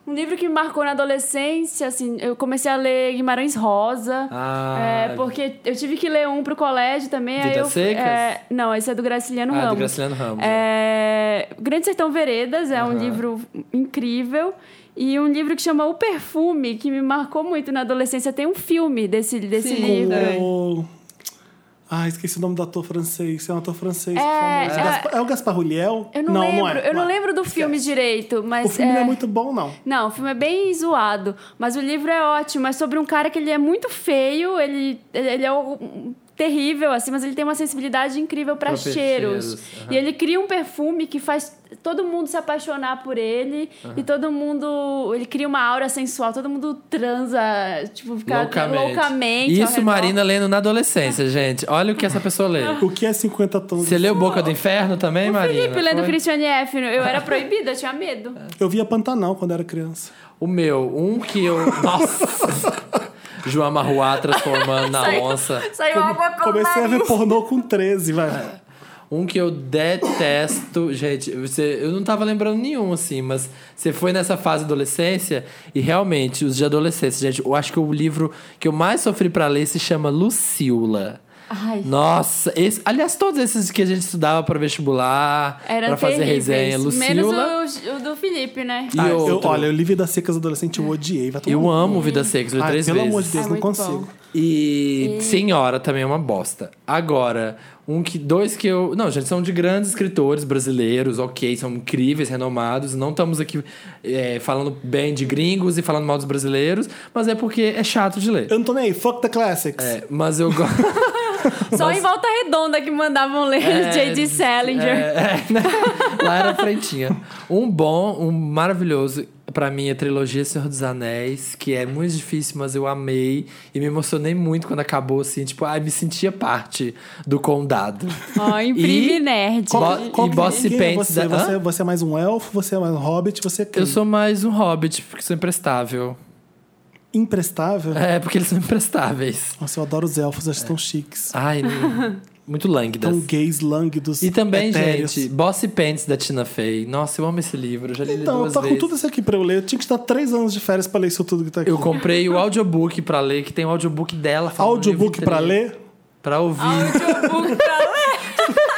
[SPEAKER 2] Um livro que me marcou na adolescência, assim, eu comecei a ler Guimarães Rosa.
[SPEAKER 3] Ah.
[SPEAKER 2] é, porque eu tive que ler um pro colégio também. aí
[SPEAKER 3] Vidas
[SPEAKER 2] eu,
[SPEAKER 3] Secas?
[SPEAKER 2] é, não, esse é do Graciliano
[SPEAKER 3] Ah, do
[SPEAKER 2] Ramos.
[SPEAKER 3] Graciliano Ramos,
[SPEAKER 2] É, Grande Sertão Veredas é um
[SPEAKER 3] Aham.
[SPEAKER 2] livro incrível. E um livro que chama O Perfume, que me marcou muito na adolescência. Tem um filme desse, desse
[SPEAKER 3] Sim.
[SPEAKER 2] livro.
[SPEAKER 3] Também.
[SPEAKER 1] O- Ah, esqueci o nome do ator francês. É um ator francês
[SPEAKER 2] É,
[SPEAKER 1] famoso.
[SPEAKER 2] é-
[SPEAKER 1] Gaspar- É, o Gaspar Ruliel?
[SPEAKER 2] Eu não, lembro,
[SPEAKER 1] é.
[SPEAKER 2] eu não
[SPEAKER 1] é.
[SPEAKER 2] lembro do filme direito, mas.
[SPEAKER 1] O filme não
[SPEAKER 2] é-
[SPEAKER 1] é muito bom, não.
[SPEAKER 2] Não, o filme é bem zoado, mas o livro é ótimo. É sobre um cara que ele é muito feio, ele, ele é um- terrível, assim, mas ele tem uma sensibilidade incrível para
[SPEAKER 3] Pra
[SPEAKER 2] cheiros.
[SPEAKER 3] cheiros, aham.
[SPEAKER 2] E ele cria um perfume que faz todo mundo se apaixonar por ele e todo mundo. Ele cria uma aura sensual, todo mundo transa, tipo, fica
[SPEAKER 3] Loucamente.
[SPEAKER 2] loucamente ao
[SPEAKER 3] Isso,
[SPEAKER 2] redor.
[SPEAKER 3] Marina lendo na adolescência, gente. Olha o que essa pessoa lê.
[SPEAKER 1] O que é 50 tons?
[SPEAKER 3] Você leu Boca do Inferno também,
[SPEAKER 2] O
[SPEAKER 3] Marina?
[SPEAKER 2] Felipe lendo
[SPEAKER 3] Foi?
[SPEAKER 2] Christiane F. Eu era proibida, eu tinha medo.
[SPEAKER 1] Eu via Pantanal quando era criança.
[SPEAKER 3] O meu, um que eu. Nossa! João Marruá transformando na
[SPEAKER 2] Saiu-
[SPEAKER 3] onça.
[SPEAKER 2] Saiu água pelo
[SPEAKER 1] Comecei a ver
[SPEAKER 2] nariz.
[SPEAKER 1] pornô com 13, vai.
[SPEAKER 3] Um que eu detesto, gente, você, eu não tava lembrando nenhum, assim, mas você foi nessa fase da adolescência e realmente, os de adolescência, gente, eu acho que o livro que eu mais sofri pra ler se chama Lucila.
[SPEAKER 2] Ai.
[SPEAKER 3] Nossa, esse- aliás, todos esses que a gente estudava pra vestibular,
[SPEAKER 2] Era
[SPEAKER 3] pra fazer resenha, Lucila.
[SPEAKER 2] Menos o, o do Felipe, né?
[SPEAKER 3] E
[SPEAKER 1] Ah, eu,
[SPEAKER 3] outro.
[SPEAKER 1] olha, eu li Vidas Secas Adolescente, eu odiei. Vai tomar
[SPEAKER 3] Eu
[SPEAKER 1] no cu.
[SPEAKER 2] Hum.
[SPEAKER 3] amo Vida Seca, li
[SPEAKER 1] Ai,
[SPEAKER 3] três
[SPEAKER 1] pelo
[SPEAKER 3] vezes.
[SPEAKER 1] amor de Deus, não
[SPEAKER 2] É muito
[SPEAKER 1] consigo.
[SPEAKER 2] bom.
[SPEAKER 3] E Senhora também é uma bosta. Agora, um que dois que eu, não, gente, são de grandes escritores brasileiros, OK, são incríveis, renomados, não estamos aqui é, falando bem de gringos e falando mal dos brasileiros, mas é porque é chato de ler.
[SPEAKER 1] Eu não tô nem aí, fuck the classics.
[SPEAKER 3] É, mas eu gosto
[SPEAKER 2] Só em Volta Redonda que mandavam ler
[SPEAKER 1] É,
[SPEAKER 2] J.D. Salinger.
[SPEAKER 3] É, né? Lá era a frentinha. Um bom, um maravilhoso. Pra mim, é a trilogia Senhor dos Anéis, que é muito difícil, mas eu amei. E me emocionei muito quando acabou, assim, tipo, ai, me sentia parte do condado.
[SPEAKER 2] Ó, imprime
[SPEAKER 3] E-
[SPEAKER 2] nerd.
[SPEAKER 3] Qual-
[SPEAKER 1] Qual
[SPEAKER 3] e
[SPEAKER 1] que-
[SPEAKER 3] Bossy
[SPEAKER 1] quem é
[SPEAKER 3] Pants
[SPEAKER 1] você?
[SPEAKER 3] da-
[SPEAKER 1] Você,
[SPEAKER 3] Hã?
[SPEAKER 1] você é mais um elfo, você é mais um hobbit, você é quem?
[SPEAKER 3] Eu sou mais um hobbit, porque sou imprestável.
[SPEAKER 1] imprestável.
[SPEAKER 3] É, porque eles são imprestáveis.
[SPEAKER 1] Nossa, eu adoro os elfos, eles tão chiques.
[SPEAKER 3] Ai, hum, muito lânguidas.
[SPEAKER 1] Tão gays, lânguidos,
[SPEAKER 3] E também,
[SPEAKER 1] etéreos.
[SPEAKER 3] gente, Bossy Pants da Tina Fey. Nossa, eu amo esse livro, eu já li ele
[SPEAKER 1] Então,
[SPEAKER 3] duas
[SPEAKER 1] tá com
[SPEAKER 3] vezes.
[SPEAKER 1] tudo isso aqui pra eu ler. Eu tinha que estar três anos de férias pra ler isso tudo que tá aqui.
[SPEAKER 3] Eu comprei o audiobook pra ler, que tem o audiobook dela. falando do livro
[SPEAKER 1] Audiobook pra
[SPEAKER 3] inteiro.
[SPEAKER 1] ler?
[SPEAKER 3] Pra ouvir.
[SPEAKER 2] Audiobook pra ler.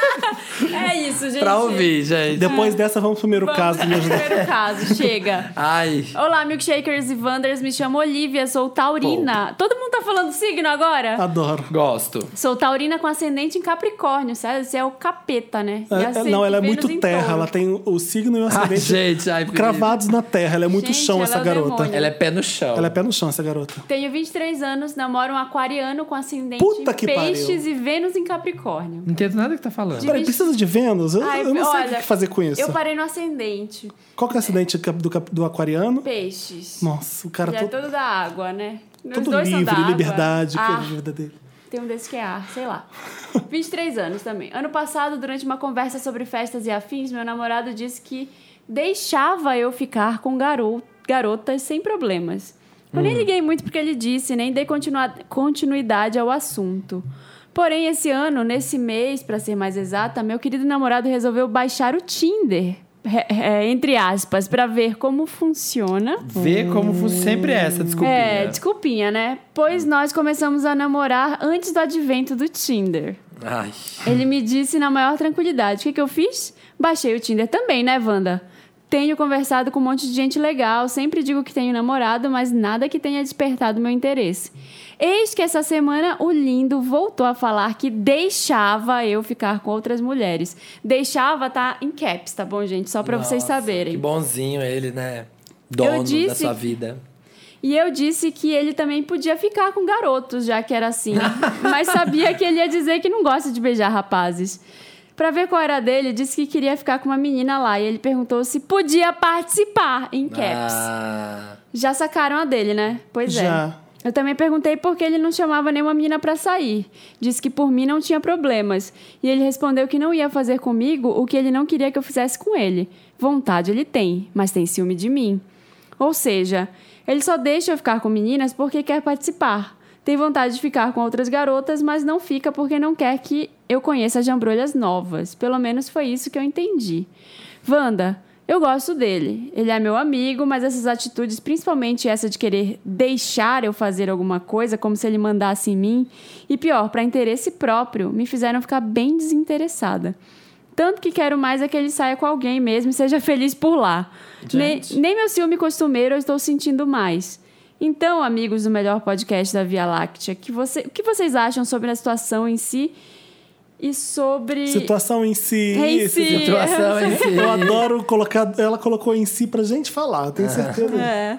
[SPEAKER 2] É isso, gente.
[SPEAKER 3] Pra ouvir, gente.
[SPEAKER 1] Depois dessa, vamos pro primeiro
[SPEAKER 2] Vamos
[SPEAKER 1] caso. Me
[SPEAKER 2] pro
[SPEAKER 1] ajuda.
[SPEAKER 2] primeiro caso, chega.
[SPEAKER 3] Ai.
[SPEAKER 2] Olá, milkshakers e wanders. Me chamo Olivia, sou taurina. Todo mundo tá falando signo agora?
[SPEAKER 1] Adoro.
[SPEAKER 3] Gosto.
[SPEAKER 2] Sou taurina com ascendente em Capricórnio, sabe? Você é o capeta, né? E
[SPEAKER 1] É, é,
[SPEAKER 3] assim,
[SPEAKER 2] ascendente
[SPEAKER 1] não, ela é
[SPEAKER 2] Vênus
[SPEAKER 1] muito
[SPEAKER 2] em
[SPEAKER 1] terra.
[SPEAKER 2] touro.
[SPEAKER 1] Ela tem o signo e o
[SPEAKER 3] Ai,
[SPEAKER 1] acidente
[SPEAKER 3] Ah, gente, ai,
[SPEAKER 1] cravados na terra. Ela é muito
[SPEAKER 2] Gente,
[SPEAKER 1] chão,
[SPEAKER 2] ela
[SPEAKER 1] essa
[SPEAKER 2] é o
[SPEAKER 1] garota.
[SPEAKER 2] demônio.
[SPEAKER 3] Ela é pé no chão.
[SPEAKER 1] Ela é pé no chão, essa garota.
[SPEAKER 2] Tenho 23 anos, namoro um aquariano com ascendente
[SPEAKER 1] Puta
[SPEAKER 2] em
[SPEAKER 1] que
[SPEAKER 2] peixes
[SPEAKER 1] pariu.
[SPEAKER 2] e Vênus em Capricórnio.
[SPEAKER 3] Não entendo nada que tá falando.
[SPEAKER 2] De-
[SPEAKER 1] Peraí, precisa de Vênus? Eu,
[SPEAKER 2] Ai,
[SPEAKER 1] eu não sei o
[SPEAKER 2] olha,
[SPEAKER 1] que fazer com isso.
[SPEAKER 2] Eu parei no ascendente.
[SPEAKER 1] Qual que é o acidente cap- do, cap- do aquariano?
[SPEAKER 2] Peixes.
[SPEAKER 1] Nossa, o cara
[SPEAKER 2] Já é
[SPEAKER 1] todo,
[SPEAKER 2] todo da água, né? Os
[SPEAKER 1] todo
[SPEAKER 2] dois são
[SPEAKER 1] livre,
[SPEAKER 2] da água. Ah.
[SPEAKER 1] liberdade, que é a
[SPEAKER 2] Ar.
[SPEAKER 1] vida dele.
[SPEAKER 2] Tem um desse que é ar, sei lá. 23 anos também. Ano passado, durante uma conversa sobre festas e afins, meu namorado disse que deixava eu ficar com garo- garotas sem problemas. Eu nem liguei muito porque ele disse, nem dei continua- continuidade ao assunto. Porém, esse ano, nesse mês, pra ser mais exata, meu querido namorado resolveu baixar o Tinder, re- é, entre aspas, pra ver como funciona.
[SPEAKER 3] Vê como fu- sempre é essa, desculpa.
[SPEAKER 2] É, desculpinha, né?
[SPEAKER 3] É.
[SPEAKER 2] Pois nós começamos a namorar antes do advento do Tinder.
[SPEAKER 3] Ai.
[SPEAKER 2] Ele me disse na maior tranquilidade. O que, que eu fiz? Baixei o Tinder também, né, Wanda? Tenho conversado com um monte de gente legal, sempre digo que tenho namorado, mas nada que tenha despertado meu interesse. Eis que essa semana o lindo voltou a falar que deixava eu ficar com outras mulheres. Deixava tá em caps, tá bom, gente? Só pra vocês
[SPEAKER 3] Nossa,
[SPEAKER 2] saberem.
[SPEAKER 3] Que bonzinho ele, né? Dono da
[SPEAKER 2] disse-
[SPEAKER 3] sua vida.
[SPEAKER 2] E eu disse que ele também podia ficar com garotos, já que era assim. Mas sabia que ele ia dizer que não gosta de beijar rapazes. Pra ver qual era dele, disse que queria ficar com uma menina lá. E ele perguntou se podia participar em caps.
[SPEAKER 3] Ah,
[SPEAKER 2] Já sacaram a dele, né? Pois é.
[SPEAKER 1] Já.
[SPEAKER 2] Eu também perguntei por que ele não chamava nenhuma menina pra sair. Disse que por mim não tinha problemas. E ele respondeu que não ia fazer comigo o que ele não queria que eu fizesse com ele. Vontade ele tem, mas tem ciúme de mim. Ou seja, ele só deixa eu ficar com meninas porque quer participar. Tem vontade de ficar com outras garotas, mas não fica porque não quer que eu conheça jambrolhas novas. Pelo menos foi isso que eu entendi. Wanda, eu gosto dele. Ele é meu amigo, mas essas atitudes, principalmente essa de querer deixar eu fazer alguma coisa, como se ele mandasse em mim, e pior, para interesse próprio, me fizeram ficar bem desinteressada. Tanto que quero mais é que ele saia com alguém mesmo e seja feliz por lá. Nem,
[SPEAKER 3] Gente.
[SPEAKER 2] nem meu ciúme costumeiro eu estou sentindo mais. Então, amigos do melhor podcast da Via Láctea, que você, o que vocês acham sobre a situação em si e sobre.
[SPEAKER 1] Situação em si.
[SPEAKER 2] Em
[SPEAKER 1] isso,
[SPEAKER 2] si.
[SPEAKER 1] gente.
[SPEAKER 3] situação em si.
[SPEAKER 1] Eu adoro colocar. Ela colocou em si pra gente falar, eu tenho certeza.
[SPEAKER 2] É.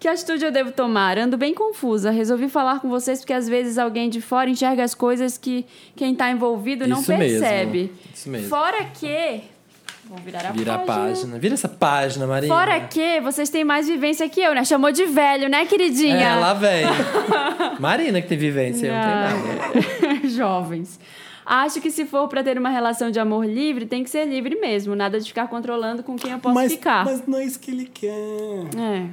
[SPEAKER 2] Que atitude eu devo tomar? Ando bem confusa. Resolvi falar com vocês porque às vezes alguém de fora enxerga as coisas que quem tá envolvido não
[SPEAKER 3] Isso mesmo.
[SPEAKER 2] percebe.
[SPEAKER 3] Isso mesmo.
[SPEAKER 2] Fora que. Vou virar a
[SPEAKER 3] Vira a
[SPEAKER 2] página.
[SPEAKER 3] página. Vira essa página, Marina. É,
[SPEAKER 2] Fora que vocês têm mais vivência que eu, né? Chamou de velho, né, queridinha?
[SPEAKER 3] É, lá vem. Marina que tem vivência, eu não tem nada.
[SPEAKER 2] Jovens. Acho que se for pra ter uma relação de amor livre, tem que ser livre mesmo. Nada de ficar controlando com quem eu posso
[SPEAKER 1] mas,
[SPEAKER 2] ficar.
[SPEAKER 1] mas não é isso que ele quer.
[SPEAKER 2] É.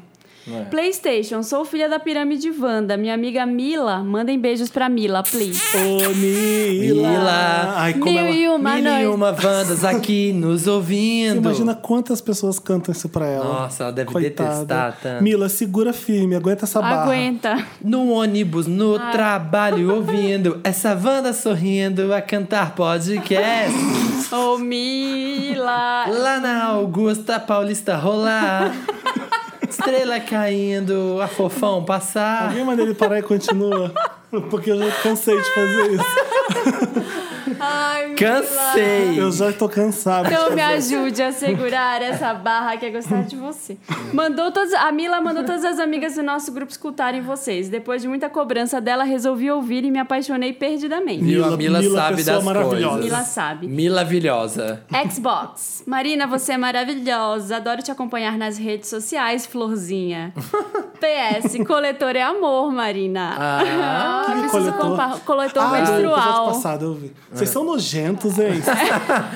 [SPEAKER 3] Não é.
[SPEAKER 2] PlayStation, sou filha da pirâmide Wanda. Minha amiga Mila, mandem beijos pra Mila, please.
[SPEAKER 1] Ô, Mila.
[SPEAKER 3] Mila.
[SPEAKER 1] Ai, como
[SPEAKER 2] Mil
[SPEAKER 1] ela...
[SPEAKER 2] e uma
[SPEAKER 3] Mil e
[SPEAKER 2] noite.
[SPEAKER 3] uma Wandas aqui nos ouvindo.
[SPEAKER 1] Imagina quantas pessoas cantam isso pra ela.
[SPEAKER 3] Nossa, ela deve
[SPEAKER 1] Coitada.
[SPEAKER 3] detestar tanto.
[SPEAKER 1] Mila, segura firme, aguenta essa barra.
[SPEAKER 2] Aguenta.
[SPEAKER 3] No ônibus, no
[SPEAKER 2] Ah.
[SPEAKER 3] trabalho, ouvindo essa Wanda sorrindo a cantar podcast.
[SPEAKER 2] Ô, Mila.
[SPEAKER 3] Lá na Augusta Paulista rolar. Estrela caindo, a fofão passar.
[SPEAKER 1] Tá Alguém manda ele parar e continua. Porque eu já cansei de fazer isso.
[SPEAKER 2] Ai, Mila.
[SPEAKER 3] Cansei!
[SPEAKER 1] Eu já tô cansado.
[SPEAKER 2] Então me ajude a segurar essa barra que é gostar de você. Mandou todas, a Mila mandou todas as amigas do nosso grupo escutarem vocês. Depois de muita cobrança dela, resolvi ouvir e me apaixonei perdidamente.
[SPEAKER 3] Viu? A Mila,
[SPEAKER 1] Mila,
[SPEAKER 3] sabe
[SPEAKER 1] pessoa
[SPEAKER 3] das
[SPEAKER 1] maravilhosa.
[SPEAKER 3] coisas.
[SPEAKER 2] Mila sabe.
[SPEAKER 3] Milavilhosa.
[SPEAKER 2] Xbox. Marina, você é maravilhosa. Adoro te acompanhar nas redes sociais, florzinha. PS, coletor é amor, Marina.
[SPEAKER 3] Ah,
[SPEAKER 1] que
[SPEAKER 2] preciso
[SPEAKER 1] coletor?
[SPEAKER 2] comprar coletor
[SPEAKER 1] Ah, do episódio
[SPEAKER 2] menstrual.
[SPEAKER 1] passado, eu vi. Vocês são nojentos, hein?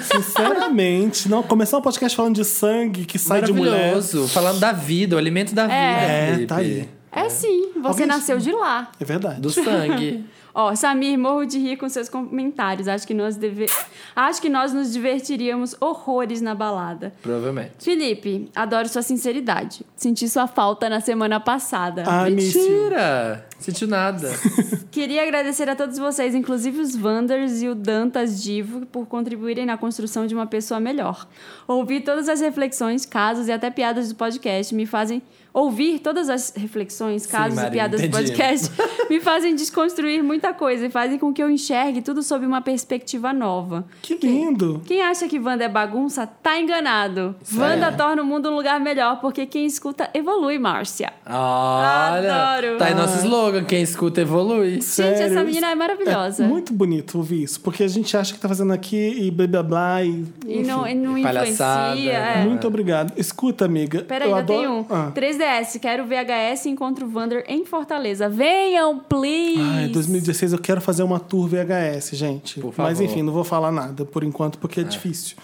[SPEAKER 1] Sinceramente, não. Começar um podcast falando de sangue que sai de mulher.
[SPEAKER 3] Maravilhoso. Falando da vida, o alimento da vida.
[SPEAKER 2] É.
[SPEAKER 1] É,
[SPEAKER 3] Felipe.
[SPEAKER 1] tá aí.
[SPEAKER 2] É sim, você
[SPEAKER 1] Alguém-
[SPEAKER 2] nasceu de lá.
[SPEAKER 1] É verdade.
[SPEAKER 3] Do sangue.
[SPEAKER 2] Ó, Samir, morro de rir com seus comentários. Acho que nós deve... Acho que nós nos divertiríamos horrores na balada.
[SPEAKER 3] Provavelmente.
[SPEAKER 2] Felipe, adoro sua sinceridade. Senti sua falta na semana passada.
[SPEAKER 1] Ah, miss you.
[SPEAKER 3] Mentira! Sentiu nada.
[SPEAKER 2] Queria agradecer a todos vocês, inclusive os Wanders e o Dantas Divo, por contribuírem na construção de uma pessoa melhor. Ouvir todas as reflexões, casos e até piadas do podcast me fazem. Ouvir todas as reflexões, casos
[SPEAKER 3] Marina,
[SPEAKER 2] e piadas
[SPEAKER 3] entendi.
[SPEAKER 2] do podcast me fazem desconstruir muita coisa e fazem com que eu enxergue tudo sob uma perspectiva nova.
[SPEAKER 1] Que lindo.
[SPEAKER 2] Quem acha que Wanda é bagunça, tá enganado.
[SPEAKER 3] Isso
[SPEAKER 2] Wanda
[SPEAKER 3] é.
[SPEAKER 2] torna o mundo um lugar melhor, porque quem escuta evolui, Márcia.
[SPEAKER 3] Olha!
[SPEAKER 2] Adoro.
[SPEAKER 3] Tá aí nosso slogan, quem escuta evolui.
[SPEAKER 2] Gente,
[SPEAKER 1] Sério,
[SPEAKER 2] essa menina é maravilhosa.
[SPEAKER 1] Muito bonito ouvir isso, porque a gente acha que tá fazendo aqui e blá blá blá. E...
[SPEAKER 2] E não, e não
[SPEAKER 3] Palhaçada.
[SPEAKER 2] influencia. É.
[SPEAKER 1] Muito obrigado. Escuta, amiga.
[SPEAKER 2] Peraí,
[SPEAKER 1] eu
[SPEAKER 2] ainda
[SPEAKER 1] adoro...
[SPEAKER 2] tem um.
[SPEAKER 1] Ah.
[SPEAKER 2] 3DS, quero VHS e encontro o Wander em Fortaleza. Venham, please!
[SPEAKER 1] Ai, 2016 eu quero fazer uma tour VHS, gente.
[SPEAKER 3] Por favor.
[SPEAKER 1] Mas enfim, não vou falar nada por enquanto, porque é, difícil.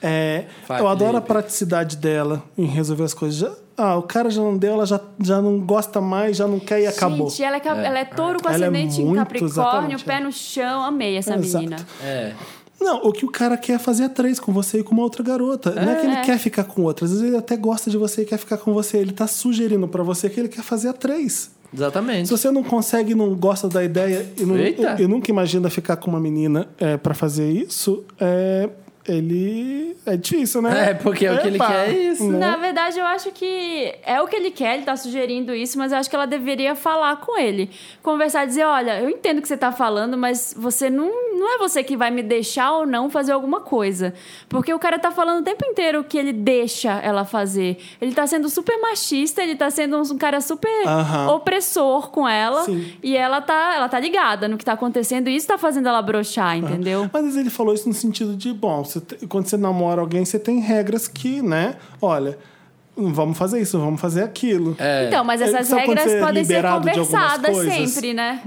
[SPEAKER 1] É,
[SPEAKER 3] Vai,
[SPEAKER 1] eu adoro a
[SPEAKER 3] Felipe.
[SPEAKER 1] praticidade dela em resolver as coisas. Já- ah, o cara já não deu, ela já, já não gosta mais, já não quer e um, acabou.
[SPEAKER 2] Gente, ela é, ca- ela é touro com
[SPEAKER 1] Ela é
[SPEAKER 2] ascendente em
[SPEAKER 1] muito,
[SPEAKER 2] Capricórnio,
[SPEAKER 1] exatamente,
[SPEAKER 2] pé
[SPEAKER 1] é.
[SPEAKER 2] no chão. Amei essa
[SPEAKER 1] Exato.
[SPEAKER 2] menina.
[SPEAKER 3] É.
[SPEAKER 1] Não, o que o cara quer é fazer é três com você e com uma outra garota. Não é que ele
[SPEAKER 2] É.
[SPEAKER 1] quer ficar com outra. Às vezes ele até gosta de você e quer ficar com você. Ele tá sugerindo pra você que ele quer fazer a três.
[SPEAKER 3] Exatamente.
[SPEAKER 1] Se você não consegue, não gosta da ideia e, não-
[SPEAKER 3] Eita.
[SPEAKER 1] e nunca imagina ficar com uma menina é, para fazer isso, é, ele é difícil, né?
[SPEAKER 3] É, porque o que ele
[SPEAKER 1] Epa,
[SPEAKER 3] quer é isso.
[SPEAKER 1] né?
[SPEAKER 2] Na verdade, eu acho que é o que ele quer, ele tá sugerindo isso, mas eu acho que ela deveria falar com ele. Conversar, dizer, olha, eu entendo o que você tá falando, mas você não, não é você que vai me deixar ou não fazer alguma coisa. Porque o cara tá falando o tempo inteiro que ele deixa ela fazer. Ele tá sendo super machista, ele tá sendo um cara super
[SPEAKER 1] Aham.
[SPEAKER 2] opressor com ela.
[SPEAKER 1] Sim.
[SPEAKER 2] E ela tá, ela tá ligada no que tá acontecendo e isso tá fazendo ela
[SPEAKER 1] Ah.
[SPEAKER 2] brochar, entendeu?
[SPEAKER 1] Mas às vezes ele falou isso no sentido de, bom, você te- quando você namora alguém, você tem regras que, né? Olha, não vamos fazer isso, não vamos fazer aquilo.
[SPEAKER 2] Então, mas
[SPEAKER 1] É,
[SPEAKER 2] essas
[SPEAKER 1] sabe quando
[SPEAKER 2] regras
[SPEAKER 1] você é
[SPEAKER 2] podem ser
[SPEAKER 1] liberado de algumas
[SPEAKER 2] conversadas
[SPEAKER 1] coisas? É.
[SPEAKER 2] sempre, né?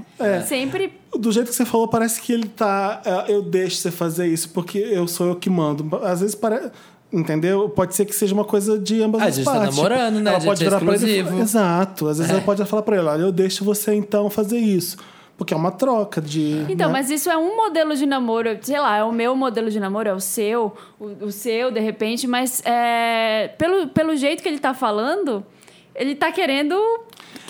[SPEAKER 2] Sempre.
[SPEAKER 1] Do jeito que você falou, parece que ele tá. é, Eu deixo você fazer isso porque eu sou eu que mando. Às vezes parece. Entendeu? Pode ser que seja uma coisa de ambas
[SPEAKER 3] A
[SPEAKER 1] as
[SPEAKER 3] gente
[SPEAKER 1] partes. Tipo,
[SPEAKER 3] tá namorando, né? A
[SPEAKER 1] Ela
[SPEAKER 3] gente
[SPEAKER 1] pode
[SPEAKER 3] é
[SPEAKER 1] virar pra ele e
[SPEAKER 3] exclusivo. É.
[SPEAKER 1] falar, Exato. Às vezes ela pode falar pra ele: olha, eu deixo você então fazer isso. Porque é uma troca de.
[SPEAKER 2] Então,
[SPEAKER 1] né?
[SPEAKER 2] mas isso é um modelo de namoro, sei lá, é o meu modelo de namoro, é o seu, o, o seu, de repente, mas é, pelo, pelo jeito que ele tá falando, ele tá querendo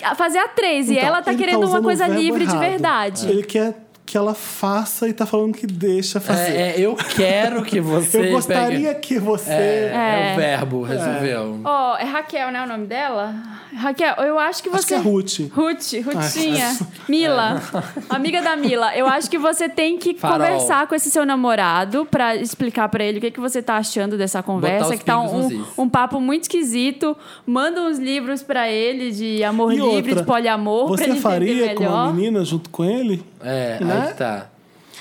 [SPEAKER 2] a- fazer a três, e
[SPEAKER 1] Então,
[SPEAKER 2] ela tá
[SPEAKER 1] ele
[SPEAKER 2] querendo uma
[SPEAKER 1] usando o
[SPEAKER 2] coisa
[SPEAKER 1] verbo
[SPEAKER 2] livre de
[SPEAKER 1] errado. É.
[SPEAKER 2] verdade.
[SPEAKER 1] Ele quer que ela faça e tá falando que deixa fazer.
[SPEAKER 3] É, é, eu quero que você.
[SPEAKER 1] eu gostaria
[SPEAKER 3] pegue...
[SPEAKER 1] que você.
[SPEAKER 3] É, é
[SPEAKER 2] É.
[SPEAKER 3] o verbo, resolveu.
[SPEAKER 2] Ó, é Raquel, né, o nome dela? Raquel, eu acho que você...
[SPEAKER 1] Acho que é Ruth.
[SPEAKER 2] Ruth, Rutinha,
[SPEAKER 1] Ai, É.
[SPEAKER 2] Mila, amiga da Mila, eu acho que você tem que
[SPEAKER 3] Farol.
[SPEAKER 2] conversar com esse seu namorado pra explicar pra ele o que, que você tá achando dessa conversa,
[SPEAKER 3] os
[SPEAKER 2] que tá
[SPEAKER 3] pingos nos
[SPEAKER 2] um,
[SPEAKER 3] is.
[SPEAKER 2] um papo muito esquisito. Manda uns livros pra ele de amor
[SPEAKER 1] E
[SPEAKER 2] livre,
[SPEAKER 1] outra,
[SPEAKER 2] de poliamor, pra
[SPEAKER 1] Você
[SPEAKER 2] ele
[SPEAKER 1] faria
[SPEAKER 2] entender
[SPEAKER 1] com
[SPEAKER 2] melhor.
[SPEAKER 1] uma menina junto com ele?
[SPEAKER 3] É,
[SPEAKER 1] Né?
[SPEAKER 3] aí que tá.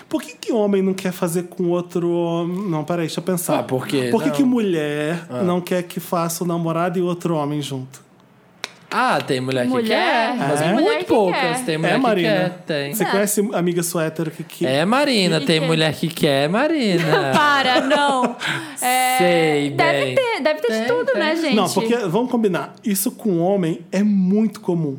[SPEAKER 1] Por que, que homem não quer fazer com outro homem? Não, peraí, deixa eu pensar.
[SPEAKER 3] Ah, por quê?
[SPEAKER 1] Por que,
[SPEAKER 3] Não.
[SPEAKER 1] que mulher não quer que faça o namorado e outro homem junto?
[SPEAKER 3] Ah, tem mulher,
[SPEAKER 2] Mulher?
[SPEAKER 3] que quer. Mas
[SPEAKER 2] É. Mulher
[SPEAKER 3] muito
[SPEAKER 2] que
[SPEAKER 3] poucas.
[SPEAKER 2] quer.
[SPEAKER 3] Tem mulher
[SPEAKER 1] é,
[SPEAKER 3] que
[SPEAKER 1] Marina?
[SPEAKER 3] quer. Tem.
[SPEAKER 2] É.
[SPEAKER 1] Você conhece amiga sua hétero que... que...
[SPEAKER 3] É, Marina,
[SPEAKER 2] E
[SPEAKER 3] tem
[SPEAKER 2] quer.
[SPEAKER 3] mulher que quer, Marina.
[SPEAKER 2] Para, não. É,
[SPEAKER 3] Sei
[SPEAKER 2] deve
[SPEAKER 3] bem.
[SPEAKER 2] ter, deve ter de
[SPEAKER 3] Tem,
[SPEAKER 2] tudo, né, gente?
[SPEAKER 1] Não, porque, vamos combinar, isso com homem é muito comum.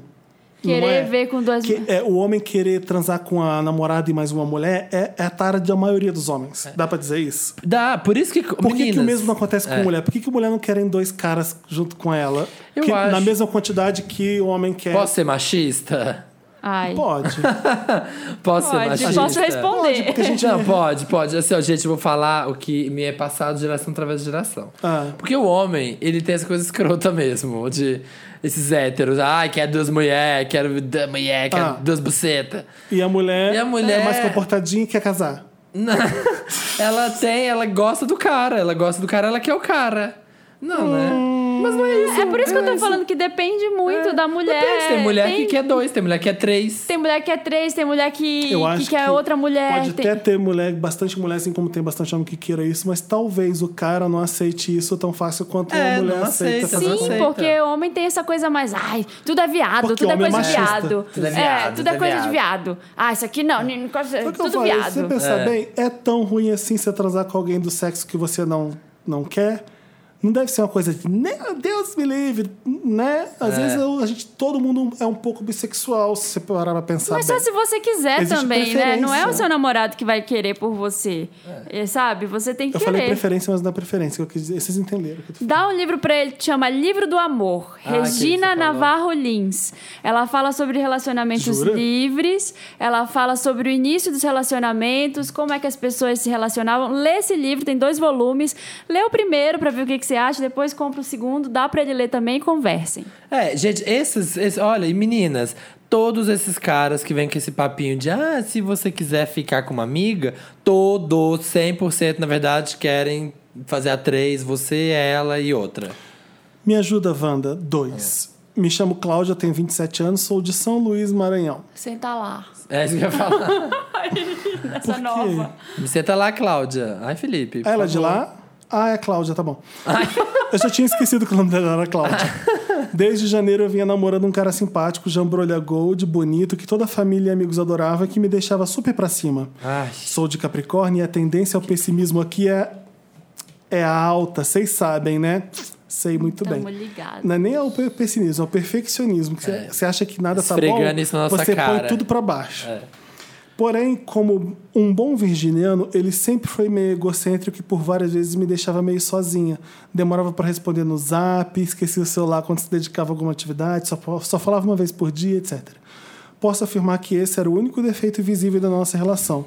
[SPEAKER 1] não
[SPEAKER 2] Querer
[SPEAKER 1] é?
[SPEAKER 2] ver com duas...
[SPEAKER 1] Que- é, o homem querer transar com a namorada e mais uma mulher é, é a tara da maioria dos homens. Dá pra dizer isso?
[SPEAKER 3] Dá, por isso que.
[SPEAKER 1] Por que, que o
[SPEAKER 3] É. meninas,
[SPEAKER 1] mesmo não acontece com
[SPEAKER 3] é.
[SPEAKER 1] mulher? Por que, que mulher não querem dois caras junto com ela?
[SPEAKER 3] Eu
[SPEAKER 1] Que-
[SPEAKER 3] acho.
[SPEAKER 1] Na mesma quantidade que o homem quer.
[SPEAKER 3] Posso ser machista?
[SPEAKER 2] Ai,
[SPEAKER 1] Pode.
[SPEAKER 3] Posso ser
[SPEAKER 2] pode,
[SPEAKER 3] machista?
[SPEAKER 2] posso responder.
[SPEAKER 1] Porque a gente
[SPEAKER 3] Não, pode, pode. Assim, ó, gente, eu vou falar o que me é passado geração através de geração.
[SPEAKER 1] Ah.
[SPEAKER 3] Porque o homem, ele tem essa coisa escrota mesmo, de esses héteros. Ai, quero duas mulheres, quero duas mulheres, quero
[SPEAKER 1] Ah.
[SPEAKER 3] duas bucetas.
[SPEAKER 1] E a mulher,
[SPEAKER 3] E a mulher-
[SPEAKER 1] é mais comportadinha e quer casar.
[SPEAKER 3] Não. ela tem, ela gosta do cara, ela gosta do cara, ela quer o cara. Não, né?
[SPEAKER 1] Hum.
[SPEAKER 3] Mas não é isso.
[SPEAKER 2] É por isso que eu tô
[SPEAKER 3] isso.
[SPEAKER 2] falando que depende muito
[SPEAKER 1] É.
[SPEAKER 2] da mulher.
[SPEAKER 3] Depende, tem mulher
[SPEAKER 2] tem,
[SPEAKER 3] que quer dois, tem mulher que quer três.
[SPEAKER 2] tem mulher que é três, tem mulher que,
[SPEAKER 1] Eu
[SPEAKER 2] que
[SPEAKER 1] acho
[SPEAKER 2] quer
[SPEAKER 1] que
[SPEAKER 2] outra mulher.
[SPEAKER 1] Pode
[SPEAKER 2] tem-
[SPEAKER 1] até ter mulher, bastante mulher, assim como tem bastante homem que queira isso, mas talvez o cara não aceite isso tão fácil quanto
[SPEAKER 3] É,
[SPEAKER 1] uma mulher
[SPEAKER 3] não aceita,
[SPEAKER 1] aceita. fazer
[SPEAKER 3] não
[SPEAKER 2] Sim,
[SPEAKER 1] com-
[SPEAKER 3] aceita.
[SPEAKER 2] porque homem tem essa coisa mais. Ai, tudo é viado,
[SPEAKER 1] Porque
[SPEAKER 2] tudo é
[SPEAKER 1] homem é
[SPEAKER 2] coisa de
[SPEAKER 1] machista. É.
[SPEAKER 2] viado.
[SPEAKER 3] Tudo é viado,
[SPEAKER 2] tudo é
[SPEAKER 3] tudo é
[SPEAKER 2] coisa de viado. Ah, isso aqui não, não-
[SPEAKER 1] Só que eu
[SPEAKER 2] tudo
[SPEAKER 1] falo, Se você
[SPEAKER 2] viado.
[SPEAKER 1] pensar
[SPEAKER 3] É.
[SPEAKER 1] bem, é tão ruim assim você transar com alguém do sexo que você não, não quer? Não deve ser uma coisa de, meu Deus me livre, né? Às
[SPEAKER 3] É.
[SPEAKER 1] vezes eu- a gente, todo mundo é um pouco bissexual, se você parar pra pensar
[SPEAKER 2] Mas
[SPEAKER 1] bem.
[SPEAKER 2] só se você quiser
[SPEAKER 1] Existe
[SPEAKER 2] também, né? Não é o
[SPEAKER 1] preferência.
[SPEAKER 2] seu namorado que vai querer por você. É, Sabe? Você tem que
[SPEAKER 1] Eu
[SPEAKER 2] querer.
[SPEAKER 1] falei preferência, mas não é preferência. que eu quis dizer. Vocês entenderam o que eu tô
[SPEAKER 2] Dá um livro pra ele que chama Livro do Amor,
[SPEAKER 3] Ah,
[SPEAKER 2] Regina
[SPEAKER 3] aquele que você falou.
[SPEAKER 2] Navarro Lins. Ela fala sobre relacionamentos
[SPEAKER 1] Jura?
[SPEAKER 2] livres, ela fala sobre o início dos relacionamentos, como é que as pessoas se relacionavam. Lê esse livro, tem dois volumes. Lê o primeiro pra ver o que, que você acha, depois compra o segundo, dá pra ele ler também e conversem.
[SPEAKER 3] É, gente, esses, esses. Olha, e meninas, todos esses caras que vêm com esse papinho de ah, se você quiser ficar com uma amiga, todos, 100% na verdade, querem fazer a três, você, ela e outra.
[SPEAKER 1] Me ajuda, Wanda. Dois. Me chamo Cláudia, tenho 27 anos, sou de São Luís, Maranhão.
[SPEAKER 2] Senta lá.
[SPEAKER 3] É isso que eu ia falar.
[SPEAKER 2] Essa nova.
[SPEAKER 3] você tá lá, Cláudia. Ai, Felipe. por
[SPEAKER 1] Ela é de
[SPEAKER 3] favor.
[SPEAKER 1] lá? Ah, é Cláudia, tá bom. Eu já tinha esquecido que o nome dela era Cláudia. Desde janeiro eu vinha namorando um cara simpático, jambrolha gold, bonito, que toda a família e amigos adorava, que me deixava super pra cima.
[SPEAKER 3] Ai.
[SPEAKER 1] Sou de Capricórnio e a tendência ao pessimismo aqui é, é alta, vocês sabem, né? Sei muito
[SPEAKER 2] Tamo
[SPEAKER 1] bem.
[SPEAKER 2] ligados.
[SPEAKER 1] Não é nem ao pe- pessimismo, é ao perfeccionismo. que Você você acha que nada tá bom,
[SPEAKER 3] É. Esfregando isso na nossa
[SPEAKER 1] você
[SPEAKER 3] cara.
[SPEAKER 1] põe tudo pra baixo. Porém, como um bom virginiano, ele sempre foi meio egocêntrico e por várias vezes me deixava meio sozinha. Demorava pra responder no zap, esquecia o celular quando se dedicava a alguma atividade, só, só falava uma vez por dia, etc. Posso afirmar que esse era o único defeito visível da nossa relação.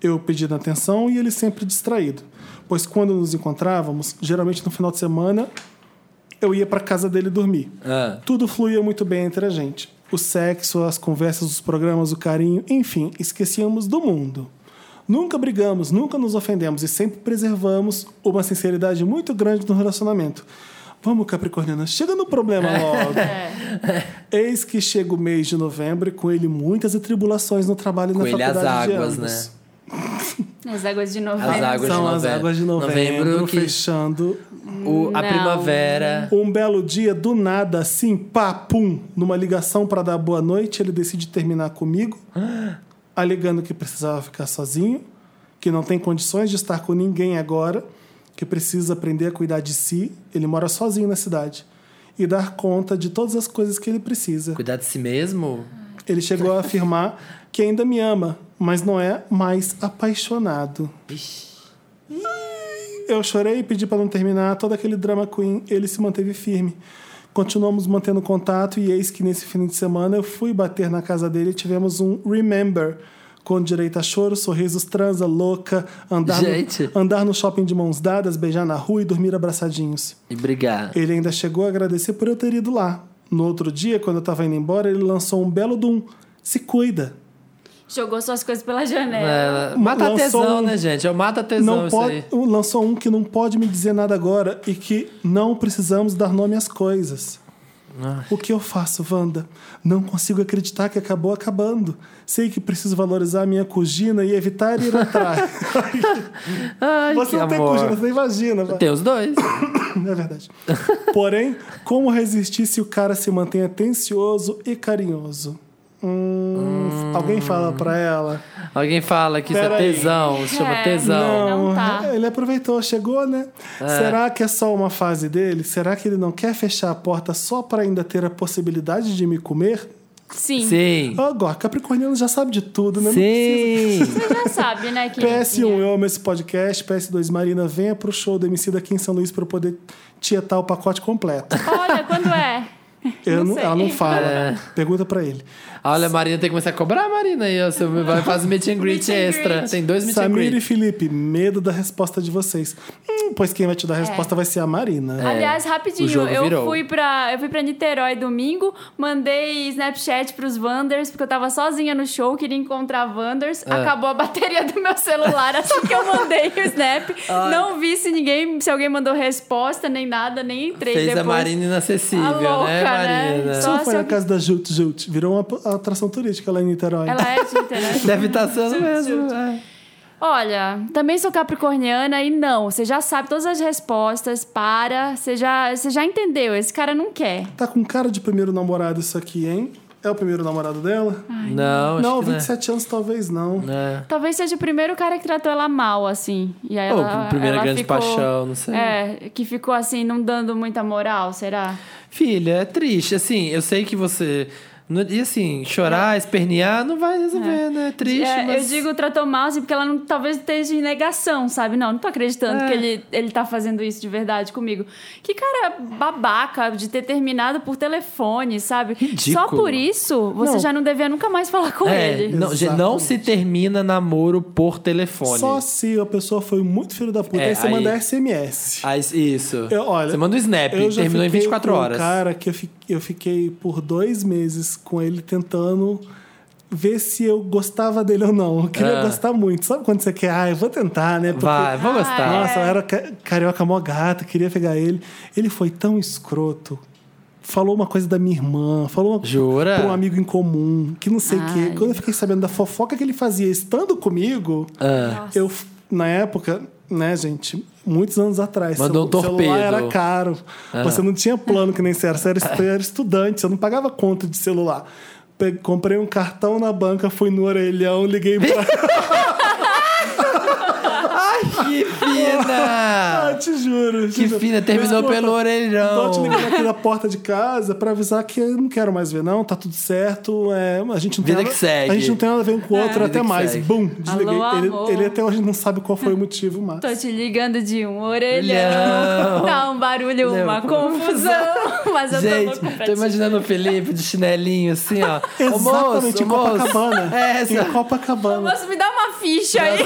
[SPEAKER 1] Eu pedindo atenção e ele sempre distraído. Pois quando nos encontrávamos, geralmente no final de semana, eu ia pra casa dele dormir.
[SPEAKER 3] Ah.
[SPEAKER 1] Tudo fluía muito bem entre a gente. O sexo, as conversas, os programas, o carinho, enfim, esquecíamos do mundo. Nunca brigamos, nunca nos ofendemos e sempre preservamos uma sinceridade muito grande no relacionamento. Vamos, Capricorniana, chega no problema logo. Eis que chega o mês de novembro e com ele muitas atribulações no trabalho e na
[SPEAKER 3] Com ele as
[SPEAKER 1] faculdade de
[SPEAKER 3] águas,
[SPEAKER 1] ambos.
[SPEAKER 3] né?
[SPEAKER 2] As águas de novembro.
[SPEAKER 3] As águas
[SPEAKER 1] São
[SPEAKER 3] de
[SPEAKER 1] as
[SPEAKER 3] novembro.
[SPEAKER 1] águas de novembro,
[SPEAKER 3] Novembro que-
[SPEAKER 1] fechando
[SPEAKER 3] O, a
[SPEAKER 2] Não.
[SPEAKER 3] primavera.
[SPEAKER 1] Um belo dia, do nada, assim, pá, pum, numa ligação pra dar boa noite, ele decide terminar comigo, alegando que precisava ficar sozinho, que não tem condições de estar com ninguém agora, que precisa aprender a cuidar de si, ele mora sozinho na cidade, e dar conta de todas as coisas que ele precisa.
[SPEAKER 3] Cuidar de si mesmo?
[SPEAKER 1] Ele chegou a afirmar que ainda me ama, mas não é mais apaixonado. Eu chorei e pedi para não terminar todo aquele drama queen. Ele se manteve firme. Continuamos mantendo contato e eis que nesse fim de semana eu fui bater na casa dele e tivemos um Remember. Com direito a choro, sorrisos, transa, louca, andar,
[SPEAKER 3] Gente.
[SPEAKER 1] No, andar no shopping de mãos dadas, beijar na rua e dormir abraçadinhos.
[SPEAKER 3] E brigar.
[SPEAKER 1] Ele ainda chegou a agradecer por eu ter ido lá. No outro dia, quando eu tava indo embora, ele lançou um belo dum. Se cuida.
[SPEAKER 2] Jogou suas coisas pela janela.
[SPEAKER 3] É, mata a
[SPEAKER 1] Lançou
[SPEAKER 3] tesão,
[SPEAKER 1] um-
[SPEAKER 3] né, gente? Eu mato a tesão
[SPEAKER 1] Não
[SPEAKER 3] isso
[SPEAKER 1] pode,
[SPEAKER 3] aí.
[SPEAKER 1] um- lançou um que não pode me dizer nada agora e que não precisamos dar nome às coisas.
[SPEAKER 3] Ah.
[SPEAKER 1] O que eu faço, Wanda? Não consigo acreditar que acabou acabando. Sei que preciso valorizar a minha cugina e evitar ir atrás.
[SPEAKER 3] Ai,
[SPEAKER 1] você
[SPEAKER 3] que
[SPEAKER 1] não tem
[SPEAKER 3] amor.
[SPEAKER 1] cugina, você imagina. vai.
[SPEAKER 3] Tem os dois.
[SPEAKER 1] É verdade. Porém, como resistir se o cara se mantém atencioso e carinhoso? Hum, Alguém fala pra ela?
[SPEAKER 3] Alguém fala que isso
[SPEAKER 1] Pera
[SPEAKER 3] é
[SPEAKER 1] aí.
[SPEAKER 3] tesão, isso chama
[SPEAKER 2] É,
[SPEAKER 3] tesão.
[SPEAKER 2] Não tá.
[SPEAKER 1] Ele aproveitou, chegou, né? Será que é só uma fase dele? Será que ele não quer fechar a porta só pra ainda ter a possibilidade de me comer?
[SPEAKER 3] Sim.
[SPEAKER 1] Agora, Capricorniano já sabe de tudo, né? Não precisa.
[SPEAKER 3] Sim.
[SPEAKER 2] Você já sabe, né, que
[SPEAKER 1] PS1, eu amo esse podcast. PS2, Marina, venha pro show do MC daqui em São Luís pra eu poder tietar o pacote completo.
[SPEAKER 2] Olha, quando é?
[SPEAKER 1] Eu
[SPEAKER 2] Não
[SPEAKER 1] não-
[SPEAKER 2] sei.
[SPEAKER 1] ela não fala. né?
[SPEAKER 3] É.
[SPEAKER 1] Pergunta pra ele.
[SPEAKER 3] Olha, a Marina tem que começar a cobrar a Marina aí. ó. Você vai fazer meet and greet
[SPEAKER 2] Meet and
[SPEAKER 3] extra.
[SPEAKER 2] greet.
[SPEAKER 3] Tem dois meet and
[SPEAKER 1] Samir e
[SPEAKER 3] greet.
[SPEAKER 1] Felipe, medo da resposta de vocês. Hum, sim, pois quem vai te dar
[SPEAKER 2] É.
[SPEAKER 1] a resposta vai ser a Marina.
[SPEAKER 2] Aliás,
[SPEAKER 3] É, o
[SPEAKER 2] rapidinho,
[SPEAKER 3] jogo
[SPEAKER 2] eu
[SPEAKER 3] virou.
[SPEAKER 2] fui, pra, eu fui pra Niterói domingo, mandei Snapchat pros Wanders, porque eu tava sozinha no show, queria encontrar Wanders.
[SPEAKER 3] É.
[SPEAKER 2] Acabou a bateria do meu celular, assim que eu mandei o Snap. Não vi se ninguém, se alguém mandou resposta, nem nada, nem entrei
[SPEAKER 3] Fez
[SPEAKER 2] depois.
[SPEAKER 3] a Marina inacessível,
[SPEAKER 2] A louca,
[SPEAKER 3] né,
[SPEAKER 2] né?
[SPEAKER 3] Marina?
[SPEAKER 1] Você
[SPEAKER 2] Só
[SPEAKER 1] não foi
[SPEAKER 2] se
[SPEAKER 1] na
[SPEAKER 2] eu-
[SPEAKER 1] casa da Jut Jut. Virou uma p- atração turística lá em Niterói.
[SPEAKER 2] Ela é de Niterói.
[SPEAKER 3] Deve estar sendo mesmo.
[SPEAKER 2] Jut.
[SPEAKER 3] é.
[SPEAKER 2] Olha, também sou capricorniana e não, você já sabe todas as respostas, para, você já, você já entendeu, esse cara não quer.
[SPEAKER 1] Tá com cara de primeiro namorado isso aqui, hein? É o primeiro namorado dela?
[SPEAKER 2] Ah.
[SPEAKER 3] Não, acho
[SPEAKER 1] não,
[SPEAKER 3] que não é.
[SPEAKER 1] 27 anos talvez não.
[SPEAKER 3] É.
[SPEAKER 2] Talvez seja o primeiro cara que tratou ela mal, assim. E aí
[SPEAKER 3] Ou
[SPEAKER 2] ela,
[SPEAKER 3] primeira
[SPEAKER 2] ela
[SPEAKER 3] grande
[SPEAKER 2] ficou-
[SPEAKER 3] paixão, né? não sei.
[SPEAKER 2] É, que ficou assim, não dando muita moral, será?
[SPEAKER 3] Filha, é triste. Assim, eu sei que você. não- E assim, chorar, espernear, não vai resolver, né? É triste,
[SPEAKER 2] É,
[SPEAKER 3] mas.
[SPEAKER 2] Eu digo tratou mal, assim, porque ela não, talvez esteja em negação, sabe? Não, não tô acreditando
[SPEAKER 3] É.
[SPEAKER 2] que ele, ele tá fazendo isso de verdade comigo. Que cara babaca de ter terminado por telefone, sabe?
[SPEAKER 3] Ridículo.
[SPEAKER 2] Só por isso, você
[SPEAKER 1] Não.
[SPEAKER 2] já não devia nunca mais falar com
[SPEAKER 3] É,
[SPEAKER 2] ele.
[SPEAKER 3] não, gente, não
[SPEAKER 1] Exatamente.
[SPEAKER 3] se termina namoro por telefone.
[SPEAKER 1] Só se a pessoa foi muito filho da puta,
[SPEAKER 3] É,
[SPEAKER 1] aí você
[SPEAKER 3] aí-
[SPEAKER 1] manda SMS.
[SPEAKER 3] Ah, isso- isso.
[SPEAKER 1] Eu- olha,
[SPEAKER 3] você manda um snap,
[SPEAKER 1] Eu já
[SPEAKER 3] terminou em
[SPEAKER 1] fiquei
[SPEAKER 3] 24
[SPEAKER 1] com um
[SPEAKER 3] horas.
[SPEAKER 1] cara que eu, fi- eu fiquei por dois meses com ele tentando ver se eu gostava dele ou não. Eu queria
[SPEAKER 3] Ah.
[SPEAKER 1] gostar muito. Sabe quando você quer? Ah, eu vou tentar, né? Porque-
[SPEAKER 3] Vai, vou
[SPEAKER 2] Ah,
[SPEAKER 3] gostar.
[SPEAKER 1] Nossa, eu era ca- carioca mó gata, queria pegar ele. Ele foi tão escroto. Falou uma coisa da minha irmã, falou uma
[SPEAKER 3] Jura?
[SPEAKER 1] pra um amigo em comum, que não sei o quê.
[SPEAKER 2] Ai.
[SPEAKER 1] Quando eu fiquei sabendo da fofoca que ele fazia estando comigo,
[SPEAKER 3] Ah,
[SPEAKER 2] Nossa.
[SPEAKER 1] eu, na época, né, gente, muitos anos atrás,
[SPEAKER 3] Mandou
[SPEAKER 1] seu
[SPEAKER 3] um
[SPEAKER 1] celular
[SPEAKER 3] torpedo. Ah.
[SPEAKER 1] era caro. Você não tinha plano que nem você era, você era estu- era estudante, você não pagava conta de celular. Pe- comprei um cartão na banca, fui no orelhão, liguei pra
[SPEAKER 3] que
[SPEAKER 1] Ah,
[SPEAKER 3] fina!
[SPEAKER 1] te juro. te
[SPEAKER 3] que
[SPEAKER 1] juro.
[SPEAKER 3] fina, terminou
[SPEAKER 1] Desculpa.
[SPEAKER 3] pelo
[SPEAKER 1] Tô te
[SPEAKER 3] orelhão.
[SPEAKER 1] ligando aqui da porta de casa pra avisar que eu não quero mais ver, não. Tá tudo certo. É, a gente não
[SPEAKER 3] Vida
[SPEAKER 1] tem nada,
[SPEAKER 3] que segue. É.
[SPEAKER 1] A gente não tem nada a ver um com o outro,
[SPEAKER 3] Vida
[SPEAKER 1] até
[SPEAKER 3] que
[SPEAKER 1] mais.
[SPEAKER 3] segue.
[SPEAKER 1] Bum, desliguei.
[SPEAKER 2] Alô,
[SPEAKER 1] ele,
[SPEAKER 2] amor.
[SPEAKER 1] ele até hoje não sabe qual foi o motivo, mas.
[SPEAKER 2] Tô te ligando de um orelhão.
[SPEAKER 3] Orelhão.
[SPEAKER 2] Tá um barulho,
[SPEAKER 3] Não,
[SPEAKER 2] uma confusão. Mas eu tô
[SPEAKER 3] Gente,
[SPEAKER 2] louco pra
[SPEAKER 3] tô
[SPEAKER 2] ti.
[SPEAKER 3] imaginando o Felipe de chinelinho assim, ó. Ô,
[SPEAKER 1] Exatamente, em
[SPEAKER 3] moço, moço.
[SPEAKER 1] Copacabana.
[SPEAKER 3] É, essa.
[SPEAKER 1] Em Copacabana.
[SPEAKER 2] Moço, me dá uma ficha aí.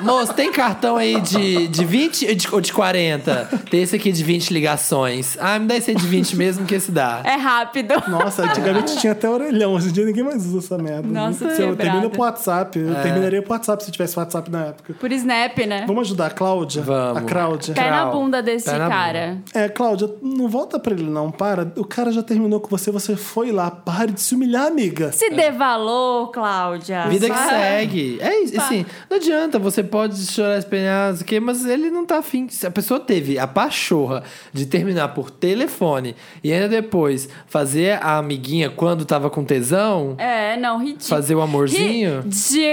[SPEAKER 3] Nossa. Moço, tem cartão aí de, de 20 ou de, ou de 40? Tem esse aqui de 20 ligações. Ah, me dá esse aí de 20 mesmo, que esse dá.
[SPEAKER 2] É rápido.
[SPEAKER 1] Nossa, antigamente tinha até orelhão. Hoje em dia ninguém mais usa essa merda.
[SPEAKER 2] Nossa,
[SPEAKER 1] Se eu
[SPEAKER 2] quebrada.
[SPEAKER 1] termino pro WhatsApp. Eu
[SPEAKER 3] É.
[SPEAKER 1] terminaria pro WhatsApp se tivesse WhatsApp na época.
[SPEAKER 2] Por Snap, né?
[SPEAKER 1] Vamos ajudar a Cláudia?
[SPEAKER 3] Vamos.
[SPEAKER 1] A Cláudia.
[SPEAKER 2] Pé na
[SPEAKER 3] Crau.
[SPEAKER 2] bunda desse
[SPEAKER 3] Pé na
[SPEAKER 2] cara.
[SPEAKER 1] É, Cláudia, não volta pra ele não, para. O cara já terminou com você, você foi lá. Pare de se humilhar, amiga.
[SPEAKER 2] Se dê valor, Cláudia.
[SPEAKER 3] Vida que
[SPEAKER 2] Vai.
[SPEAKER 3] segue. É isso, assim, não adianta, você pode chorar, espernear, não sei o quê, mas ele não tá afim. Se a pessoa teve a pachorra de terminar por telefone e ainda depois fazer a amiguinha quando tava com tesão,
[SPEAKER 2] É, não, ridículo.
[SPEAKER 3] fazer o amorzinho.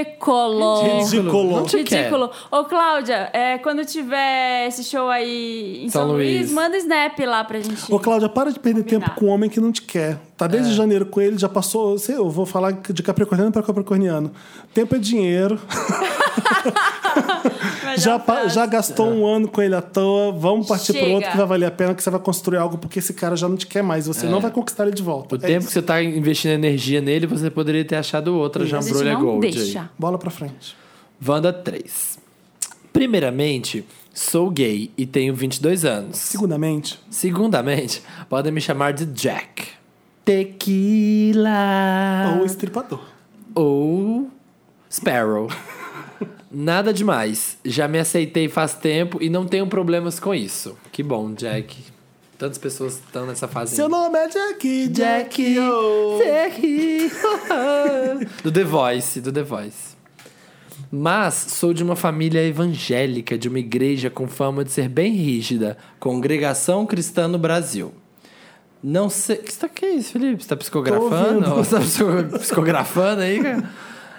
[SPEAKER 2] Ridículo.
[SPEAKER 1] Ridículo.
[SPEAKER 3] Não te quer.
[SPEAKER 2] Ridículo. Ô, Cláudia, é, quando tiver esse show aí em São,
[SPEAKER 3] São
[SPEAKER 2] Luís,
[SPEAKER 3] Luís.
[SPEAKER 2] manda snap lá pra gente.
[SPEAKER 1] Ô, Cláudia, para de perder
[SPEAKER 2] Combinado.
[SPEAKER 1] tempo com um homem que não te quer. Tá desde janeiro com ele, já passou. eu sei, eu vou falar de capricorniano pra capricorniano. Tempo é dinheiro.
[SPEAKER 2] Melhor
[SPEAKER 1] Já, pa-
[SPEAKER 2] frase.
[SPEAKER 1] já gastou
[SPEAKER 3] É.
[SPEAKER 1] um ano com ele à toa. Vamos partir pro
[SPEAKER 2] Chega.
[SPEAKER 1] outro que vai valer a pena, que você vai construir algo, porque esse cara já não te quer mais.
[SPEAKER 3] É.
[SPEAKER 1] Você não vai conquistar ele de volta. É
[SPEAKER 3] O tempo
[SPEAKER 1] isso.
[SPEAKER 3] que você tá investindo energia nele, você poderia ter achado outra
[SPEAKER 2] A gente
[SPEAKER 3] jambrolha
[SPEAKER 2] não
[SPEAKER 3] gold. aí.
[SPEAKER 2] deixa.
[SPEAKER 1] É. Bola pra frente.
[SPEAKER 3] Wanda 3. Primeiramente, sou gay e tenho 22 anos.
[SPEAKER 1] Segundamente,
[SPEAKER 3] Segundamente, podem me chamar de Jack. Tequila.
[SPEAKER 1] ou estripador.
[SPEAKER 3] Ou Sparrow. Nada demais. Já me aceitei faz tempo e não tenho problemas com isso. Que bom, Jack. Tantas pessoas estão nessa fase.
[SPEAKER 1] Seu nome é Jack.
[SPEAKER 3] Jack,
[SPEAKER 1] Jack. oh.
[SPEAKER 3] Jack. do The Voice, do The Voice. Mas sou de uma família evangélica, de uma igreja com fama de ser bem rígida, Congregação Cristã no Brasil. Não sei. Que está que é isso, Felipe? Você tá psicografando?
[SPEAKER 1] ouvindo.
[SPEAKER 3] Você tá psico- psicografando aí, cara?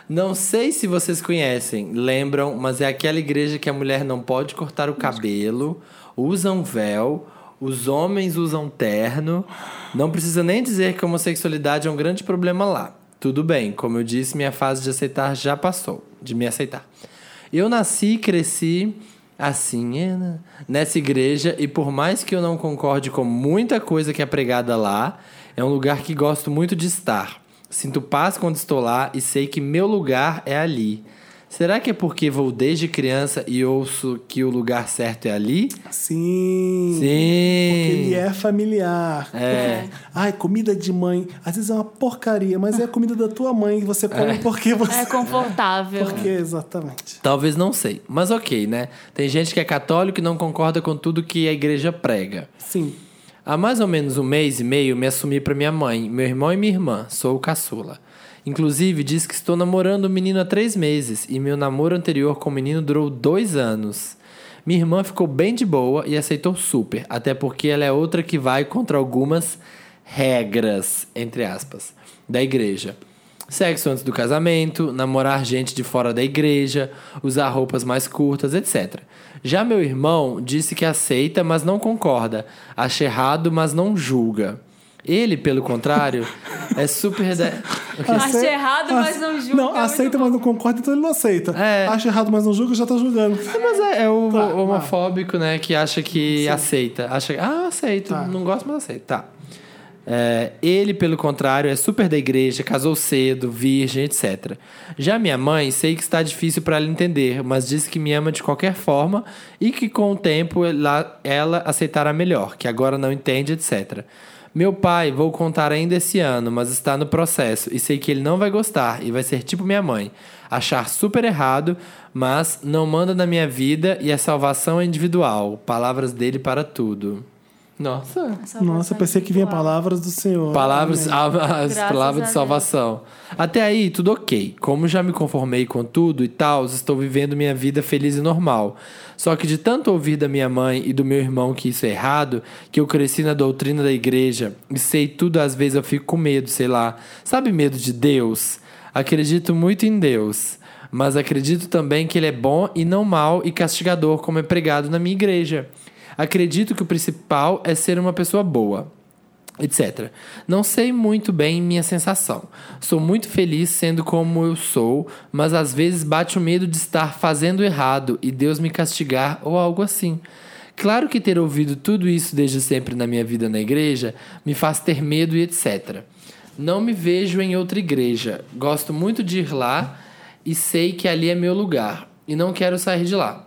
[SPEAKER 3] Não sei se vocês conhecem, lembram, mas é aquela igreja que a mulher não pode cortar o cabelo, usa um véu, os homens usam um terno. Não precisa nem dizer que a homossexualidade é um grande problema lá. Tudo bem, como eu disse, minha fase de aceitar já passou, de me aceitar. Eu nasci e cresci assim, é, né? nessa igreja, e por mais que eu não concorde com muita coisa que é pregada lá, é um lugar que gosto muito de estar. Sinto paz quando estou lá e sei que meu lugar é ali. Será que é porque vou desde criança e ouço que o lugar certo é ali?
[SPEAKER 1] Sim.
[SPEAKER 3] Sim.
[SPEAKER 1] Porque ele é familiar.
[SPEAKER 3] É.
[SPEAKER 1] Porque, Ai, comida de mãe. Às vezes é uma porcaria, mas é a comida da tua mãe que você come porque você.
[SPEAKER 2] É confortável.
[SPEAKER 1] Porque, exatamente.
[SPEAKER 3] Talvez não sei. Mas ok, né? Tem gente que é católico e não concorda com tudo que a igreja prega.
[SPEAKER 1] Sim.
[SPEAKER 3] Há mais ou menos um mês e meio me assumi para minha mãe, meu irmão e minha irmã. Sou o caçula. Inclusive, diz que estou namorando o menino há três meses e meu namoro anterior com o menino durou dois anos. Minha irmã ficou bem de boa e aceitou super, até porque ela é outra que vai contra algumas regras, entre aspas, da igreja. Sexo antes do casamento, namorar gente de fora da igreja, usar roupas mais curtas, etc. Já meu irmão disse que aceita, mas não concorda. Acha errado, mas não julga. Ele, pelo contrário, é super. da- O quê?
[SPEAKER 2] Acha errado, mas
[SPEAKER 1] ace-
[SPEAKER 2] não julga, é
[SPEAKER 1] Não,
[SPEAKER 2] muito
[SPEAKER 1] aceita,
[SPEAKER 2] bom.
[SPEAKER 1] mas não concorda, então ele não aceita.
[SPEAKER 3] É.
[SPEAKER 1] Acha errado, mas não julga, já tá julgando.
[SPEAKER 3] Mas é, é o
[SPEAKER 1] Tá,
[SPEAKER 3] o homofóbico, né? Que acha que aceita. Acha que, ah, aceito.
[SPEAKER 1] Tá.
[SPEAKER 3] Não gosto, mas aceito. Tá. É, ele, pelo contrário, é super da igreja, casou cedo, virgem, etc. Já minha mãe, sei que está difícil para ela entender, mas diz que me ama de qualquer forma e que com o tempo ela, ela aceitará melhor, que agora não entende, etc. Meu pai, vou contar ainda esse ano, mas está no processo e sei que ele não vai gostar e vai ser tipo minha mãe. Achar super errado, mas não manda na minha vida e a salvação é individual. Palavras dele para tudo. Nossa.
[SPEAKER 1] Nossa, eu pensei que vinha
[SPEAKER 2] palavra.
[SPEAKER 1] palavras do Senhor.
[SPEAKER 3] Palavras,
[SPEAKER 1] Amém.
[SPEAKER 3] a- as
[SPEAKER 2] Graças a
[SPEAKER 3] palavras
[SPEAKER 2] Deus.
[SPEAKER 3] de salvação. Até aí, tudo ok. Como já me conformei com tudo e tal, estou vivendo minha vida feliz e normal. Só que de tanto ouvir da minha mãe e do meu irmão que isso é errado, que eu cresci na doutrina da igreja e sei tudo, às vezes eu fico com medo, sei lá. Sabe medo de Deus? Acredito muito em Deus. Mas acredito também que ele é bom e não mal e castigador, como é pregado na minha igreja. Acredito que o principal é ser uma pessoa boa etc. Não sei muito bem minha sensação. Sou muito feliz sendo como eu sou, mas às vezes bate o medo de estar fazendo errado e Deus me castigar ou algo assim. Claro que ter ouvido tudo isso desde sempre na minha vida na igreja me faz ter medo e etc. Não me vejo em outra igreja. Gosto muito de ir lá e sei que ali é meu lugar e não quero sair de lá.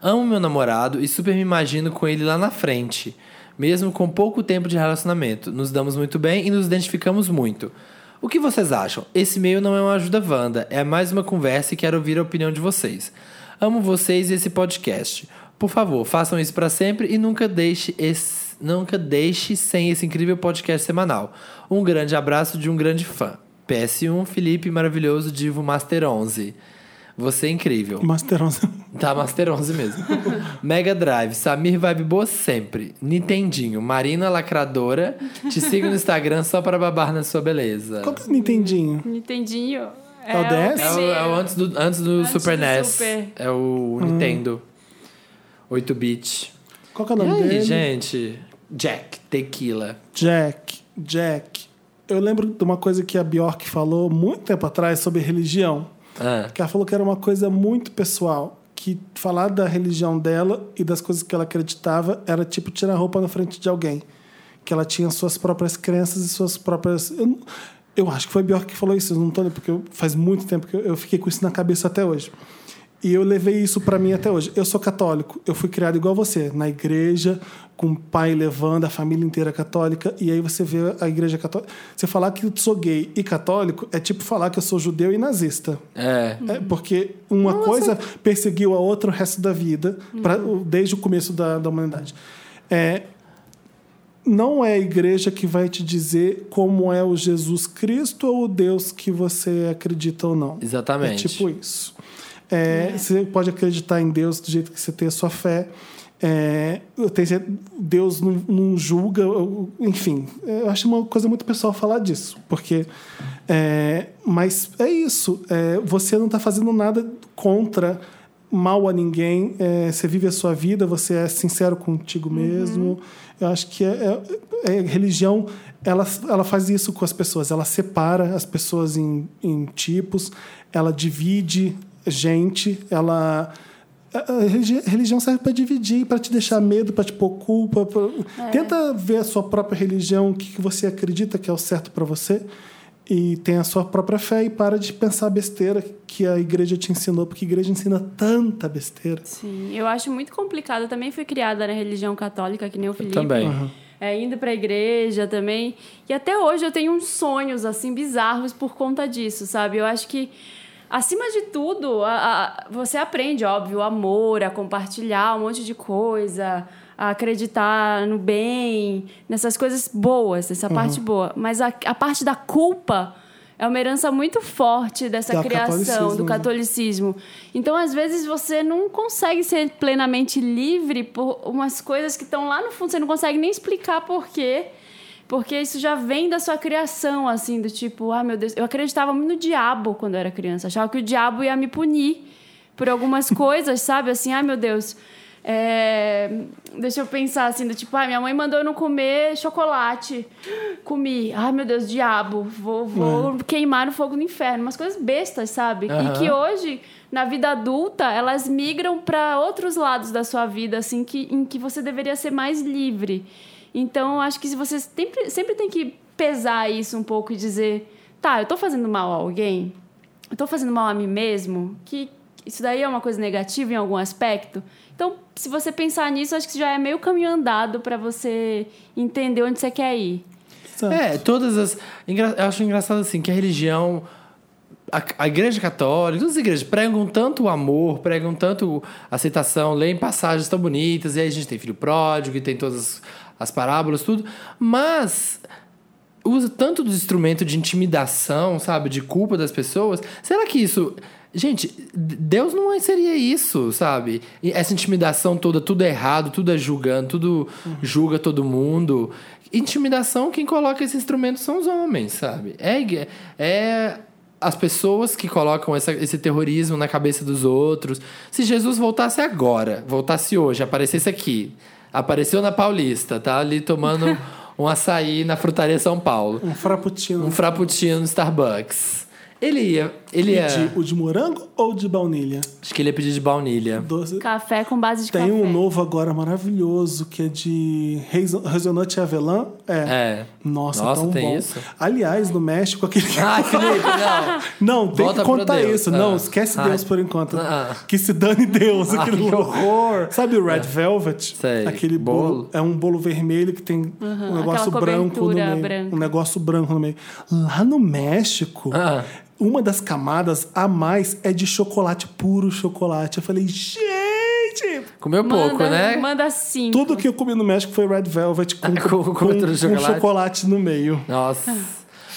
[SPEAKER 3] Amo meu namorado e super me imagino com ele lá na frente. Mesmo com pouco tempo de relacionamento, nos damos muito bem e nos identificamos muito. O que vocês acham? Esse e-mail não é uma ajuda Wanda, é mais uma conversa e quero ouvir a opinião de vocês. Amo vocês e esse podcast. Por favor, façam isso para sempre e nunca deixe esse, nunca deixe sem esse incrível podcast semanal. Um grande abraço de um grande fã. PS1 Felipe maravilhoso Divo Master 11. Você é incrível.
[SPEAKER 1] Masterosa.
[SPEAKER 3] Tá Master 11 mesmo. Mega Drive, Samir Vibe Boa sempre. Nintendinho, Marina Lacradora. Te sigo no Instagram só pra babar na sua beleza.
[SPEAKER 1] Qual que é o Nintendinho?
[SPEAKER 2] Nintendinho.
[SPEAKER 1] É o DS?
[SPEAKER 3] É o,
[SPEAKER 2] primeiro.
[SPEAKER 3] é o antes do, antes do
[SPEAKER 2] Antes
[SPEAKER 3] Super
[SPEAKER 2] do
[SPEAKER 3] NES.
[SPEAKER 2] Super.
[SPEAKER 3] É o Nintendo 8-bit.
[SPEAKER 1] Qual que é o
[SPEAKER 3] E
[SPEAKER 1] nome
[SPEAKER 3] aí,
[SPEAKER 1] dele?
[SPEAKER 3] gente? Jack, tequila.
[SPEAKER 1] Jack, Jack. Eu lembro de uma coisa que a Bjork falou muito tempo atrás sobre religião.
[SPEAKER 3] Ah,
[SPEAKER 1] Que ela falou que era uma coisa muito pessoal. Que falar da religião dela e das coisas que ela acreditava era tipo tirar a roupa na frente de alguém. Que ela tinha suas próprias crenças e suas próprias. Eu, não- eu acho que foi a Bjork que falou isso, eu não tô porque eu- faz muito tempo que eu, eu fiquei com isso na cabeça até hoje. E eu levei isso pra mim até hoje. Eu sou católico, eu fui criado igual você, na igreja, com o pai levando a família inteira católica, e aí você vê a igreja católica. Você falar que eu sou gay e católico é tipo falar que eu sou judeu e nazista.
[SPEAKER 3] é.
[SPEAKER 1] É, porque uma coisa perseguiu a outra o resto da vida, pra- o- desde o começo da, da humanidade. É, não é a igreja que vai te dizer como é o Jesus Cristo ou o Deus que você acredita ou não.
[SPEAKER 3] Exatamente.
[SPEAKER 1] É tipo isso. É, Você pode acreditar em Deus do jeito que você tem a sua fé. É, eu tenho cer- Deus não, não julga, eu- enfim, eu acho uma coisa muito pessoal falar disso, porque. é, mas é isso, é, você não está fazendo nada contra mal a ninguém, é, você vive a sua vida, você é sincero contigo mesmo. Eu acho que é, é- é- religião ela, ela faz isso com as pessoas, ela separa as pessoas em, em tipos, ela divide gente, ela. a- a religi- religião serve para dividir, para te deixar medo, para te pôr culpa. pra- Tenta ver a sua própria religião, o que que você acredita que é o certo para você e tem a sua própria fé e para de pensar besteira que a igreja te ensinou, porque a igreja ensina tanta besteira.
[SPEAKER 2] Sim, eu acho muito complicado. Eu também fui criada na religião católica, que nem o Felipe.
[SPEAKER 3] também.
[SPEAKER 2] É, indo pra igreja também. E até hoje eu tenho uns sonhos, assim, bizarros por conta disso, sabe? Eu acho que, acima de tudo, a- a- você aprende, óbvio, o amor, a compartilhar um monte de coisa, a acreditar no bem, nessas coisas boas,
[SPEAKER 1] Uhum.
[SPEAKER 2] essa parte boa. Mas a, a parte da culpa é uma herança muito forte dessa
[SPEAKER 1] Da
[SPEAKER 2] criação,
[SPEAKER 1] catolicismo,
[SPEAKER 2] do
[SPEAKER 1] né?
[SPEAKER 2] catolicismo. Então, às vezes, você não consegue ser plenamente livre por umas coisas que estão lá no fundo, você não consegue nem explicar por quê. Porque isso já vem da sua criação, assim, do tipo, ah, meu Deus, eu acreditava muito no diabo quando eu era criança, achava que o diabo ia me punir por algumas coisas, sabe? Assim, ah, meu Deus. é, Deixa eu pensar assim, do tipo, ah, minha mãe mandou eu não comer chocolate. Comi. Ai, meu Deus, diabo, vou, vou queimar no fogo do inferno. Umas coisas bestas, sabe?
[SPEAKER 3] Aham.
[SPEAKER 2] E que hoje, na vida adulta, elas migram para outros lados da sua vida, assim, que, em que você deveria ser mais livre. Então, acho que se você sempre, sempre tem que pesar isso um pouco e dizer: tá, eu tô fazendo mal a alguém, eu tô fazendo mal a mim mesmo, que isso daí é uma coisa negativa em algum aspecto. Então, se você pensar nisso, acho que já é meio caminho andado para você entender onde você quer ir.
[SPEAKER 1] Exato.
[SPEAKER 3] É, todas as. engra- Eu acho engraçado assim que a religião. A, a igreja católica, todas as igrejas pregam tanto o amor, pregam tanto aceitação, leem passagens tão bonitas, e aí a gente tem filho pródigo, e tem todas as parábolas, tudo, mas usa tanto dos instrumentos de intimidação, sabe, de culpa das pessoas. Será que isso. Gente, d- Deus não seria isso, sabe? E essa intimidação toda, tudo é errado, tudo é julgando, tudo julga todo mundo. Intimidação, quem coloca esse instrumento são os homens, sabe? É, ig- é as pessoas que colocam essa- esse terrorismo na cabeça dos outros. Se Jesus voltasse agora, voltasse hoje, aparecesse aqui, apareceu na Paulista, tá ali tomando um açaí na frutaria São Paulo,
[SPEAKER 1] Um
[SPEAKER 3] um
[SPEAKER 1] frappuccino.
[SPEAKER 3] frappuccino no Starbucks. Ele ia, ele ia,
[SPEAKER 1] De, o de morango ou de baunilha?
[SPEAKER 3] acho que ele ia pedir de baunilha.
[SPEAKER 1] Doze.
[SPEAKER 2] Café com base de
[SPEAKER 1] Tem
[SPEAKER 2] café.
[SPEAKER 1] um novo agora maravilhoso que é de reiso- Resonante e Avelã. É.
[SPEAKER 3] É.
[SPEAKER 1] Nossa,
[SPEAKER 3] Nossa,
[SPEAKER 1] tão
[SPEAKER 3] tem
[SPEAKER 1] bom.
[SPEAKER 3] isso?
[SPEAKER 1] Aliás, no México, aquele.
[SPEAKER 3] Ai, Felipe, não.
[SPEAKER 1] Não, tem
[SPEAKER 3] Volta
[SPEAKER 1] que contar
[SPEAKER 3] pro Deus.
[SPEAKER 1] isso. Não,
[SPEAKER 3] Ah.
[SPEAKER 1] esquece
[SPEAKER 3] Ai.
[SPEAKER 1] Deus por enquanto.
[SPEAKER 3] Ah.
[SPEAKER 1] Que se dane Deus.
[SPEAKER 3] Ai,
[SPEAKER 1] aquele
[SPEAKER 3] que
[SPEAKER 1] bolo.
[SPEAKER 3] horror. É.
[SPEAKER 1] Sabe o Red Velvet?
[SPEAKER 3] Sei.
[SPEAKER 1] Aquele bolo.
[SPEAKER 3] Bolo.
[SPEAKER 1] É um bolo vermelho que tem um negócio
[SPEAKER 2] Uhum, aquela
[SPEAKER 1] branco no
[SPEAKER 2] cobertura
[SPEAKER 1] meio.
[SPEAKER 2] branca.
[SPEAKER 1] Um negócio branco no meio. Lá no México.
[SPEAKER 3] Ah.
[SPEAKER 1] Uma das camadas a mais é de chocolate, puro chocolate. Eu falei, gente,
[SPEAKER 3] Comeu
[SPEAKER 2] Manda,
[SPEAKER 3] pouco, né?
[SPEAKER 2] Manda cinco.
[SPEAKER 1] um tudo que eu comi no México foi Red Velvet com,
[SPEAKER 3] Com- com outro chocolate.
[SPEAKER 1] chocolate no meio.
[SPEAKER 3] Nossa.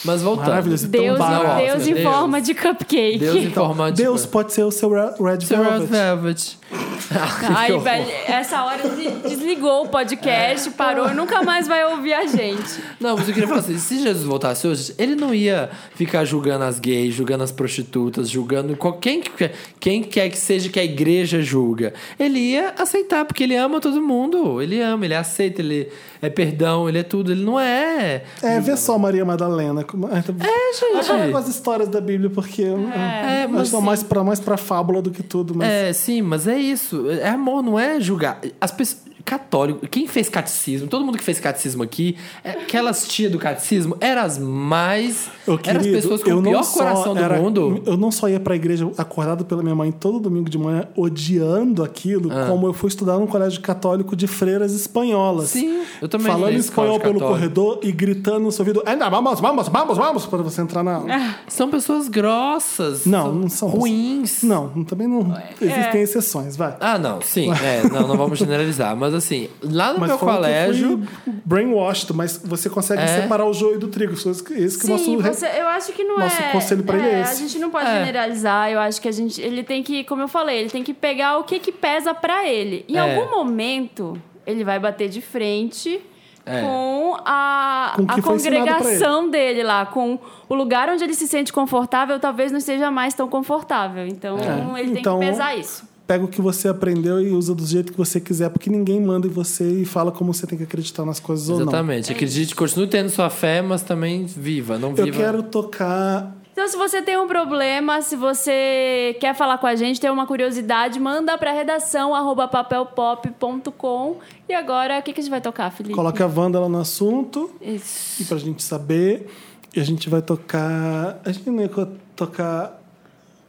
[SPEAKER 3] Mas voltando.
[SPEAKER 1] Maravilhoso.
[SPEAKER 2] Deus,
[SPEAKER 1] Tão barato.
[SPEAKER 2] Deus em
[SPEAKER 3] Deus.
[SPEAKER 2] forma de cupcake.
[SPEAKER 3] Deus informante.
[SPEAKER 1] Deus pode ser o seu Re- Red
[SPEAKER 3] Sir Red
[SPEAKER 1] Velvet.
[SPEAKER 3] Velvet.
[SPEAKER 1] então,
[SPEAKER 3] Ai, que
[SPEAKER 2] Aí,
[SPEAKER 3] horror.
[SPEAKER 2] velho, essa hora de- desligou o podcast,
[SPEAKER 1] É.
[SPEAKER 2] parou e nunca mais vai ouvir a gente.
[SPEAKER 3] Não, mas eu queria falar assim, se Jesus voltasse hoje, ele não ia ficar julgando as gays, julgando as prostitutas, julgando qual- quem, que- quem quer que seja que a igreja julga. Ele ia aceitar, porque ele ama todo mundo. Ele ama, ele aceita, ele é perdão, ele é tudo. Ele não é...
[SPEAKER 1] É, vê só Maria Madalena. É,
[SPEAKER 3] gente.
[SPEAKER 1] Agora com as histórias da Bíblia, porque é,
[SPEAKER 3] É, mas
[SPEAKER 1] são mais pra, mais pra fábula do que tudo. Mas
[SPEAKER 3] É, sim, mas é isso. É amor, não é julgar. As pessoas. Católico, quem fez catecismo, todo mundo que fez catecismo aqui, é, aquelas tia do catecismo eram as mais.
[SPEAKER 1] Ô,
[SPEAKER 3] eram as
[SPEAKER 1] querido,
[SPEAKER 3] pessoas com
[SPEAKER 1] eu
[SPEAKER 3] o
[SPEAKER 1] não
[SPEAKER 3] pior
[SPEAKER 1] só
[SPEAKER 3] coração
[SPEAKER 1] era-
[SPEAKER 3] do mundo.
[SPEAKER 1] Eu não só ia pra igreja acordado pela minha mãe todo domingo de manhã, odiando aquilo, como eu fui estudar num colégio católico de freiras espanholas.
[SPEAKER 3] Sim, eu também
[SPEAKER 1] Falando
[SPEAKER 3] andei em
[SPEAKER 1] espanhol pelo
[SPEAKER 3] colégio católico.
[SPEAKER 1] corredor e gritando no seu ouvido, "Anda, vamos, vamos, vamos, vamos, para você entrar na...
[SPEAKER 3] São pessoas grossas.
[SPEAKER 1] Não, não são
[SPEAKER 3] Ruins. É.
[SPEAKER 1] Não, também não... Existem exceções, vai.
[SPEAKER 3] Ah, não, sim. é, não, não vamos generalizar. Mas assim, lá no
[SPEAKER 1] Mas
[SPEAKER 3] meu
[SPEAKER 1] foi um que eu
[SPEAKER 3] colégio.
[SPEAKER 1] fui brainwashed, mas você consegue
[SPEAKER 3] É.
[SPEAKER 1] separar o joio do trigo. Isso isso que o nosso...
[SPEAKER 2] Sim, você- eu acho que não
[SPEAKER 1] nosso
[SPEAKER 2] é.
[SPEAKER 1] conselho pra ele é
[SPEAKER 2] A
[SPEAKER 1] esse.
[SPEAKER 2] gente não pode
[SPEAKER 3] É.
[SPEAKER 2] generalizar. Eu acho que a gente. Ele tem que, como eu falei, ele tem que pegar o que, que pesa pra ele. Em
[SPEAKER 3] É.
[SPEAKER 2] algum momento, ele vai bater de frente.
[SPEAKER 3] É.
[SPEAKER 2] Com a,
[SPEAKER 1] Com o que
[SPEAKER 2] a
[SPEAKER 1] foi ensinado pra ele.
[SPEAKER 2] congregação dele lá, com o lugar onde ele se sente confortável, talvez não seja mais tão confortável. Então,
[SPEAKER 1] É.
[SPEAKER 2] ele tem
[SPEAKER 1] Então,
[SPEAKER 2] que pesar isso.
[SPEAKER 1] Pega o que você aprendeu e usa do jeito que você quiser, porque ninguém manda em você e fala como você tem que acreditar nas coisas ou não.
[SPEAKER 3] Exatamente. Acredite, continue tendo sua fé, mas também viva, não viva.
[SPEAKER 1] Eu quero tocar.
[SPEAKER 2] Então, se você tem um problema, se você quer falar com a gente, tem uma curiosidade, manda pra redação arroba papelpop.com. E agora, o que, que a gente vai tocar, Felipe?
[SPEAKER 1] Coloque a Wanda lá no assunto
[SPEAKER 2] Isso.
[SPEAKER 1] e pra gente saber. E a gente vai tocar. A gente não ia co- tocar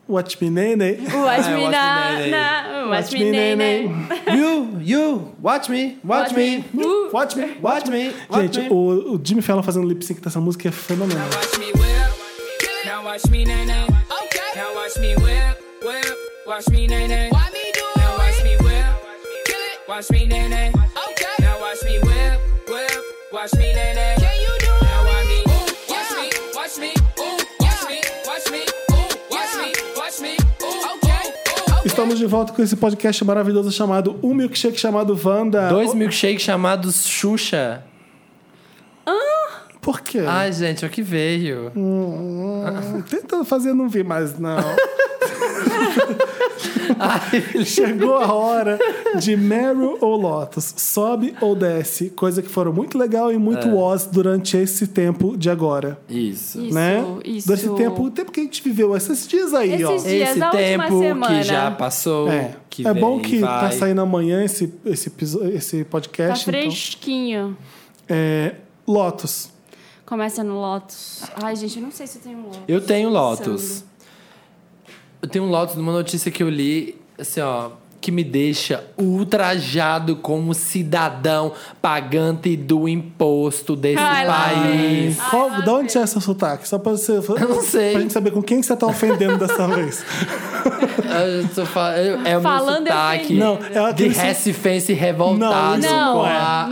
[SPEAKER 1] Watch Me Nene.
[SPEAKER 2] O Watch Me
[SPEAKER 3] Watch
[SPEAKER 2] Na-
[SPEAKER 1] é.
[SPEAKER 3] Me Nene.
[SPEAKER 2] Na. o Watch Me né? Nene.
[SPEAKER 1] né?
[SPEAKER 3] You, you, watch me, watch,
[SPEAKER 2] Watch
[SPEAKER 3] me,
[SPEAKER 2] me. Uh.
[SPEAKER 3] watch me, watch me, watch
[SPEAKER 1] Gente,
[SPEAKER 3] me.
[SPEAKER 1] o, o Jimmy Fallon fazendo lip sync dessa música é fenomenal.
[SPEAKER 5] Watch me whip. Now watch me nay nay. Okay. Now watch me whip, whip. Watch me nay nay. Why me do it? Now watch me whip. Watch me nay nay. Okay. Now watch me whip, whip. Watch me nay nay. Can you do it? Now watch me. Ooh, watch me, watch me. Ooh, watch me, watch me. Ooh, watch me, watch me. Ooh, okay. Ooh, okay.
[SPEAKER 1] Estamos de volta com esse podcast maravilhoso chamado Um Milkshake Chamado Wanda.
[SPEAKER 3] Dois milkshakes chamados Xuxa.
[SPEAKER 1] Por quê?
[SPEAKER 3] Ai, gente, o que veio?
[SPEAKER 1] Hum. Tenta fazer, não vi mais, não.
[SPEAKER 3] Ai,
[SPEAKER 1] Chegou a hora de Meryl ou Lotus, sobe ou desce, coisa que foram muito legal e muito
[SPEAKER 3] É.
[SPEAKER 1] Oz durante esse tempo de agora.
[SPEAKER 3] isso.
[SPEAKER 2] Isso,
[SPEAKER 1] né?
[SPEAKER 2] isso.
[SPEAKER 1] Durante tempo, o tempo que a gente viveu esses dias aí, ó.
[SPEAKER 2] Esses dias,
[SPEAKER 3] Esse
[SPEAKER 2] a última
[SPEAKER 3] tempo
[SPEAKER 2] semana.
[SPEAKER 3] que já passou,
[SPEAKER 1] É,
[SPEAKER 3] que
[SPEAKER 1] é
[SPEAKER 3] vem,
[SPEAKER 1] bom que tá
[SPEAKER 3] vai.
[SPEAKER 1] saindo amanhã esse, esse, episo- esse
[SPEAKER 2] Tá
[SPEAKER 1] podcast. então.
[SPEAKER 2] fresquinho.
[SPEAKER 1] É, Lotus.
[SPEAKER 2] Começa no Lotus. Ai, gente, eu não sei se eu tenho um Lotus.
[SPEAKER 3] Eu tenho
[SPEAKER 2] Pensando.
[SPEAKER 3] Lotus. Eu tenho um Lotus numa notícia que eu li, assim, ó, que me deixa ultrajado como cidadão pagante do imposto desse
[SPEAKER 2] Ai, lá vem.
[SPEAKER 3] país.
[SPEAKER 2] Ai,
[SPEAKER 1] Qual,
[SPEAKER 2] lá
[SPEAKER 1] de onde
[SPEAKER 2] vem.
[SPEAKER 1] é seu sotaque? Só pra você. Eu
[SPEAKER 3] não sei.
[SPEAKER 1] Pra gente saber com quem que você tá ofendendo dessa vez.
[SPEAKER 3] Eu tô fal- eu- É o meu
[SPEAKER 2] Falando, eu
[SPEAKER 3] sotaque.
[SPEAKER 2] entendi.
[SPEAKER 1] Não, é
[SPEAKER 3] de
[SPEAKER 1] aquele.
[SPEAKER 3] recifense
[SPEAKER 1] Não,
[SPEAKER 3] revoltado.
[SPEAKER 1] isso
[SPEAKER 2] Não,
[SPEAKER 3] com
[SPEAKER 1] é.
[SPEAKER 3] a-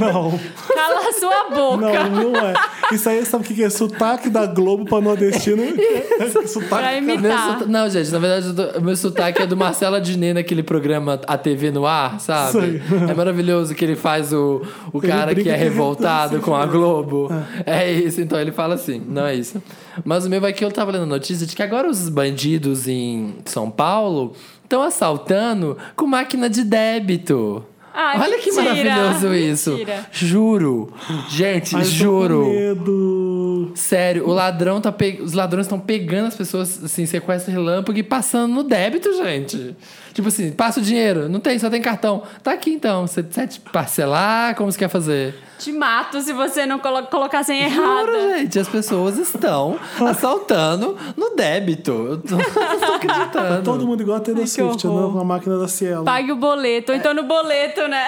[SPEAKER 2] não.
[SPEAKER 1] Não,
[SPEAKER 2] Cala a sua boca.
[SPEAKER 1] não, não é. Isso aí, sabe o que que é? Sotaque da Globo pra nordestino.
[SPEAKER 2] Pra
[SPEAKER 1] sotaque.
[SPEAKER 3] Meu
[SPEAKER 2] imitar.
[SPEAKER 3] sota- Não, gente, na verdade, eu tô- meu sotaque é do Marcelo Adnet naquele programa A TV no Ar, sabe? É maravilhoso que ele faz o, o
[SPEAKER 1] Ele
[SPEAKER 3] cara que
[SPEAKER 1] brinca
[SPEAKER 3] é
[SPEAKER 1] que ele
[SPEAKER 3] revoltado
[SPEAKER 1] tá
[SPEAKER 3] com a Globo. É isso, então ele fala assim, não é isso. Mas o meu vai que eu tava lendo a notícia de que agora os bandidos em São Paulo estão assaltando com máquina de débito.
[SPEAKER 2] Ai,
[SPEAKER 3] Olha que
[SPEAKER 2] mentira,
[SPEAKER 3] maravilhoso isso.
[SPEAKER 2] mentira.
[SPEAKER 3] Juro. Gente,
[SPEAKER 1] Ai, eu tô com
[SPEAKER 3] juro.
[SPEAKER 1] medo.
[SPEAKER 3] Sério, o ladrão tá pe... os ladrões estão pegando as pessoas, assim, sequestro relâmpago e passando no débito, gente. Tipo assim, passa o dinheiro, não tem, só tem cartão. Tá aqui então, você quer te parcelar, como você quer fazer?
[SPEAKER 1] tá-
[SPEAKER 2] Te mato se você não colo colocar sem
[SPEAKER 3] Juro,
[SPEAKER 2] errada.
[SPEAKER 3] gente, as pessoas estão assaltando no débito. Eu tô, eu tô acreditando.
[SPEAKER 1] Todo mundo igual a Taylor
[SPEAKER 2] que
[SPEAKER 1] Swift,
[SPEAKER 2] horror.
[SPEAKER 1] não? Uma máquina da Cielo.
[SPEAKER 2] Pague o boleto. Ou então no boleto, né?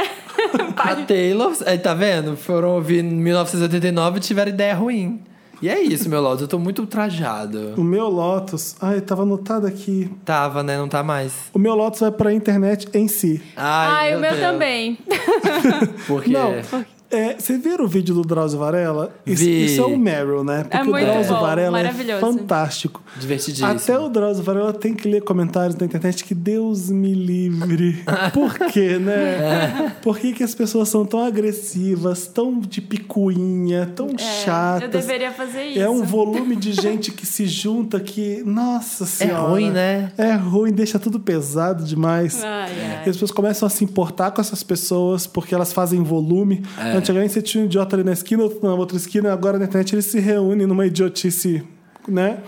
[SPEAKER 3] A Taylor, aí, tá vendo? Foram ouvir em 1989 e tiveram ideia ruim. E é isso, meu Lorde, eu tô muito ultrajado.
[SPEAKER 1] O meu Lotus. Ai, tava anotado aqui.
[SPEAKER 3] Tava, né? Não tá mais.
[SPEAKER 1] O meu Lotus vai pra internet em si.
[SPEAKER 3] Ai,
[SPEAKER 2] Ai, o meu
[SPEAKER 3] Deus.
[SPEAKER 2] também.
[SPEAKER 3] Porque...
[SPEAKER 1] Não. É, você viram o vídeo do Drauzio Varela? Isso,
[SPEAKER 3] Vi.
[SPEAKER 1] isso é o Meryl, né? Porque
[SPEAKER 2] muito
[SPEAKER 1] o Drauzio
[SPEAKER 2] bom,
[SPEAKER 1] Varela é
[SPEAKER 2] maravilhoso.
[SPEAKER 1] fantástico.
[SPEAKER 3] Divertidíssimo.
[SPEAKER 1] Até o Drauzio Varela tem que ler comentários na internet que Deus me livre. Por quê, né? Por que, que as pessoas são tão agressivas, tão de picuinha, tão chatas?
[SPEAKER 2] É, Eu deveria fazer isso.
[SPEAKER 1] Ah, tá É um volume de gente que se junta que, nossa senhora.
[SPEAKER 3] É ruim, né?
[SPEAKER 1] É ruim, deixa tudo pesado demais.
[SPEAKER 2] Ai,
[SPEAKER 1] E
[SPEAKER 2] ai.
[SPEAKER 1] as pessoas começam a se importar com essas pessoas porque elas fazem volume.
[SPEAKER 3] É.
[SPEAKER 1] Antigamente você tinha um idiota ali na esquina, outro na outra esquina, agora na internet eles se reúnem numa idiotice, né?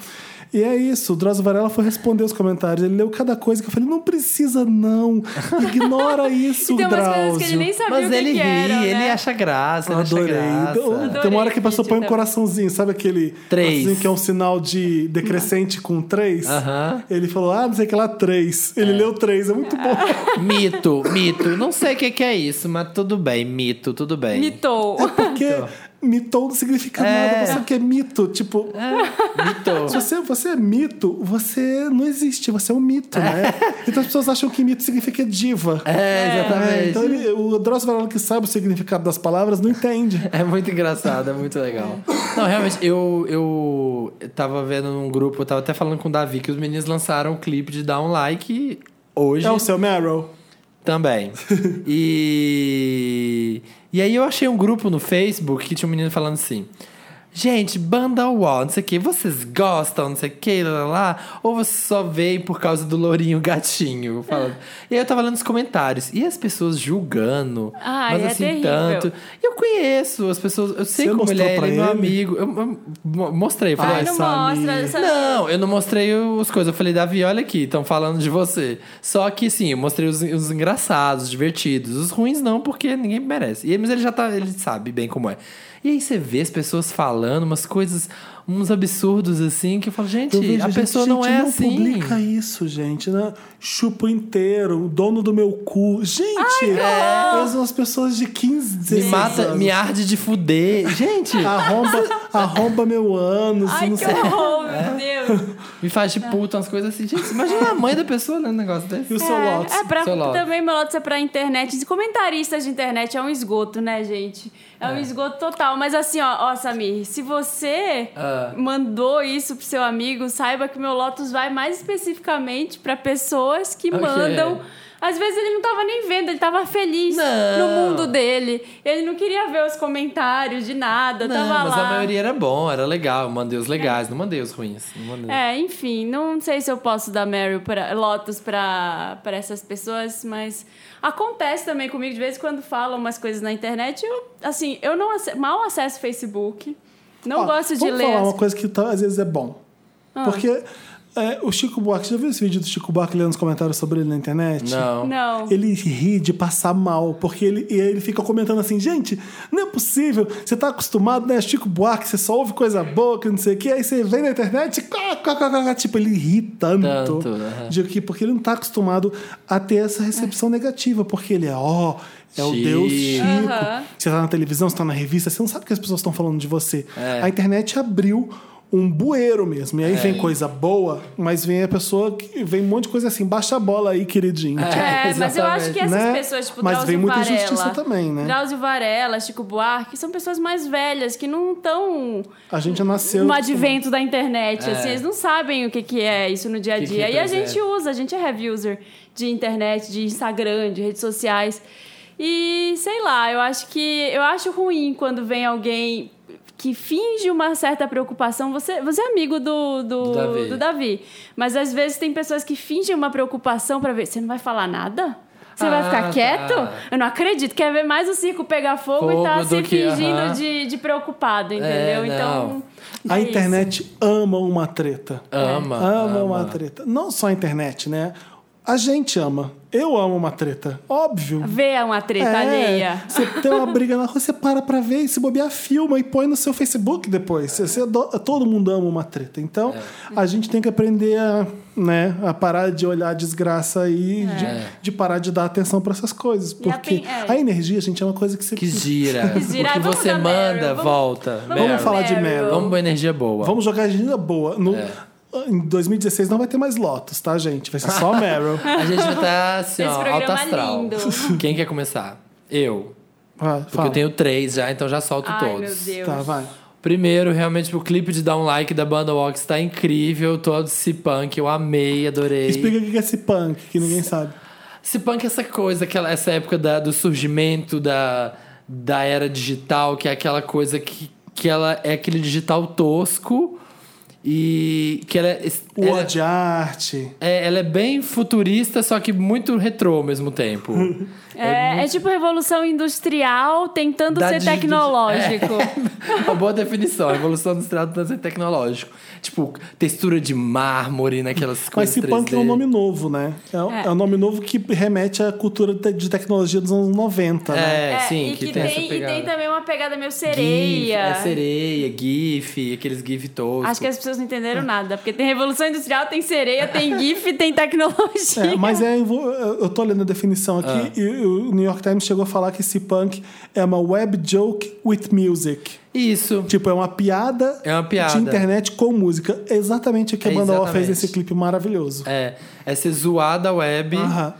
[SPEAKER 1] E é isso, o Drauzio Varela foi responder os comentários. Ele leu cada coisa que eu falei, não precisa não, ignora isso,
[SPEAKER 2] E tem umas coisas que ele
[SPEAKER 1] Drauzio.
[SPEAKER 2] nem sabia
[SPEAKER 3] Mas
[SPEAKER 2] o que
[SPEAKER 3] ele
[SPEAKER 2] que
[SPEAKER 3] ri,
[SPEAKER 2] eram,
[SPEAKER 3] ele
[SPEAKER 2] né?
[SPEAKER 3] acha graça, ele
[SPEAKER 1] Adorei.
[SPEAKER 3] acha graça.
[SPEAKER 1] Então, Tem uma hora que a pessoa
[SPEAKER 2] Adorei o vídeo
[SPEAKER 1] põe um
[SPEAKER 2] também.
[SPEAKER 1] coraçãozinho, sabe aquele
[SPEAKER 3] Três.
[SPEAKER 1] coraçãozinho que é um sinal de decrescente com três?
[SPEAKER 3] Aham.
[SPEAKER 1] Ele falou, ah, não sei o que lá, três. Ele leu três, é muito bom.
[SPEAKER 2] Ah.
[SPEAKER 3] Mito, mito. Não sei o que, que é isso, mas tudo bem, mito, tudo bem.
[SPEAKER 2] Mitou.
[SPEAKER 1] Porque mitou não significa
[SPEAKER 3] Então. É.
[SPEAKER 1] nada. Você que é mito, tipo. Se
[SPEAKER 3] Mito.
[SPEAKER 1] você, você é mito, você não existe, você é um mito, né? Então as pessoas acham que mito significa diva.
[SPEAKER 3] É,
[SPEAKER 1] É, então
[SPEAKER 3] exatamente.
[SPEAKER 1] ele- o Drauzio Varela que sabe o significado das palavras não entende.
[SPEAKER 3] É muito engraçado, é muito legal.
[SPEAKER 2] É.
[SPEAKER 3] Não, realmente, eu, eu eu tava vendo num grupo, eu tava até falando com o Davi, que os meninos lançaram o clipe de Dar um Like hoje.
[SPEAKER 1] É o seu Meryl.
[SPEAKER 3] Também. E... E aí eu achei um grupo no Facebook que tinha um menino falando assim... Gente, banda wall, não sei o que, vocês gostam, não sei o que, lá, lá, lá, ou você só veio por causa do lourinho gatinho? Falando. e aí eu tava lendo os comentários, e as pessoas julgando,
[SPEAKER 2] Ai,
[SPEAKER 3] mas
[SPEAKER 2] é
[SPEAKER 3] assim,
[SPEAKER 2] terrível.
[SPEAKER 3] tanto. E eu conheço as pessoas, eu sei
[SPEAKER 1] Você
[SPEAKER 3] como ele
[SPEAKER 1] mostrou
[SPEAKER 3] é,
[SPEAKER 1] pra
[SPEAKER 3] ele é meu
[SPEAKER 1] ele? Ah,
[SPEAKER 3] amigo. Eu, eu mo- mostrei, falei, "Ah,
[SPEAKER 2] Ai,
[SPEAKER 1] Vai,
[SPEAKER 2] não
[SPEAKER 1] Samir.
[SPEAKER 2] mostra. sabe?
[SPEAKER 3] não, eu não mostrei os coisas. Eu falei, Davi, olha aqui, estão falando de você. Só que sim, eu mostrei os, os engraçados, os divertidos. Os ruins não, porque ninguém merece. E, mas ele já tá, ele sabe bem como é. E aí você vê as pessoas falando umas coisas, uns absurdos assim, que eu falo, gente,
[SPEAKER 1] Eu vejo,
[SPEAKER 3] a
[SPEAKER 1] gente,
[SPEAKER 3] pessoa não
[SPEAKER 1] gente,
[SPEAKER 3] é
[SPEAKER 1] não
[SPEAKER 3] assim.
[SPEAKER 1] publica isso, gente, né? Chupo inteiro, o dono do meu cu. Gente, eu sou as pessoas de 15, 16
[SPEAKER 3] Me mata,
[SPEAKER 1] anos.
[SPEAKER 3] me arde de fuder. Gente,
[SPEAKER 1] Arromba, arromba meu ânus.
[SPEAKER 2] Ai,
[SPEAKER 1] não
[SPEAKER 2] que
[SPEAKER 1] sei.
[SPEAKER 2] horror, meu Deus.
[SPEAKER 3] me faz de puta, umas coisas assim. Gente, imagina a mãe da pessoa lendo um negócio
[SPEAKER 1] E
[SPEAKER 3] desse.
[SPEAKER 1] o seu Lotus?
[SPEAKER 2] É, pra,
[SPEAKER 3] Seu Lotus.
[SPEAKER 2] também meu Lotus é pra internet. Os Comentaristas de internet é um esgoto, né, gente? É um esgoto total. Mas assim, ó, ó, Samir, se você
[SPEAKER 3] Ah.
[SPEAKER 2] mandou isso pro seu amigo, saiba que meu Lotus vai mais especificamente pra pessoas que
[SPEAKER 3] Ok.
[SPEAKER 2] mandam. Às vezes ele não tava nem vendo, ele tava feliz
[SPEAKER 3] Não.
[SPEAKER 2] no mundo dele. Ele não queria ver os comentários de nada,
[SPEAKER 3] Não,
[SPEAKER 2] tava
[SPEAKER 3] mas
[SPEAKER 2] lá.
[SPEAKER 3] a maioria era bom, era legal. Eu mandei os legais, não mandei os ruins. Não
[SPEAKER 1] Uhum.
[SPEAKER 3] mandei.
[SPEAKER 2] É, enfim, não sei se eu posso dar Meryl pra, Lotus pra, pra essas pessoas, mas acontece também comigo, de vez em quando falam umas coisas na internet, eu, assim, eu não ace- mal acesso Facebook, não
[SPEAKER 1] Ó,
[SPEAKER 2] gosto de
[SPEAKER 1] vamos
[SPEAKER 2] ler...
[SPEAKER 1] falar
[SPEAKER 2] as- Ah.
[SPEAKER 1] uma coisa que tá- às vezes é bom. Porque é, o Chico Buarque, já viu esse vídeo do Chico Buarque lendo os comentários sobre ele na internet?
[SPEAKER 3] Não.
[SPEAKER 2] Não.
[SPEAKER 1] Ele ri de passar mal, porque ele, e ele fica comentando assim, gente, não é possível, você tá acostumado, né? Chico Buarque, você só ouve coisa boa, que não sei o quê, aí você vem na internet, cá, cá, cá, cá, cá. tipo, ele ri tanto,
[SPEAKER 3] Tanto, aham.
[SPEAKER 1] de que, porque ele não tá acostumado a ter essa recepção negativa, porque ele é, ó, é o
[SPEAKER 3] Chico.
[SPEAKER 1] Deus Chico.
[SPEAKER 2] Aham.
[SPEAKER 1] Você tá na televisão, você tá na revista, você não sabe o que as pessoas estão falando de você.
[SPEAKER 3] É.
[SPEAKER 1] A internet abriu um bueiro mesmo. E aí vem coisa boa, mas vem a pessoa que vem um monte de coisa assim, baixa a bola aí, queridinho. Tipo,
[SPEAKER 2] É, mas eu acho que essas
[SPEAKER 1] Né?
[SPEAKER 2] pessoas, tipo,
[SPEAKER 1] Mas
[SPEAKER 2] Drauzio
[SPEAKER 1] vem muita
[SPEAKER 2] Varela,
[SPEAKER 1] injustiça também, né?
[SPEAKER 2] Drauzio Varela, Chico Buarque, são pessoas mais velhas, que não estão
[SPEAKER 1] A gente já nasceu.
[SPEAKER 2] no um advento da internet,
[SPEAKER 3] É.
[SPEAKER 2] assim, eles não sabem o que, que é isso no dia a
[SPEAKER 3] Que que
[SPEAKER 2] dia. e a
[SPEAKER 3] representa.
[SPEAKER 2] gente usa, a gente é heavy user de internet, de Instagram, de redes sociais. E sei lá, eu acho que eu acho ruim quando vem alguém que finge uma certa preocupação. Você, você é amigo do, do,
[SPEAKER 3] Do Davi.
[SPEAKER 2] do Davi, mas às vezes tem pessoas que fingem uma preocupação pra ver. Você não vai falar nada? Você
[SPEAKER 3] Ah,
[SPEAKER 2] vai ficar
[SPEAKER 3] tá.
[SPEAKER 2] quieto? Eu não acredito. Quer ver mais o circo pegar fogo,
[SPEAKER 3] Fogo
[SPEAKER 2] e tá
[SPEAKER 3] do
[SPEAKER 2] se
[SPEAKER 3] que,
[SPEAKER 2] fingindo
[SPEAKER 3] aham. É,
[SPEAKER 2] de, de preocupado, entendeu?
[SPEAKER 3] não.
[SPEAKER 2] então.
[SPEAKER 1] A
[SPEAKER 2] é
[SPEAKER 1] internet ama uma treta.
[SPEAKER 3] Ama.
[SPEAKER 1] ama uma treta. Não só a internet, né? A gente ama. Eu amo uma treta. Óbvio.
[SPEAKER 2] Vê uma treta
[SPEAKER 1] É.
[SPEAKER 2] alheia.
[SPEAKER 1] Você tem uma briga na rua, você para pra ver e se bobear, filma e põe no seu Facebook depois. Você- você ado- todo mundo ama uma treta. Então,
[SPEAKER 3] É.
[SPEAKER 1] a gente tem que aprender a, né, a parar de olhar a desgraça e de,
[SPEAKER 3] É.
[SPEAKER 1] de parar de dar atenção pra essas coisas.
[SPEAKER 2] E a
[SPEAKER 1] Porque
[SPEAKER 2] pen- é.
[SPEAKER 1] a energia, gente, é uma coisa que você.
[SPEAKER 3] Que gira.
[SPEAKER 2] Que gira.
[SPEAKER 3] O
[SPEAKER 2] Ai,
[SPEAKER 3] que
[SPEAKER 2] vamos
[SPEAKER 3] você
[SPEAKER 2] dar
[SPEAKER 3] manda,
[SPEAKER 2] Meryl, vamos-
[SPEAKER 3] volta. Meryl.
[SPEAKER 1] Vamos falar de Meryl.
[SPEAKER 3] Vamos pra energia boa.
[SPEAKER 1] Vamos jogar agenda boa. No,
[SPEAKER 3] É.
[SPEAKER 1] Em 2016 não vai ter mais Lotus, tá, gente? Vai ser só Meryl.
[SPEAKER 3] A gente vai estar assim,
[SPEAKER 2] Esse
[SPEAKER 3] ó,
[SPEAKER 2] programa é
[SPEAKER 3] alto astral.
[SPEAKER 2] lindo.
[SPEAKER 3] Quem quer começar? Eu.
[SPEAKER 1] Vai,
[SPEAKER 3] Porque eu tenho três já, então já solto
[SPEAKER 2] Ai,
[SPEAKER 3] todos.
[SPEAKER 2] meu Deus.
[SPEAKER 1] Tá, vai.
[SPEAKER 3] Primeiro, realmente, o clipe de Down Like da banda Walks tá incrível. Todo esse punk, eu amei, adorei.
[SPEAKER 1] Explica o que é esse punk, que ninguém sabe.
[SPEAKER 3] Esse punk é essa coisa, aquela, essa época da- do surgimento da, da era digital, que é aquela coisa que, que ela é aquele digital tosco e que ela, é-
[SPEAKER 1] O
[SPEAKER 3] ela-
[SPEAKER 1] de arte.
[SPEAKER 3] é, ela é bem futurista, só que muito retrô ao mesmo tempo.
[SPEAKER 2] É, é tipo revolução industrial tentando
[SPEAKER 3] Da
[SPEAKER 2] ser
[SPEAKER 3] digi-
[SPEAKER 2] tecnológico.
[SPEAKER 3] Uma boa definição, a evolução do estrado ser tecnológico. Tipo, textura de mármore naquelas
[SPEAKER 1] Mas
[SPEAKER 3] coisas.
[SPEAKER 1] esse punk é um
[SPEAKER 3] 3D.
[SPEAKER 1] nome novo, né? É, um-
[SPEAKER 2] É.
[SPEAKER 1] é um nome novo que remete à cultura te- de tecnologia dos anos 90, né?
[SPEAKER 3] É, sim,
[SPEAKER 2] e
[SPEAKER 3] que,
[SPEAKER 2] que
[SPEAKER 3] tem, essa
[SPEAKER 2] e
[SPEAKER 3] pegada.
[SPEAKER 2] tem também uma pegada meio
[SPEAKER 3] GIF,
[SPEAKER 2] sereia.
[SPEAKER 3] é sereia, GIF, aqueles GIF toscos.
[SPEAKER 2] Acho que é- as pessoas não entenderam nada, porque tem revolução industrial, tem sereia, tem GIF, tem tecnologia.
[SPEAKER 1] É, mas é, envo- eu tô lendo a definição aqui
[SPEAKER 3] Ah.
[SPEAKER 1] e o New York Times chegou a falar que esse punk é uma web joke with music.
[SPEAKER 3] Isso.
[SPEAKER 1] Tipo, é uma piada,
[SPEAKER 3] É uma piada.
[SPEAKER 1] de internet com música. É Exatamente o que a
[SPEAKER 3] É
[SPEAKER 1] banda Wall fez
[SPEAKER 3] exatamente.
[SPEAKER 1] nesse clipe maravilhoso.
[SPEAKER 3] É, é ser zoada a web.
[SPEAKER 1] Aham.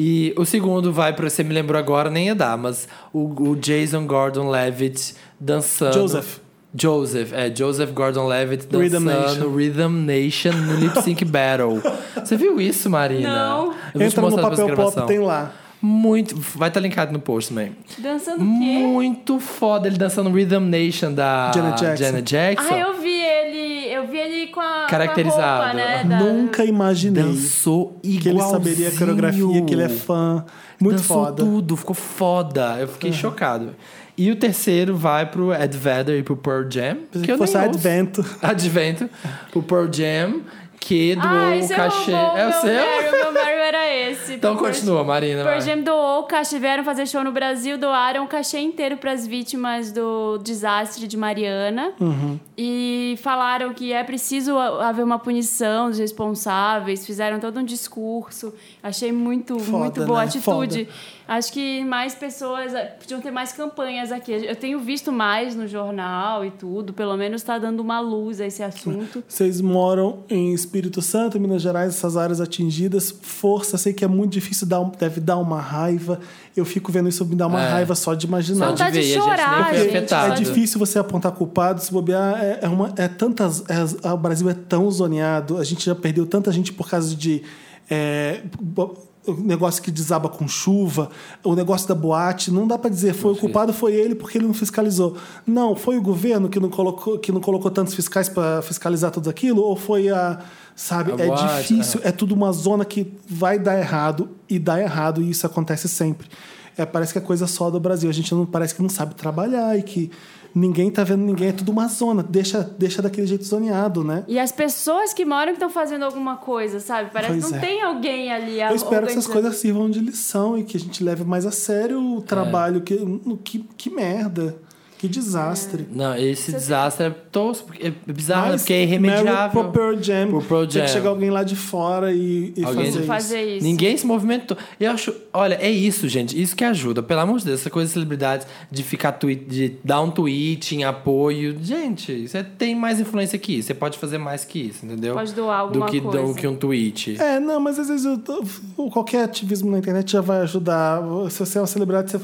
[SPEAKER 3] E o segundo vai pra você me lembrou agora, nem ia dar, mas o, o Jason Gordon Levitt dançando.
[SPEAKER 1] Joseph.
[SPEAKER 3] Joseph, é, Joseph Gordon Levitt
[SPEAKER 1] Rhythm
[SPEAKER 3] dançando Rhythm Nation, no Lip Sync Battle. Você viu isso, Marina?
[SPEAKER 2] Não.
[SPEAKER 3] Eu vou te
[SPEAKER 1] Entra no
[SPEAKER 3] mostrar depois da
[SPEAKER 1] papel pop,
[SPEAKER 3] gravação.
[SPEAKER 1] tem lá.
[SPEAKER 3] Muito. Vai estar linkado no post também.
[SPEAKER 2] Dançando o quê?
[SPEAKER 3] Muito foda ele dançando Rhythm Nation da
[SPEAKER 1] Janet Jackson.
[SPEAKER 3] Janet Jackson.
[SPEAKER 2] Ah, eu vi ele. Eu vi ele com a,
[SPEAKER 3] Caracterizado.
[SPEAKER 2] com a roupa, né? da-
[SPEAKER 1] Nunca imaginei
[SPEAKER 3] Dançou igualzinho.
[SPEAKER 1] que ele saberia a coreografia, que ele é fã. Muito
[SPEAKER 3] Dançou
[SPEAKER 1] foda. É.
[SPEAKER 3] tudo, ficou foda. Eu fiquei chocado. E o terceiro vai pro Ed Vedder e pro Pearl Jam.
[SPEAKER 1] Pensei
[SPEAKER 3] que eu
[SPEAKER 1] que fosse
[SPEAKER 3] nem ouço.
[SPEAKER 1] Advento.
[SPEAKER 3] Advento. Pro Pearl Jam, que doou
[SPEAKER 2] Ai,
[SPEAKER 3] o
[SPEAKER 2] você
[SPEAKER 3] cachê.
[SPEAKER 2] roubou
[SPEAKER 3] é
[SPEAKER 2] o
[SPEAKER 3] o
[SPEAKER 2] meu
[SPEAKER 3] seu?
[SPEAKER 2] Meryl, meu Meryl era esse. Esse
[SPEAKER 3] Então
[SPEAKER 2] Pearl-
[SPEAKER 3] continua, Marina.
[SPEAKER 2] Pearl
[SPEAKER 3] vai.
[SPEAKER 2] Jam doou, Cash vieram fazer show no Brasil, doaram o cachê inteiro para as vítimas do desastre de Mariana.
[SPEAKER 3] Uhum.
[SPEAKER 2] E falaram que é preciso ha- haver uma punição dos responsáveis, fizeram todo um discurso. Achei muito,
[SPEAKER 1] Foda,
[SPEAKER 2] muito boa a
[SPEAKER 1] né?
[SPEAKER 2] atitude. Acho que mais pessoas eh, podiam ter mais campanhas aqui. Eu tenho visto mais no jornal e tudo, pelo menos está dando uma luz a esse assunto.
[SPEAKER 1] Vocês moram em Espírito Santo, Minas Gerais, essas áreas atingidas. Força, sei que é muito difícil, dar, um- deve dar uma raiva. Eu fico vendo isso me dá uma
[SPEAKER 3] É.
[SPEAKER 1] raiva só de
[SPEAKER 3] Só
[SPEAKER 1] imaginar.
[SPEAKER 2] Vontade de
[SPEAKER 3] ver, a
[SPEAKER 2] chorar,
[SPEAKER 3] gente nem
[SPEAKER 2] gente.
[SPEAKER 3] foi afetado.
[SPEAKER 1] É difícil você apontar culpado, se bobear. É, é uma, é tantas. é- o Brasil é tão zoneado, a gente já perdeu tanta gente por causa de. é, bo- o negócio que desaba com chuva, o negócio da boate, não dá pra dizer foi o culpado foi ele porque ele não fiscalizou. Não, foi o governo que não colocou que não colocou tantos fiscais pra fiscalizar tudo aquilo ou foi a sabe,
[SPEAKER 3] A
[SPEAKER 1] é
[SPEAKER 3] boate,
[SPEAKER 1] difícil, é tudo uma zona que vai dar errado e dá errado e isso acontece sempre. É, parece que é coisa só do Brasil. A gente não parece que não sabe trabalhar e que ninguém tá vendo ninguém. É tudo uma zona. Deixa, deixa daquele jeito zoneado, né?
[SPEAKER 2] E as pessoas que moram que estão fazendo alguma coisa, sabe? Parece que
[SPEAKER 1] Pois
[SPEAKER 2] não
[SPEAKER 1] é.
[SPEAKER 2] tem alguém ali.
[SPEAKER 1] Eu espero que essas
[SPEAKER 2] organizando.
[SPEAKER 1] coisas sirvam de lição e que a gente leve mais a sério
[SPEAKER 3] É.
[SPEAKER 1] o trabalho. Que, no- que, que merda. Que desastre.
[SPEAKER 3] Não, esse desastre é tosco, porque- é bizarro, né?
[SPEAKER 1] Mas
[SPEAKER 3] porque é
[SPEAKER 1] Meryl
[SPEAKER 3] irremediável.
[SPEAKER 1] Pro Pearl Jam.
[SPEAKER 3] Pro Pearl
[SPEAKER 1] Tem que
[SPEAKER 3] Jam.
[SPEAKER 1] chegar alguém lá de fora e, e
[SPEAKER 3] Alguém
[SPEAKER 1] fazer,
[SPEAKER 3] de-
[SPEAKER 2] Fazer É isso.
[SPEAKER 3] Ninguém se movimentou. Eu acho, olha, é isso, gente. Isso que ajuda. Pelo amor de Deus, essa coisa de celebridades de ficar tweet, de dar um tweet em apoio. Gente, você tem mais influência que isso. Você pode fazer mais que isso, entendeu?
[SPEAKER 2] Pode doar
[SPEAKER 3] do
[SPEAKER 2] alguma
[SPEAKER 3] que,
[SPEAKER 2] coisa.
[SPEAKER 3] Do que um tweet.
[SPEAKER 1] É, não, mas às vezes eu tô- o- qualquer ativismo na internet já vai ajudar. Se você é uma celebridade, você.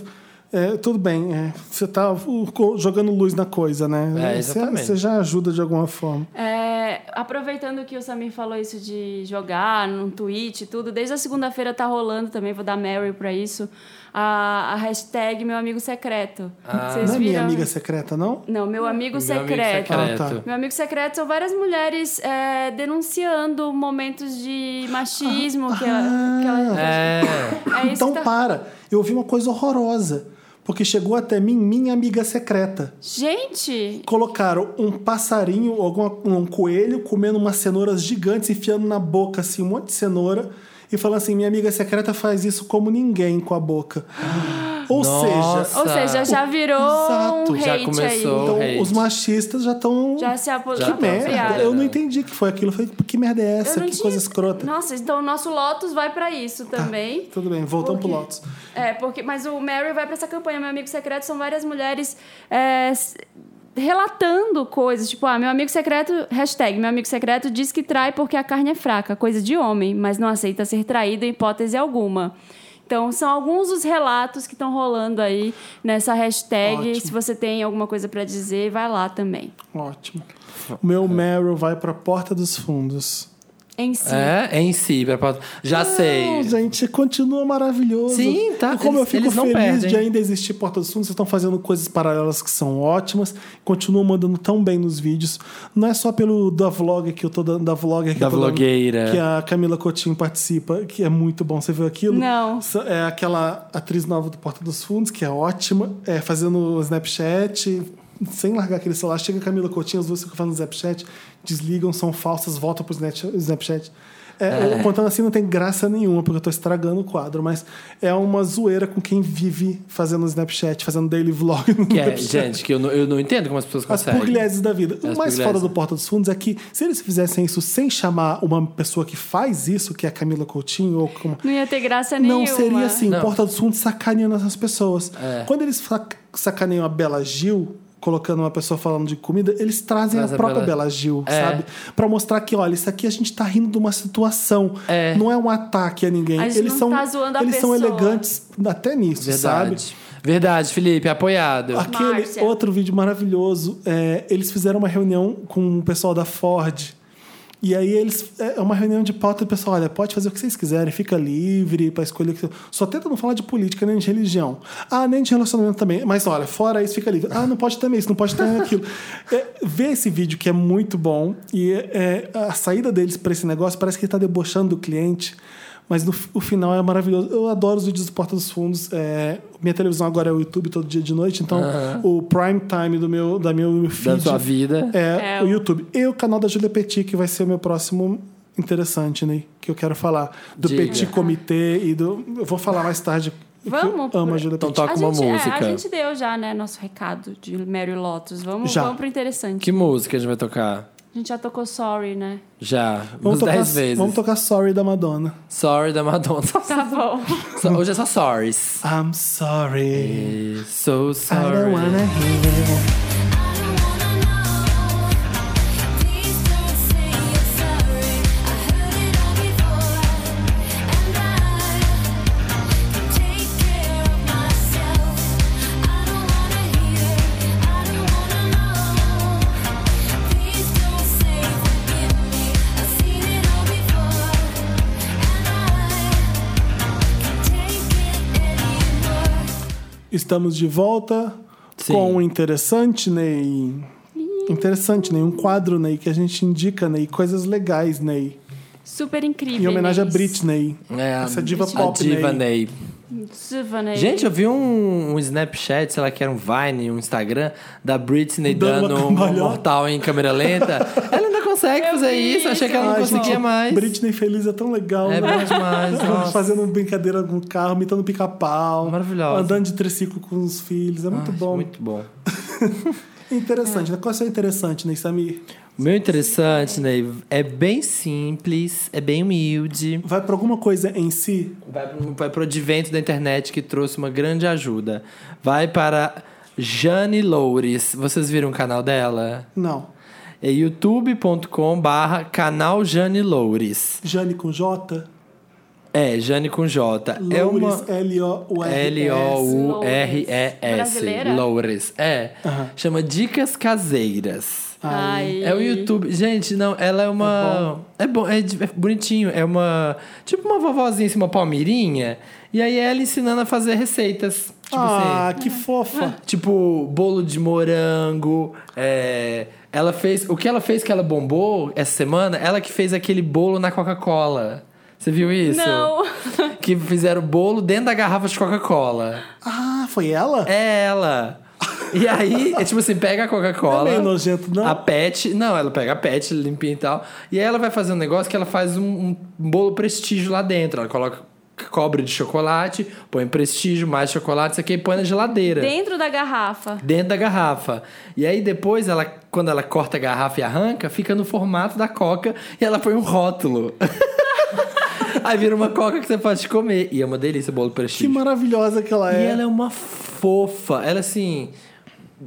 [SPEAKER 1] é, tudo bem, é, você tá o- co- jogando luz na coisa, né?
[SPEAKER 3] É,
[SPEAKER 1] Você-
[SPEAKER 3] exatamente.
[SPEAKER 1] você já ajuda de alguma forma.
[SPEAKER 2] É, aproveitando que o Samir falou isso de jogar num tweet e tudo, desde a segunda-feira tá rolando também, vou dar Mary pra isso, a, a hashtag Meu Amigo Secreto. Vocês
[SPEAKER 1] Não é minha
[SPEAKER 2] viram?
[SPEAKER 1] amiga secreta, não?
[SPEAKER 2] Não, Meu Amigo
[SPEAKER 3] Meu amigo
[SPEAKER 2] um Secreto.
[SPEAKER 1] secreto. Ah, tá.
[SPEAKER 2] Meu amigo secreto são várias mulheres é, denunciando momentos de machismo que, ela, que ela-
[SPEAKER 1] tá.
[SPEAKER 3] É.
[SPEAKER 2] é isso
[SPEAKER 1] Ah, então
[SPEAKER 2] que tá-
[SPEAKER 1] para. Eu ouvi uma coisa horrorosa. Porque chegou até mim minha amiga secreta.
[SPEAKER 2] Gente,
[SPEAKER 1] Colocaram um passarinho, alguma, um coelho, comendo umas cenouras gigantes, enfiando na boca, assim, um monte de cenoura. E falando assim, minha amiga secreta faz isso como ninguém com a boca. Ou
[SPEAKER 3] Nossa.
[SPEAKER 1] seja,
[SPEAKER 2] ou seja, já virou um
[SPEAKER 1] Exato.
[SPEAKER 2] hate
[SPEAKER 3] Já começou.
[SPEAKER 2] aí.
[SPEAKER 1] Então,
[SPEAKER 3] hate.
[SPEAKER 1] os machistas já estão.
[SPEAKER 2] Já se apo-
[SPEAKER 3] Já
[SPEAKER 2] se
[SPEAKER 3] tá.
[SPEAKER 1] Que merda.
[SPEAKER 2] apropriaram.
[SPEAKER 1] Eu não entendi o que foi aquilo. Eu falei, que merda é
[SPEAKER 2] Eu
[SPEAKER 1] essa?
[SPEAKER 2] não
[SPEAKER 1] Que
[SPEAKER 2] tinha-
[SPEAKER 1] coisa escrota.
[SPEAKER 2] Nossa, então o nosso Lotus vai pra isso também.
[SPEAKER 1] Tudo bem, voltamos pro
[SPEAKER 2] Porque-
[SPEAKER 1] Lotus.
[SPEAKER 2] É, porque. Mas o Mary vai pra essa campanha, meu amigo secreto, são várias mulheres. é, s- Relatando coisas, tipo, ah, meu amigo secreto, hashtag, meu amigo secreto diz que trai porque a carne é fraca, coisa de homem, mas não aceita ser traído em hipótese alguma. Então, são alguns dos relatos que estão rolando aí nessa hashtag.
[SPEAKER 1] Ótimo.
[SPEAKER 2] Se você tem alguma coisa pra dizer, vai lá também.
[SPEAKER 1] Ótimo. O meu Meryl vai pra Porta dos Fundos.
[SPEAKER 2] Em si.
[SPEAKER 3] É, em si. pra- pra- Já sei.
[SPEAKER 1] Não, gente, continua maravilhoso.
[SPEAKER 3] Sim, tá.
[SPEAKER 1] E como
[SPEAKER 3] Eles-
[SPEAKER 1] eu fico
[SPEAKER 3] eles não
[SPEAKER 1] feliz
[SPEAKER 3] perdem.
[SPEAKER 1] de ainda existir Porta dos Fundos, vocês estão fazendo coisas paralelas que são ótimas, continuam mandando tão bem nos vídeos. Não é só pelo da vlog que eu tô dando, da vlogger que
[SPEAKER 3] Da
[SPEAKER 1] eu tô dando-
[SPEAKER 3] vlogueira.
[SPEAKER 1] que é a Camila Coutinho participa, que é muito bom. Você viu aquilo?
[SPEAKER 2] Não.
[SPEAKER 1] Sa- É aquela atriz nova do Porta dos Fundos, que é ótima, é, fazendo Snapchat, sem largar aquele celular. Chega a Camila Coutinho, as duas ficam fazendo Snapchat, desligam, são falsas, voltam pro Snapchat- Snapchat. É, Contando assim não tem graça nenhuma, porque eu tô estragando o quadro, mas é uma zoeira com quem vive fazendo Snapchat, fazendo daily vlog no
[SPEAKER 3] Que é,
[SPEAKER 1] Snapchat.
[SPEAKER 3] gente, que eu não, eu não entendo como as pessoas
[SPEAKER 1] As
[SPEAKER 3] conseguem.
[SPEAKER 1] pugliese da vida.
[SPEAKER 3] As
[SPEAKER 1] o mais foda
[SPEAKER 3] pugliese.
[SPEAKER 1] do Porta dos Fundos é que se eles fizessem isso sem chamar uma pessoa que faz isso, que é a Camila Coutinho ou como
[SPEAKER 2] Não ia ter graça
[SPEAKER 1] não
[SPEAKER 2] nenhuma.
[SPEAKER 1] seria assim,
[SPEAKER 3] Não.
[SPEAKER 1] Porta dos Fundos sacaneando essas pessoas.
[SPEAKER 3] É.
[SPEAKER 1] Quando eles sac- sacaneiam a Bela Gil, colocando uma pessoa falando de comida, eles trazem
[SPEAKER 3] Traz
[SPEAKER 1] a
[SPEAKER 3] a
[SPEAKER 1] própria
[SPEAKER 3] Bela-
[SPEAKER 1] Bela, Gil,
[SPEAKER 3] É.
[SPEAKER 1] sabe? Pra mostrar que, olha, isso aqui a gente tá rindo de uma situação.
[SPEAKER 3] É.
[SPEAKER 1] Não é um ataque a ninguém.
[SPEAKER 2] A gente
[SPEAKER 1] eles
[SPEAKER 2] não
[SPEAKER 1] são,
[SPEAKER 2] tá zoando a
[SPEAKER 1] eles são
[SPEAKER 2] pessoa.
[SPEAKER 1] elegantes até nisso,
[SPEAKER 3] Verdade.
[SPEAKER 1] sabe?
[SPEAKER 3] Verdade, Felipe, apoiado.
[SPEAKER 1] Aquele
[SPEAKER 2] Márcia.
[SPEAKER 1] outro vídeo maravilhoso, é, eles fizeram uma reunião com o pessoal da Ford. E aí eles é uma reunião de pauta e o pessoal, olha, pode fazer o que vocês quiserem, fica livre para escolher o que só tenta não falar de política nem de religião. Ah, nem de relacionamento também. Mas olha, fora isso fica livre. Ah, não pode também isso, não pode também aquilo. É, vê esse vídeo que é muito bom e é, a saída deles para esse negócio parece que ele tá debochando do cliente. Mas no, f- o final é maravilhoso. Eu adoro os vídeos do Porta dos Fundos. É, minha televisão agora é o YouTube todo dia de noite, então o prime time do meu, da meu feed
[SPEAKER 3] Da sua vida.
[SPEAKER 1] é,
[SPEAKER 2] É,
[SPEAKER 1] o
[SPEAKER 2] o-
[SPEAKER 1] YouTube. E o canal da Julia Petit, que vai ser o meu próximo interessante, né? Que eu quero falar. Do
[SPEAKER 3] Diga.
[SPEAKER 1] Petit Comité e do. Eu vou falar mais tarde. que
[SPEAKER 2] Vamos
[SPEAKER 1] Eu amo
[SPEAKER 2] por-
[SPEAKER 1] a Julia
[SPEAKER 3] Então
[SPEAKER 1] Petit.
[SPEAKER 3] toca
[SPEAKER 2] a
[SPEAKER 3] uma
[SPEAKER 2] gente, é,
[SPEAKER 3] música.
[SPEAKER 2] a gente deu já, né, nosso recado de Mary Lotus. Vamos,
[SPEAKER 1] Já.
[SPEAKER 2] vamos pro interessante.
[SPEAKER 3] Que música a gente vai tocar?
[SPEAKER 2] A gente já tocou Sorry, né?
[SPEAKER 3] Já,
[SPEAKER 1] Vamos
[SPEAKER 3] umas
[SPEAKER 1] tocar,
[SPEAKER 3] 10 vezes.
[SPEAKER 1] vamos tocar Sorry da Madonna.
[SPEAKER 3] Sorry da Madonna.
[SPEAKER 2] Tá bom.
[SPEAKER 3] So- Hoje é só sorries.
[SPEAKER 1] I'm sorry.
[SPEAKER 3] So
[SPEAKER 1] I don't
[SPEAKER 3] É, sorry.
[SPEAKER 1] wanna hear. Estamos de volta
[SPEAKER 3] Sim.
[SPEAKER 1] com o interessante, Ney. Interessante, Ney. Um quadro, Ney, que a gente indica, Ney. Coisas legais, Ney.
[SPEAKER 2] Super incrível.
[SPEAKER 1] Em homenagem a
[SPEAKER 2] Inês.
[SPEAKER 1] Britney.
[SPEAKER 3] É,
[SPEAKER 1] Essa diva
[SPEAKER 3] a
[SPEAKER 1] pop,
[SPEAKER 3] diva Ney.
[SPEAKER 2] Silvanei.
[SPEAKER 3] Gente, eu vi um, um Snapchat, sei lá, que era um Vine, um Instagram, da Britney
[SPEAKER 1] Dando
[SPEAKER 3] dando,
[SPEAKER 1] uma
[SPEAKER 3] uma
[SPEAKER 1] cambalhota.
[SPEAKER 3] mortal em câmera lenta. ela ainda consegue
[SPEAKER 2] Eu
[SPEAKER 3] fazer
[SPEAKER 2] vi
[SPEAKER 3] isso, eu achei que ela não
[SPEAKER 2] Ai, gente,
[SPEAKER 3] conseguia mais.
[SPEAKER 1] Britney feliz é tão legal,
[SPEAKER 3] É
[SPEAKER 1] né?
[SPEAKER 3] bom demais, nossa.
[SPEAKER 1] Fazendo brincadeira com o carro, imitando pica-pau.
[SPEAKER 3] Maravilhosa.
[SPEAKER 1] Andando de triciclo com os filhos. É muito
[SPEAKER 3] Ai,
[SPEAKER 1] bom.
[SPEAKER 3] Muito bom.
[SPEAKER 1] Interessante, né? Qual é o seu interessante, Ney Samir?
[SPEAKER 3] O meu interessante, Ney, é bem simples, é bem humilde.
[SPEAKER 1] Vai pra alguma coisa em si?
[SPEAKER 3] Vai pro, vai pro advento da internet que trouxe uma grande ajuda. Vai para Jane Loures. Vocês viram o canal dela?
[SPEAKER 1] Não.
[SPEAKER 3] É youtube.com barra canal Jane Loures.
[SPEAKER 1] Jane com J?
[SPEAKER 3] É, Jane com J. é
[SPEAKER 1] Loures, é
[SPEAKER 3] uma...
[SPEAKER 1] L-O-U-R.
[SPEAKER 3] L-O-U-R-E-S.
[SPEAKER 2] Brasileira?
[SPEAKER 3] Loures. É.
[SPEAKER 1] Aham.
[SPEAKER 3] Chama Dicas Caseiras.
[SPEAKER 2] Ai.
[SPEAKER 3] É o YouTube. Gente, não, ela é uma. É bom, é, di- é bonitinho. É uma. Tipo uma vovozinha, assim, uma palmeirinha. E aí é ela ensinando a fazer receitas. Tipo
[SPEAKER 1] ah,
[SPEAKER 3] assim.
[SPEAKER 1] que fofa.
[SPEAKER 3] Tipo, bolo de morango. é, Ela fez. O que ela fez que ela bombou essa semana? Ela que fez aquele bolo na Coca-Cola. Você viu isso?
[SPEAKER 2] Não.
[SPEAKER 3] Que fizeram bolo dentro da garrafa de Coca-Cola.
[SPEAKER 1] Ah, foi ela?
[SPEAKER 3] É ela. E aí, é tipo assim, pega a Coca-Cola.
[SPEAKER 1] Não é meio nojento, não?
[SPEAKER 3] A pet. Não, ela pega a pet, limpinha e tal. E aí ela vai fazer um negócio que ela faz um, um bolo prestígio lá dentro. Ela coloca cobre de chocolate, põe prestígio, mais chocolate, isso aqui, e põe na geladeira.
[SPEAKER 2] Dentro da garrafa.
[SPEAKER 3] Dentro da garrafa. E aí depois, ela, quando ela corta a garrafa e arranca, fica no formato da coca e ela põe um rótulo. aí vira uma coca que você pode comer. E é uma delícia o bolo
[SPEAKER 1] Que
[SPEAKER 3] prestígio.
[SPEAKER 1] maravilhosa que ela
[SPEAKER 3] E
[SPEAKER 1] é.
[SPEAKER 3] ela é uma fofa. Ela, assim,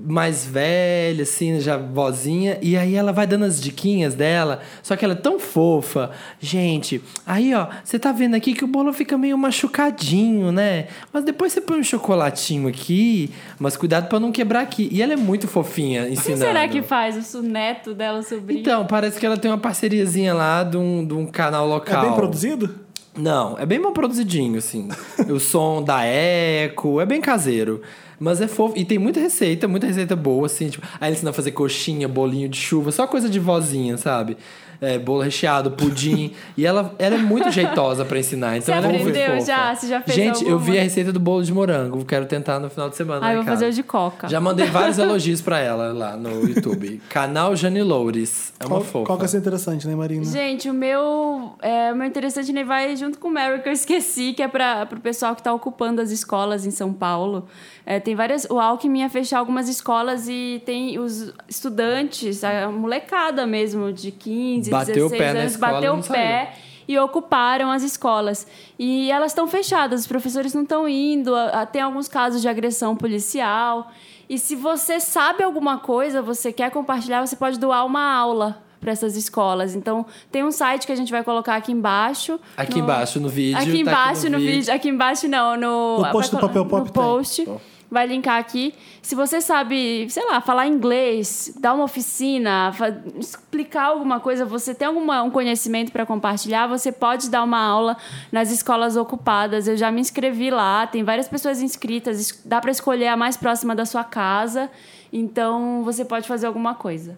[SPEAKER 3] mais velha, assim, já vozinha. E aí ela vai dando as diquinhas dela. Só que ela é tão fofa. Gente, aí, ó, você tá vendo aqui que o bolo fica meio machucadinho, né? Mas depois você põe um chocolatinho aqui. Mas cuidado pra não quebrar aqui. E ela é muito fofinha
[SPEAKER 2] Quem
[SPEAKER 3] ensinando.
[SPEAKER 2] será que faz? O neto dela, o sobrinho?
[SPEAKER 3] Então, parece que ela tem uma parceriazinha lá de um, de um canal
[SPEAKER 1] É
[SPEAKER 3] local.
[SPEAKER 1] bem produzido?
[SPEAKER 3] Não, é bem mal produzidinho, assim. o som da Eco, é bem caseiro. Mas é fofo. E tem muita receita, muita receita boa, assim. Tipo, aí ele ensina a fazer coxinha, bolinho de chuva, só coisa de vozinha, sabe? É, bolo recheado, pudim. e ela, ela é muito jeitosa pra ensinar. Então
[SPEAKER 2] Você
[SPEAKER 3] ela é muito
[SPEAKER 2] aprendeu
[SPEAKER 3] fofa.
[SPEAKER 2] já? Você já fez
[SPEAKER 3] Gente, eu vi
[SPEAKER 2] alguma?
[SPEAKER 3] a receita do bolo de morango. Quero tentar no final de semana.
[SPEAKER 2] Ah, eu
[SPEAKER 3] lá em
[SPEAKER 2] vou
[SPEAKER 3] casa.
[SPEAKER 2] fazer o de coca.
[SPEAKER 3] é Já mandei vários elogios pra ela lá no YouTube. Canal Jane Loures. É uma
[SPEAKER 1] Qual,
[SPEAKER 3] fofa.
[SPEAKER 1] qual que é seu interessante, né, Marina?
[SPEAKER 2] Gente, o meu, é, o meu interessante né, vai junto com o Mary, que eu esqueci, que é para o pessoal que está ocupando as escolas em São Paulo. É, tem várias. O Alckmin ia fechar algumas escolas e tem os estudantes, a molecada mesmo, de 15,
[SPEAKER 3] Bateu o
[SPEAKER 2] 16
[SPEAKER 3] pé na
[SPEAKER 2] anos,
[SPEAKER 3] escola,
[SPEAKER 2] bateu
[SPEAKER 3] não
[SPEAKER 2] o pé. E ocuparam as escolas. E elas estão fechadas, os professores não estão indo, a- a- tem alguns casos de agressão policial. E se você sabe alguma coisa, você quer compartilhar, você pode doar uma aula para essas escolas. Então, tem um site que a gente vai colocar aqui embaixo.
[SPEAKER 3] Aqui
[SPEAKER 2] no-
[SPEAKER 3] embaixo no vídeo.
[SPEAKER 2] Aqui
[SPEAKER 3] tá
[SPEAKER 2] embaixo no, vídeo. Aqui embaixo não, no...
[SPEAKER 1] No post
[SPEAKER 2] vai
[SPEAKER 1] do Papel
[SPEAKER 2] colo-
[SPEAKER 1] Pop
[SPEAKER 2] No
[SPEAKER 1] tem.
[SPEAKER 2] post. Vai linkar aqui. Se você sabe, sei lá, falar inglês, dar uma oficina, fa- explicar alguma coisa, você tem alguma, um conhecimento para compartilhar, você pode dar uma aula nas escolas ocupadas. Eu já me inscrevi lá, tem várias pessoas inscritas, es- dá para escolher a mais próxima da sua casa. Então, você pode fazer alguma coisa.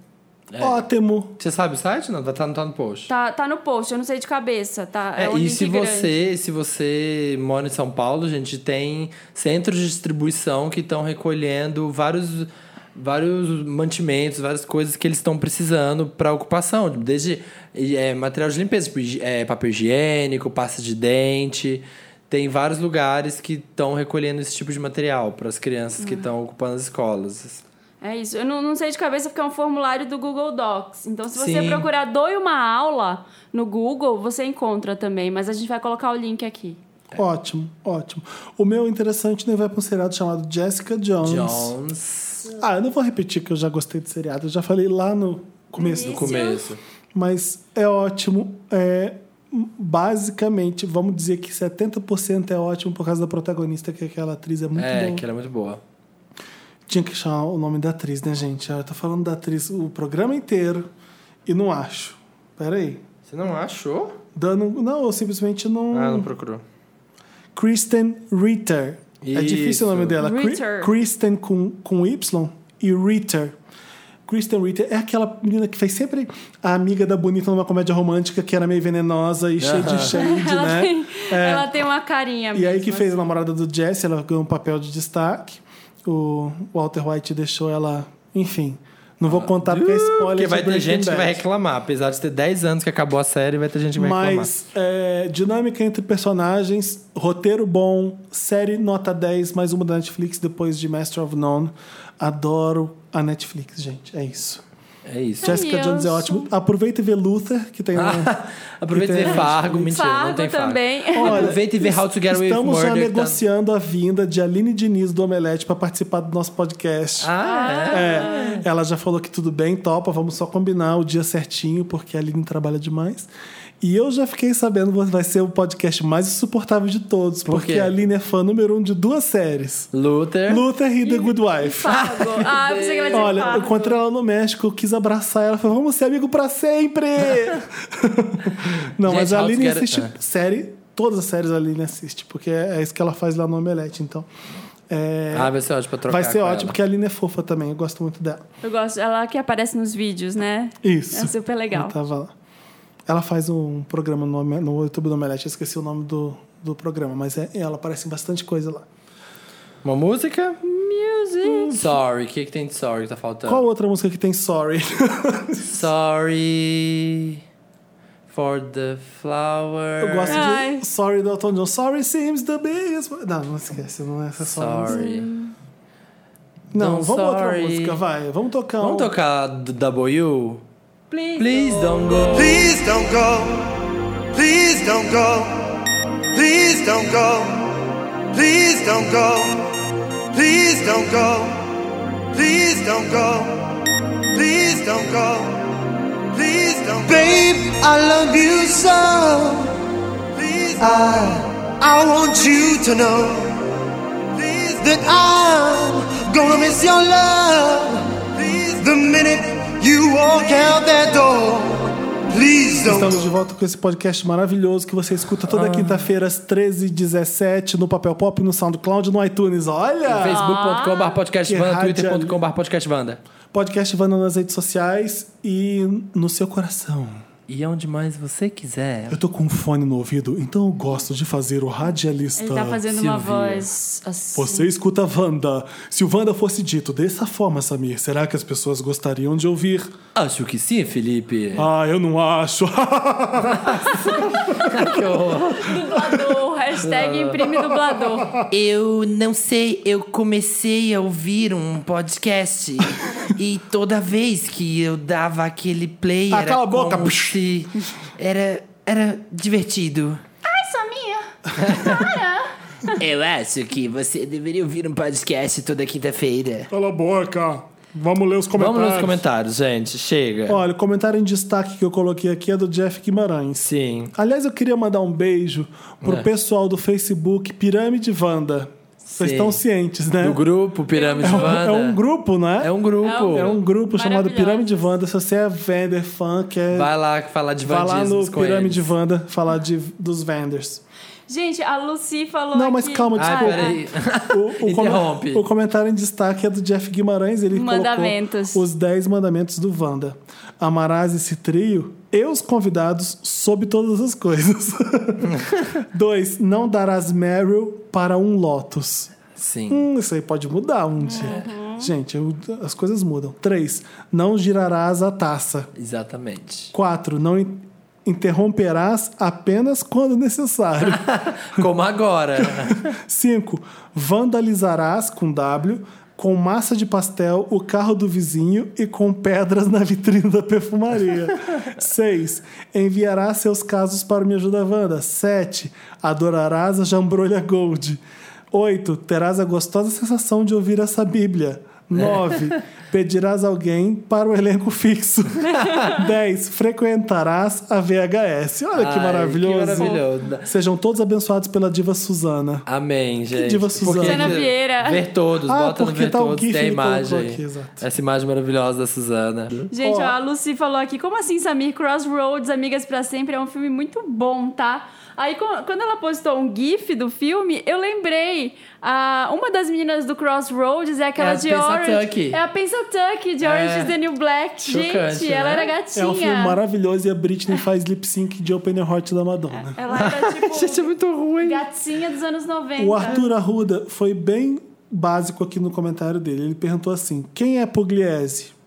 [SPEAKER 3] É.
[SPEAKER 1] Ótimo.
[SPEAKER 3] Você sabe o site? Não, tá, não tá no post.
[SPEAKER 2] Tá, tá no post, eu não sei de cabeça, tá?
[SPEAKER 3] É,
[SPEAKER 2] um
[SPEAKER 3] e
[SPEAKER 2] link
[SPEAKER 3] se
[SPEAKER 2] grande.
[SPEAKER 3] você, se você mora em São Paulo, gente, tem centros de distribuição que estão recolhendo vários vários mantimentos, várias coisas que eles estão precisando para ocupação, desde é, material de limpeza, tipo, higi- é, papel higiênico, pasta de dente. Tem vários lugares que estão recolhendo esse tipo de material para as crianças que estão ocupando as escolas.
[SPEAKER 2] É isso. Eu não, não sei de cabeça porque é um formulário do Google Docs. Então, se você
[SPEAKER 3] Sim.
[SPEAKER 2] procurar Doe uma aula no Google, você encontra também. Mas a gente vai colocar o link aqui.
[SPEAKER 1] Ótimo, ótimo. O meu interessante né, vai para um seriado chamado Jessica Jones.
[SPEAKER 3] Jones.
[SPEAKER 1] Ah, eu não vou repetir que eu já gostei do seriado, eu já falei lá no começo do
[SPEAKER 2] Isso.
[SPEAKER 3] Começo.
[SPEAKER 1] mas é ótimo. É, basicamente, vamos dizer que 70% é ótimo por causa da protagonista, que é aquela atriz é muito
[SPEAKER 3] é,
[SPEAKER 1] boa.
[SPEAKER 3] que ela é muito boa.
[SPEAKER 1] Tinha que chamar o nome da atriz, né, gente? Eu tô falando da atriz o programa inteiro e não acho. Peraí.
[SPEAKER 3] Você não achou?
[SPEAKER 1] Dando, não, eu simplesmente não.
[SPEAKER 3] Ah, não procurou.
[SPEAKER 1] Kristen Ritter. É difícil o nome
[SPEAKER 3] Isso.
[SPEAKER 1] dela. Cri-
[SPEAKER 2] Ritter.
[SPEAKER 1] Kristen com, com Y e Ritter. Kristen Ritter é aquela menina que fez sempre a amiga da bonita numa comédia romântica que era meio venenosa e cheia de shade,
[SPEAKER 2] ela,
[SPEAKER 1] né?
[SPEAKER 2] tem, né?
[SPEAKER 1] É.
[SPEAKER 2] ela tem uma carinha
[SPEAKER 1] E aí
[SPEAKER 2] mesmo,
[SPEAKER 1] que fez a namorada do Jesse, ela ganhou um papel de destaque. O Walter White deixou ela, enfim. Não vou contar porque é spoiler.
[SPEAKER 3] Ah. Porque
[SPEAKER 1] de
[SPEAKER 3] vai ter
[SPEAKER 1] Breaking
[SPEAKER 3] gente que vai
[SPEAKER 1] Bad.
[SPEAKER 3] reclamar. Apesar de ter 10 anos que acabou a série, vai ter gente que vai
[SPEAKER 1] Mas é, dinâmica entre personagens, roteiro bom, série nota 10, mais uma da Netflix depois de Master of None. Adoro a Netflix, gente. É isso.
[SPEAKER 3] reclamar. É isso.
[SPEAKER 1] Jessica
[SPEAKER 2] eu
[SPEAKER 1] Jones é
[SPEAKER 2] sou-
[SPEAKER 1] ótimo. Aproveita e vê Luther, que tem
[SPEAKER 3] Ah,
[SPEAKER 1] um lá.
[SPEAKER 3] Aproveita e vê
[SPEAKER 1] Tem-
[SPEAKER 3] Fargo. Mentira, não
[SPEAKER 2] Fargo
[SPEAKER 3] tem Fargo.
[SPEAKER 2] também.
[SPEAKER 3] Aproveita e vê How to Get Away with
[SPEAKER 1] Estamos já
[SPEAKER 3] Murder. que tá-
[SPEAKER 1] negociando a vinda de Aline Diniz do Omelete para participar do nosso podcast.
[SPEAKER 3] Ah, é?
[SPEAKER 1] É, ela já falou que tudo bem, topa, vamos só combinar o dia certinho, porque a Aline trabalha demais. E eu já fiquei sabendo que vai ser o podcast mais insuportável de todos, porque
[SPEAKER 3] quê?
[SPEAKER 1] a Aline é fã número um de duas séries:
[SPEAKER 3] é. Luther.
[SPEAKER 1] Luther e The Good Wife.
[SPEAKER 2] Fargo. Ah, eu pensei que ela ia dizer
[SPEAKER 1] Olha, eu
[SPEAKER 2] Fargo.
[SPEAKER 1] encontrei ela no México, eu quis abraçar ela, falei, vamos ser amigo pra sempre! Não,
[SPEAKER 3] Gente,
[SPEAKER 1] mas a
[SPEAKER 3] How to
[SPEAKER 1] Aline
[SPEAKER 3] Get-
[SPEAKER 1] assiste
[SPEAKER 3] é.
[SPEAKER 1] série, todas as séries a Aline assiste, porque é isso que ela faz lá no Omelete, então. é,
[SPEAKER 3] Ah, vai ser ótimo pra trocar
[SPEAKER 1] vai ser
[SPEAKER 3] com
[SPEAKER 1] ótimo,
[SPEAKER 3] ela.
[SPEAKER 1] porque a Aline é fofa também, eu gosto muito dela.
[SPEAKER 2] Eu gosto. Ela que aparece nos vídeos, né?
[SPEAKER 1] Isso. tá
[SPEAKER 2] É super legal.
[SPEAKER 1] Eu tava lá. Ela faz um programa no, Ome- no YouTube do Omelete, eu esqueci o nome do, do programa, mas é, ela aparece em bastante coisa lá.
[SPEAKER 3] Uma música? Music. Sorry. O que, que tem de sorry que tá faltando?
[SPEAKER 1] Qual outra música que tem Sorry?
[SPEAKER 3] Sorry for the flower.
[SPEAKER 1] Eu gosto
[SPEAKER 2] Ai.
[SPEAKER 1] de Sorry do Elton John. Sorry seems the biggest. Não, não esquece, não é essa Sorry.
[SPEAKER 3] Sorry.
[SPEAKER 1] Não,
[SPEAKER 3] Don't
[SPEAKER 1] vamos outra
[SPEAKER 3] sorry.
[SPEAKER 1] música, vai. Vamos tocar.
[SPEAKER 3] Vamos
[SPEAKER 1] um-
[SPEAKER 3] tocar do W? Please, don't go.
[SPEAKER 4] Please don't go. Please don't go. Please don't go. Please don't go. Please don't go. Please don't go. Please don't go. Please don't go. Babe, I love you so. Please I I want you to know please that I'm gonna miss your love. Please the minute you walk out that door. Please don't
[SPEAKER 1] Estamos de volta com esse podcast maravilhoso que você escuta toda
[SPEAKER 3] Ah.
[SPEAKER 1] quinta-feira às 13h17 no Papel Pop, no SoundCloud, no iTunes. Olha!
[SPEAKER 3] Facebook.com.br podcastvanda,
[SPEAKER 1] Que
[SPEAKER 3] twitter.com.br podcastvanda.
[SPEAKER 1] Podcast Vanda nas redes sociais e no seu coração.
[SPEAKER 3] E onde mais você quiser.
[SPEAKER 1] Eu tô com um fone no ouvido, então eu gosto de fazer o radialista.
[SPEAKER 2] Ele tá fazendo uma
[SPEAKER 3] Silvia.
[SPEAKER 2] voz assim.
[SPEAKER 1] Você escuta Wanda. Se o Wanda fosse dito dessa forma, Samir, será que as pessoas gostariam de ouvir?
[SPEAKER 3] Acho que sim, Felipe.
[SPEAKER 1] Ah, eu não acho.
[SPEAKER 2] Dublador. Hashtag imprime dublador.
[SPEAKER 3] Eu não sei, eu comecei a ouvir um podcast e toda vez que eu dava aquele play
[SPEAKER 1] Ah,
[SPEAKER 3] era
[SPEAKER 1] cala a boca,
[SPEAKER 3] como
[SPEAKER 1] psh.
[SPEAKER 3] se era era divertido. Ai, Samir, Eu acho que você deveria ouvir um podcast toda quinta-feira.
[SPEAKER 1] Cala a boca. Vamos ler os comentários.
[SPEAKER 3] Vamos nos comentários, gente. Chega.
[SPEAKER 1] Olha, o comentário em destaque que eu coloquei aqui é do Jeff Guimarães.
[SPEAKER 3] Sim.
[SPEAKER 1] Aliás, eu queria mandar um beijo pro
[SPEAKER 3] É.
[SPEAKER 1] pessoal do Facebook Pirâmide Wanda. Vocês
[SPEAKER 3] Sim.
[SPEAKER 1] estão cientes, né?
[SPEAKER 3] Do grupo Pirâmide
[SPEAKER 1] é, um,
[SPEAKER 3] Wanda.
[SPEAKER 1] é um grupo, né?
[SPEAKER 3] É um grupo.
[SPEAKER 2] É um
[SPEAKER 1] É um grupo chamado
[SPEAKER 2] Maravilhoso.
[SPEAKER 1] Pirâmide Wanda. Se você é vender fã, quer
[SPEAKER 3] Vai lá falar de
[SPEAKER 1] vai lá no
[SPEAKER 3] vandismos com
[SPEAKER 1] Pirâmide
[SPEAKER 3] eles.
[SPEAKER 1] Wanda falar de, dos venders.
[SPEAKER 2] Gente, a Lucy falou.
[SPEAKER 1] Não, mas
[SPEAKER 2] aqui-
[SPEAKER 1] calma,
[SPEAKER 3] Ah,
[SPEAKER 1] desculpa.
[SPEAKER 3] peraí.
[SPEAKER 1] O, o,
[SPEAKER 3] Interrompe.
[SPEAKER 1] o comentário em destaque é do Jeff Guimarães. Ele
[SPEAKER 2] Mandamentos.
[SPEAKER 1] colocou os 10 mandamentos do Wanda. Amarás esse trio e os convidados sob todas as coisas. Dois, não darás Meryl para um Lotus.
[SPEAKER 3] Sim.
[SPEAKER 1] Hum, isso aí pode mudar um dia. Gente, eu- as coisas mudam. Três, não girarás a taça.
[SPEAKER 3] Exatamente.
[SPEAKER 1] Quatro, não in- interromperás apenas quando necessário.
[SPEAKER 3] Como agora.
[SPEAKER 1] Cinco, vandalizarás com W, com massa de pastel, o carro do vizinho e com pedras na vitrine da perfumaria. Seis, enviarás seus casos para o Me Ajuda Wanda. Sete, adorarás a jambrolha Gold. Oito, terás a gostosa sensação de ouvir essa bíblia.
[SPEAKER 3] É.
[SPEAKER 1] Nove, pedirás alguém para o elenco fixo. Dez, frequentarás a VHS. Olha
[SPEAKER 3] Ai,
[SPEAKER 1] que
[SPEAKER 3] que
[SPEAKER 1] maravilhoso.
[SPEAKER 3] maravilhoso.
[SPEAKER 1] Sejam todos abençoados pela diva Suzana.
[SPEAKER 3] Amém, gente.
[SPEAKER 1] diva Suzana.
[SPEAKER 2] Suzana Vieira.
[SPEAKER 3] Ver todos,
[SPEAKER 1] Ah,
[SPEAKER 3] bota no
[SPEAKER 1] porque
[SPEAKER 3] ver
[SPEAKER 1] tá o
[SPEAKER 3] todos,
[SPEAKER 1] GIF
[SPEAKER 3] tem a
[SPEAKER 1] que colocou
[SPEAKER 3] imagem.
[SPEAKER 1] aqui, exato.
[SPEAKER 3] Essa imagem maravilhosa da Suzana.
[SPEAKER 2] Gente,
[SPEAKER 1] Ó.
[SPEAKER 2] ó, a Lucy falou aqui, como assim, Samir? Crossroads, Amigas pra Sempre, é um filme muito bom, tá? Aí, co- quando ela postou um gif do filme, eu lembrei. ah, uma das meninas do Crossroads é aquela
[SPEAKER 3] É a
[SPEAKER 2] de
[SPEAKER 3] Pennsatucky.
[SPEAKER 2] Orange. É a Pennsatucky, de Orange
[SPEAKER 3] É.
[SPEAKER 2] is the New Black.
[SPEAKER 3] Chocante,
[SPEAKER 2] Gente, ela
[SPEAKER 3] né?
[SPEAKER 2] era
[SPEAKER 1] É
[SPEAKER 2] gatinha.
[SPEAKER 1] um filme maravilhoso e a Britney faz lip sync de Open Your Heart da Madonna.
[SPEAKER 2] Ela era,
[SPEAKER 3] Gente, é
[SPEAKER 2] tipo,
[SPEAKER 3] muito ruim.
[SPEAKER 2] gatinha dos anos 90.
[SPEAKER 3] Então.
[SPEAKER 1] O Arthur Arruda foi bem básico aqui no comentário dele. Ele perguntou assim: quem é Pugliese?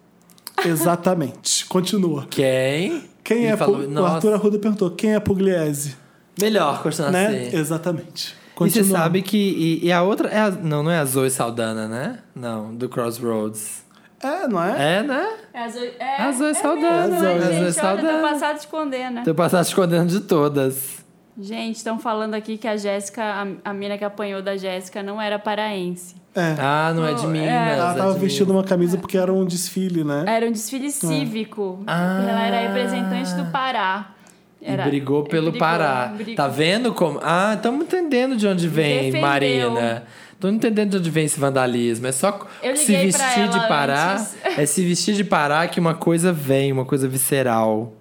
[SPEAKER 1] Exatamente. Continua.
[SPEAKER 3] Quem?
[SPEAKER 1] Quem
[SPEAKER 3] Ele
[SPEAKER 1] é
[SPEAKER 3] falou,
[SPEAKER 1] Pu- O
[SPEAKER 3] "Nossa."
[SPEAKER 1] Arthur Arruda perguntou: quem é Pugliese?
[SPEAKER 3] Melhor continuar
[SPEAKER 1] Né?
[SPEAKER 3] assim.
[SPEAKER 1] Exatamente.
[SPEAKER 3] E você
[SPEAKER 1] Continua.
[SPEAKER 3] sabe que. E, e a outra. É a- não, não é a Zoe Saldana, né? Não, do Crossroads.
[SPEAKER 1] É, não é?
[SPEAKER 3] É, né?
[SPEAKER 2] É a Zoe, é,
[SPEAKER 3] A Zoe
[SPEAKER 2] é
[SPEAKER 3] Saldana,
[SPEAKER 2] mesmo,
[SPEAKER 1] a
[SPEAKER 2] né,
[SPEAKER 3] Zoe
[SPEAKER 2] gente, olha,
[SPEAKER 3] Saldana.
[SPEAKER 2] teu passado te condena.
[SPEAKER 3] Teu passado escondendo de todas.
[SPEAKER 2] Gente, estão falando aqui que a Jéssica, a, a mina que apanhou da Jéssica, não era paraense.
[SPEAKER 1] É.
[SPEAKER 3] Ah, não é de
[SPEAKER 2] Oh,
[SPEAKER 3] Minas.
[SPEAKER 2] é.
[SPEAKER 1] Ela
[SPEAKER 3] é
[SPEAKER 1] tava
[SPEAKER 3] de
[SPEAKER 1] vestindo
[SPEAKER 3] Minas.
[SPEAKER 1] uma camisa porque era um desfile,
[SPEAKER 3] É.
[SPEAKER 1] né?
[SPEAKER 2] Era um desfile cívico.
[SPEAKER 3] Ah.
[SPEAKER 2] Ela era representante do Pará. Era- é,
[SPEAKER 3] E brigou pelo
[SPEAKER 2] brigou,
[SPEAKER 3] Pará.
[SPEAKER 2] brigou.
[SPEAKER 3] Tá vendo como. Ah, estamos entendendo de onde vem,
[SPEAKER 2] Defendeu.
[SPEAKER 3] Marina. Tô entendendo de onde vem esse vandalismo. É só
[SPEAKER 2] Eu
[SPEAKER 3] se
[SPEAKER 2] liguei pra
[SPEAKER 3] vestir
[SPEAKER 2] ela
[SPEAKER 3] de Pará.
[SPEAKER 2] antes.
[SPEAKER 3] É se vestir de Pará que uma coisa vem, uma coisa visceral.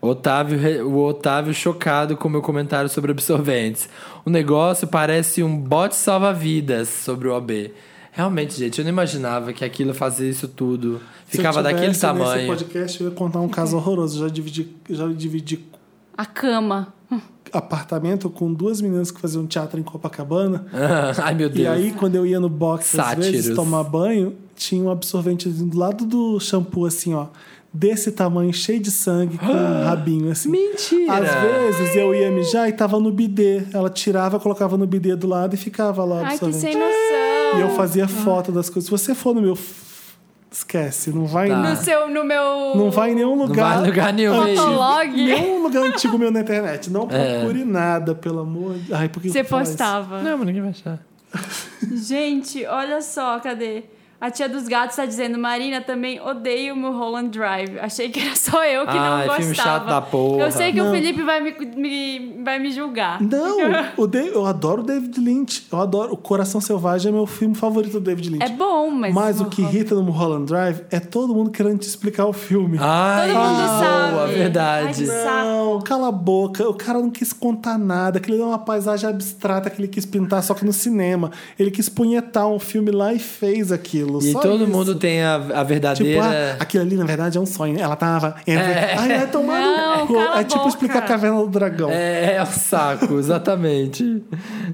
[SPEAKER 3] Otávio, re- o Otávio chocado com o meu comentário sobre absorventes. O negócio parece um bote salva-vidas sobre o OB. Realmente, gente, eu não imaginava que aquilo fazia isso tudo.
[SPEAKER 1] Se eu
[SPEAKER 3] Ficava daquele
[SPEAKER 1] tivesse Nesse
[SPEAKER 3] tamanho.
[SPEAKER 1] podcast eu ia contar um caso horroroso. Já dividi, já dividi
[SPEAKER 2] A cama.
[SPEAKER 1] apartamento com duas meninas que faziam teatro em Copacabana.
[SPEAKER 3] Ai, meu
[SPEAKER 1] E
[SPEAKER 3] Deus.
[SPEAKER 1] aí, quando eu ia no box
[SPEAKER 3] Sátiros.
[SPEAKER 1] às vezes tomar banho, tinha um absorvente do lado do shampoo, assim, ó. Desse tamanho, cheio de sangue, com um rabinho, assim.
[SPEAKER 3] Mentira!
[SPEAKER 1] Às vezes eu ia mijar e tava no bidê. Ela tirava, colocava no bidê do lado e ficava lá o
[SPEAKER 2] Ai, que
[SPEAKER 1] absorvente.
[SPEAKER 2] sem noção.
[SPEAKER 1] E eu fazia foto das coisas. Se você for no meu... f- Esquece, não vai...
[SPEAKER 3] Tá.
[SPEAKER 2] No seu, no meu...
[SPEAKER 1] Não vai em nenhum lugar...
[SPEAKER 3] vai em lugar nenhum,
[SPEAKER 1] antigo-
[SPEAKER 2] Fotolog.
[SPEAKER 1] Nenhum lugar antigo meu na internet. Não
[SPEAKER 3] É.
[SPEAKER 1] procure nada, pelo amor de... Ai, por que
[SPEAKER 2] Você
[SPEAKER 1] que fala isso?
[SPEAKER 2] postava.
[SPEAKER 3] Não, mas ninguém vai achar.
[SPEAKER 2] Gente, olha só, cadê? A tia dos gatos tá dizendo, Marina, também odeio Mulholland Drive. Achei que era só eu que não
[SPEAKER 3] Ai,
[SPEAKER 2] gostava.
[SPEAKER 3] filme chato da porra.
[SPEAKER 2] Eu sei que
[SPEAKER 1] Não.
[SPEAKER 2] o Felipe vai me, me- vai me julgar.
[SPEAKER 1] Não, o Da- eu adoro o David Lynch. Eu adoro. O Coração Selvagem é meu filme favorito do David Link.
[SPEAKER 2] É bom, mas...
[SPEAKER 1] Mas o que irrita no Mulholland Drive é todo mundo querendo te explicar o filme.
[SPEAKER 3] Ai,
[SPEAKER 2] Todo mundo
[SPEAKER 3] boa, é
[SPEAKER 2] sabe.
[SPEAKER 3] verdade.
[SPEAKER 2] Ai,
[SPEAKER 1] Não, cala a boca. O cara não quis contar nada. Aquilo é uma paisagem abstrata que ele quis pintar só que no cinema. Ele quis punhetar um filme lá e fez aquilo.
[SPEAKER 3] E
[SPEAKER 1] só
[SPEAKER 3] todo
[SPEAKER 1] isso.
[SPEAKER 3] mundo tem a, a
[SPEAKER 1] Tipo,
[SPEAKER 3] verdadeira.
[SPEAKER 1] ah, aquilo ali na verdade é um sonho. Ela tava. Ai, vai tomar
[SPEAKER 2] Não,
[SPEAKER 1] no cu.
[SPEAKER 2] cala a
[SPEAKER 1] É tipo
[SPEAKER 2] boca.
[SPEAKER 1] explicar a caverna do dragão.
[SPEAKER 3] É, é o saco, exatamente.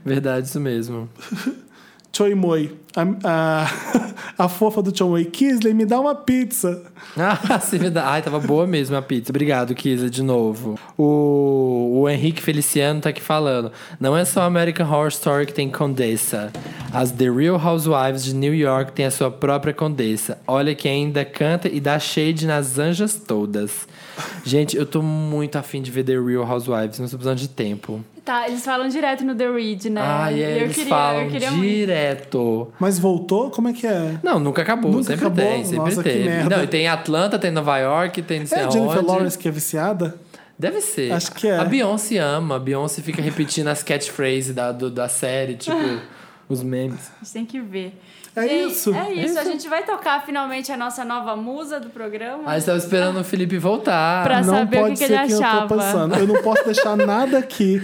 [SPEAKER 3] Verdade, isso mesmo.
[SPEAKER 1] Choi Moi. A, a, a fofa do Choi Moi. Kisley, me dá uma pizza.
[SPEAKER 3] Ah, sim, verdade. Ai, tava boa mesmo a pizza. Obrigado, Kisa, de novo. O, o Henrique Feliciano tá aqui falando. Não é só American Horror Story que tem Condessa. As The Real Housewives de New York tem a sua própria Condessa. Olha que ainda canta e dá shade nas anjas todas. Gente, eu tô muito afim de ver The Real Housewives, mas tô precisando de tempo.
[SPEAKER 2] Tá, eles falam direto no The Read, né?
[SPEAKER 3] Ah,
[SPEAKER 2] E
[SPEAKER 3] e aí
[SPEAKER 2] eu
[SPEAKER 3] eles
[SPEAKER 2] queria,
[SPEAKER 3] falam
[SPEAKER 2] eu queria muito.
[SPEAKER 3] direto.
[SPEAKER 1] Mas voltou? Como é que é?
[SPEAKER 3] Não, nunca acabou,
[SPEAKER 1] Nunca
[SPEAKER 3] sempre
[SPEAKER 1] acabou?
[SPEAKER 3] tem, sempre
[SPEAKER 1] Nossa, que
[SPEAKER 3] tem.
[SPEAKER 1] merda.
[SPEAKER 3] Não, e tem Atlanta, tem Nova York, tem não sei
[SPEAKER 1] É a Jennifer
[SPEAKER 3] aonde.
[SPEAKER 1] Lawrence que é viciada?
[SPEAKER 3] Deve ser.
[SPEAKER 1] Acho que é.
[SPEAKER 3] A Beyoncé ama, a Beyoncé fica repetindo as catchphrases da, do- da série, tipo, os memes.
[SPEAKER 2] A gente tem que ver.
[SPEAKER 1] É
[SPEAKER 2] Gente,
[SPEAKER 1] isso.
[SPEAKER 2] É isso.
[SPEAKER 3] Isso.
[SPEAKER 2] A gente vai tocar finalmente a nossa nova musa do programa.
[SPEAKER 3] Aí estava Ah, esperando o Felipe voltar.
[SPEAKER 2] Pra-
[SPEAKER 1] não
[SPEAKER 2] saber o
[SPEAKER 1] pode
[SPEAKER 2] que que
[SPEAKER 1] ser
[SPEAKER 2] ele
[SPEAKER 1] quem eu
[SPEAKER 2] achava.
[SPEAKER 1] tô pensando. Eu não posso deixar nada aqui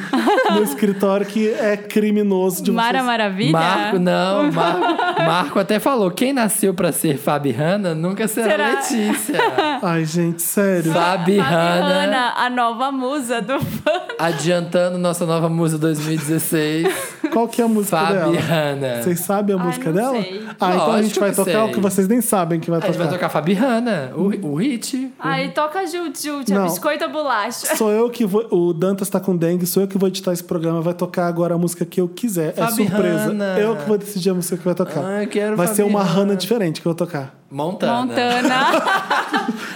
[SPEAKER 1] no escritório que é criminoso de
[SPEAKER 2] Mara
[SPEAKER 1] vocês.
[SPEAKER 2] Maravilha?
[SPEAKER 3] Marco, né? não, Marco, Marco até falou: quem nasceu pra ser Fabi Hanna nunca será,
[SPEAKER 2] Será?
[SPEAKER 3] Letícia.
[SPEAKER 1] Ai, gente, sério.
[SPEAKER 3] Fabi Hanna,
[SPEAKER 2] Ana, a nova musa do fã.
[SPEAKER 3] adiantando nossa nova musa 2016.
[SPEAKER 1] Qual que é a música dela?
[SPEAKER 3] Fabiana.
[SPEAKER 1] Vocês sabem a
[SPEAKER 2] Ai,
[SPEAKER 1] música
[SPEAKER 2] não
[SPEAKER 1] dela?
[SPEAKER 2] sei.
[SPEAKER 1] Ah, então a gente
[SPEAKER 3] Lógico
[SPEAKER 1] vai
[SPEAKER 3] que
[SPEAKER 1] tocar o
[SPEAKER 3] sei.
[SPEAKER 1] que vocês nem sabem que vai
[SPEAKER 3] A gente vai
[SPEAKER 1] tocar.
[SPEAKER 3] tocar Fabiana, o, o hit.
[SPEAKER 2] Aí toca Jute, Jute, é
[SPEAKER 1] Não.
[SPEAKER 2] biscoito ou bolacha?
[SPEAKER 1] Sou eu que vou. O Dantas tá com dengue, sou eu que vou editar esse programa. Vai tocar agora a música que eu quiser. É
[SPEAKER 3] Fabi
[SPEAKER 1] surpresa.
[SPEAKER 3] Hanna.
[SPEAKER 1] Eu que vou decidir a música que vai tocar.
[SPEAKER 3] Ah, eu quero
[SPEAKER 1] vai
[SPEAKER 3] Fabi
[SPEAKER 1] ser uma
[SPEAKER 3] Hanna.
[SPEAKER 1] Hannah diferente que eu vou tocar.
[SPEAKER 3] Montana.
[SPEAKER 2] Montana.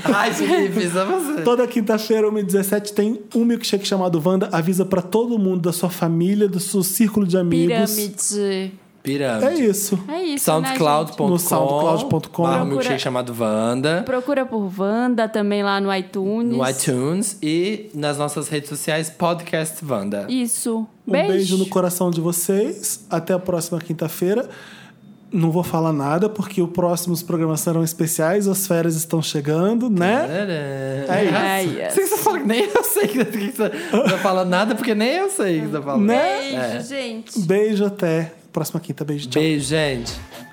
[SPEAKER 3] Ai, Felipe, só você.
[SPEAKER 1] Toda quinta-feira, 1 17 tem um milkshake chamado Wanda. Avisa pra todo mundo da sua família, do seu círculo de amigos.
[SPEAKER 2] Pirâmide.
[SPEAKER 3] Pirâmide.
[SPEAKER 1] É isso.
[SPEAKER 2] É isso, né, gente?
[SPEAKER 3] soundcloud.com
[SPEAKER 1] No soundcloud.com.
[SPEAKER 3] barra
[SPEAKER 1] Procura-
[SPEAKER 3] milkshake chamado Vanda
[SPEAKER 2] Procura por Wanda também lá no iTunes.
[SPEAKER 3] no iTunes e nas nossas redes sociais podcast Vanda
[SPEAKER 2] Isso.
[SPEAKER 1] Um beijo. no coração de vocês. Até a próxima quinta-feira. Não vou falar nada, porque os próximos programas serão especiais, as férias estão chegando, né? É isso.
[SPEAKER 2] É isso.
[SPEAKER 3] Vocês falam que nem eu sei que que você não fala nada, porque nem eu sei que você fala.
[SPEAKER 1] Né?
[SPEAKER 2] Beijo, gente.
[SPEAKER 1] Beijo até a próxima quinta. Beijo, tchau.
[SPEAKER 3] Beijo, gente.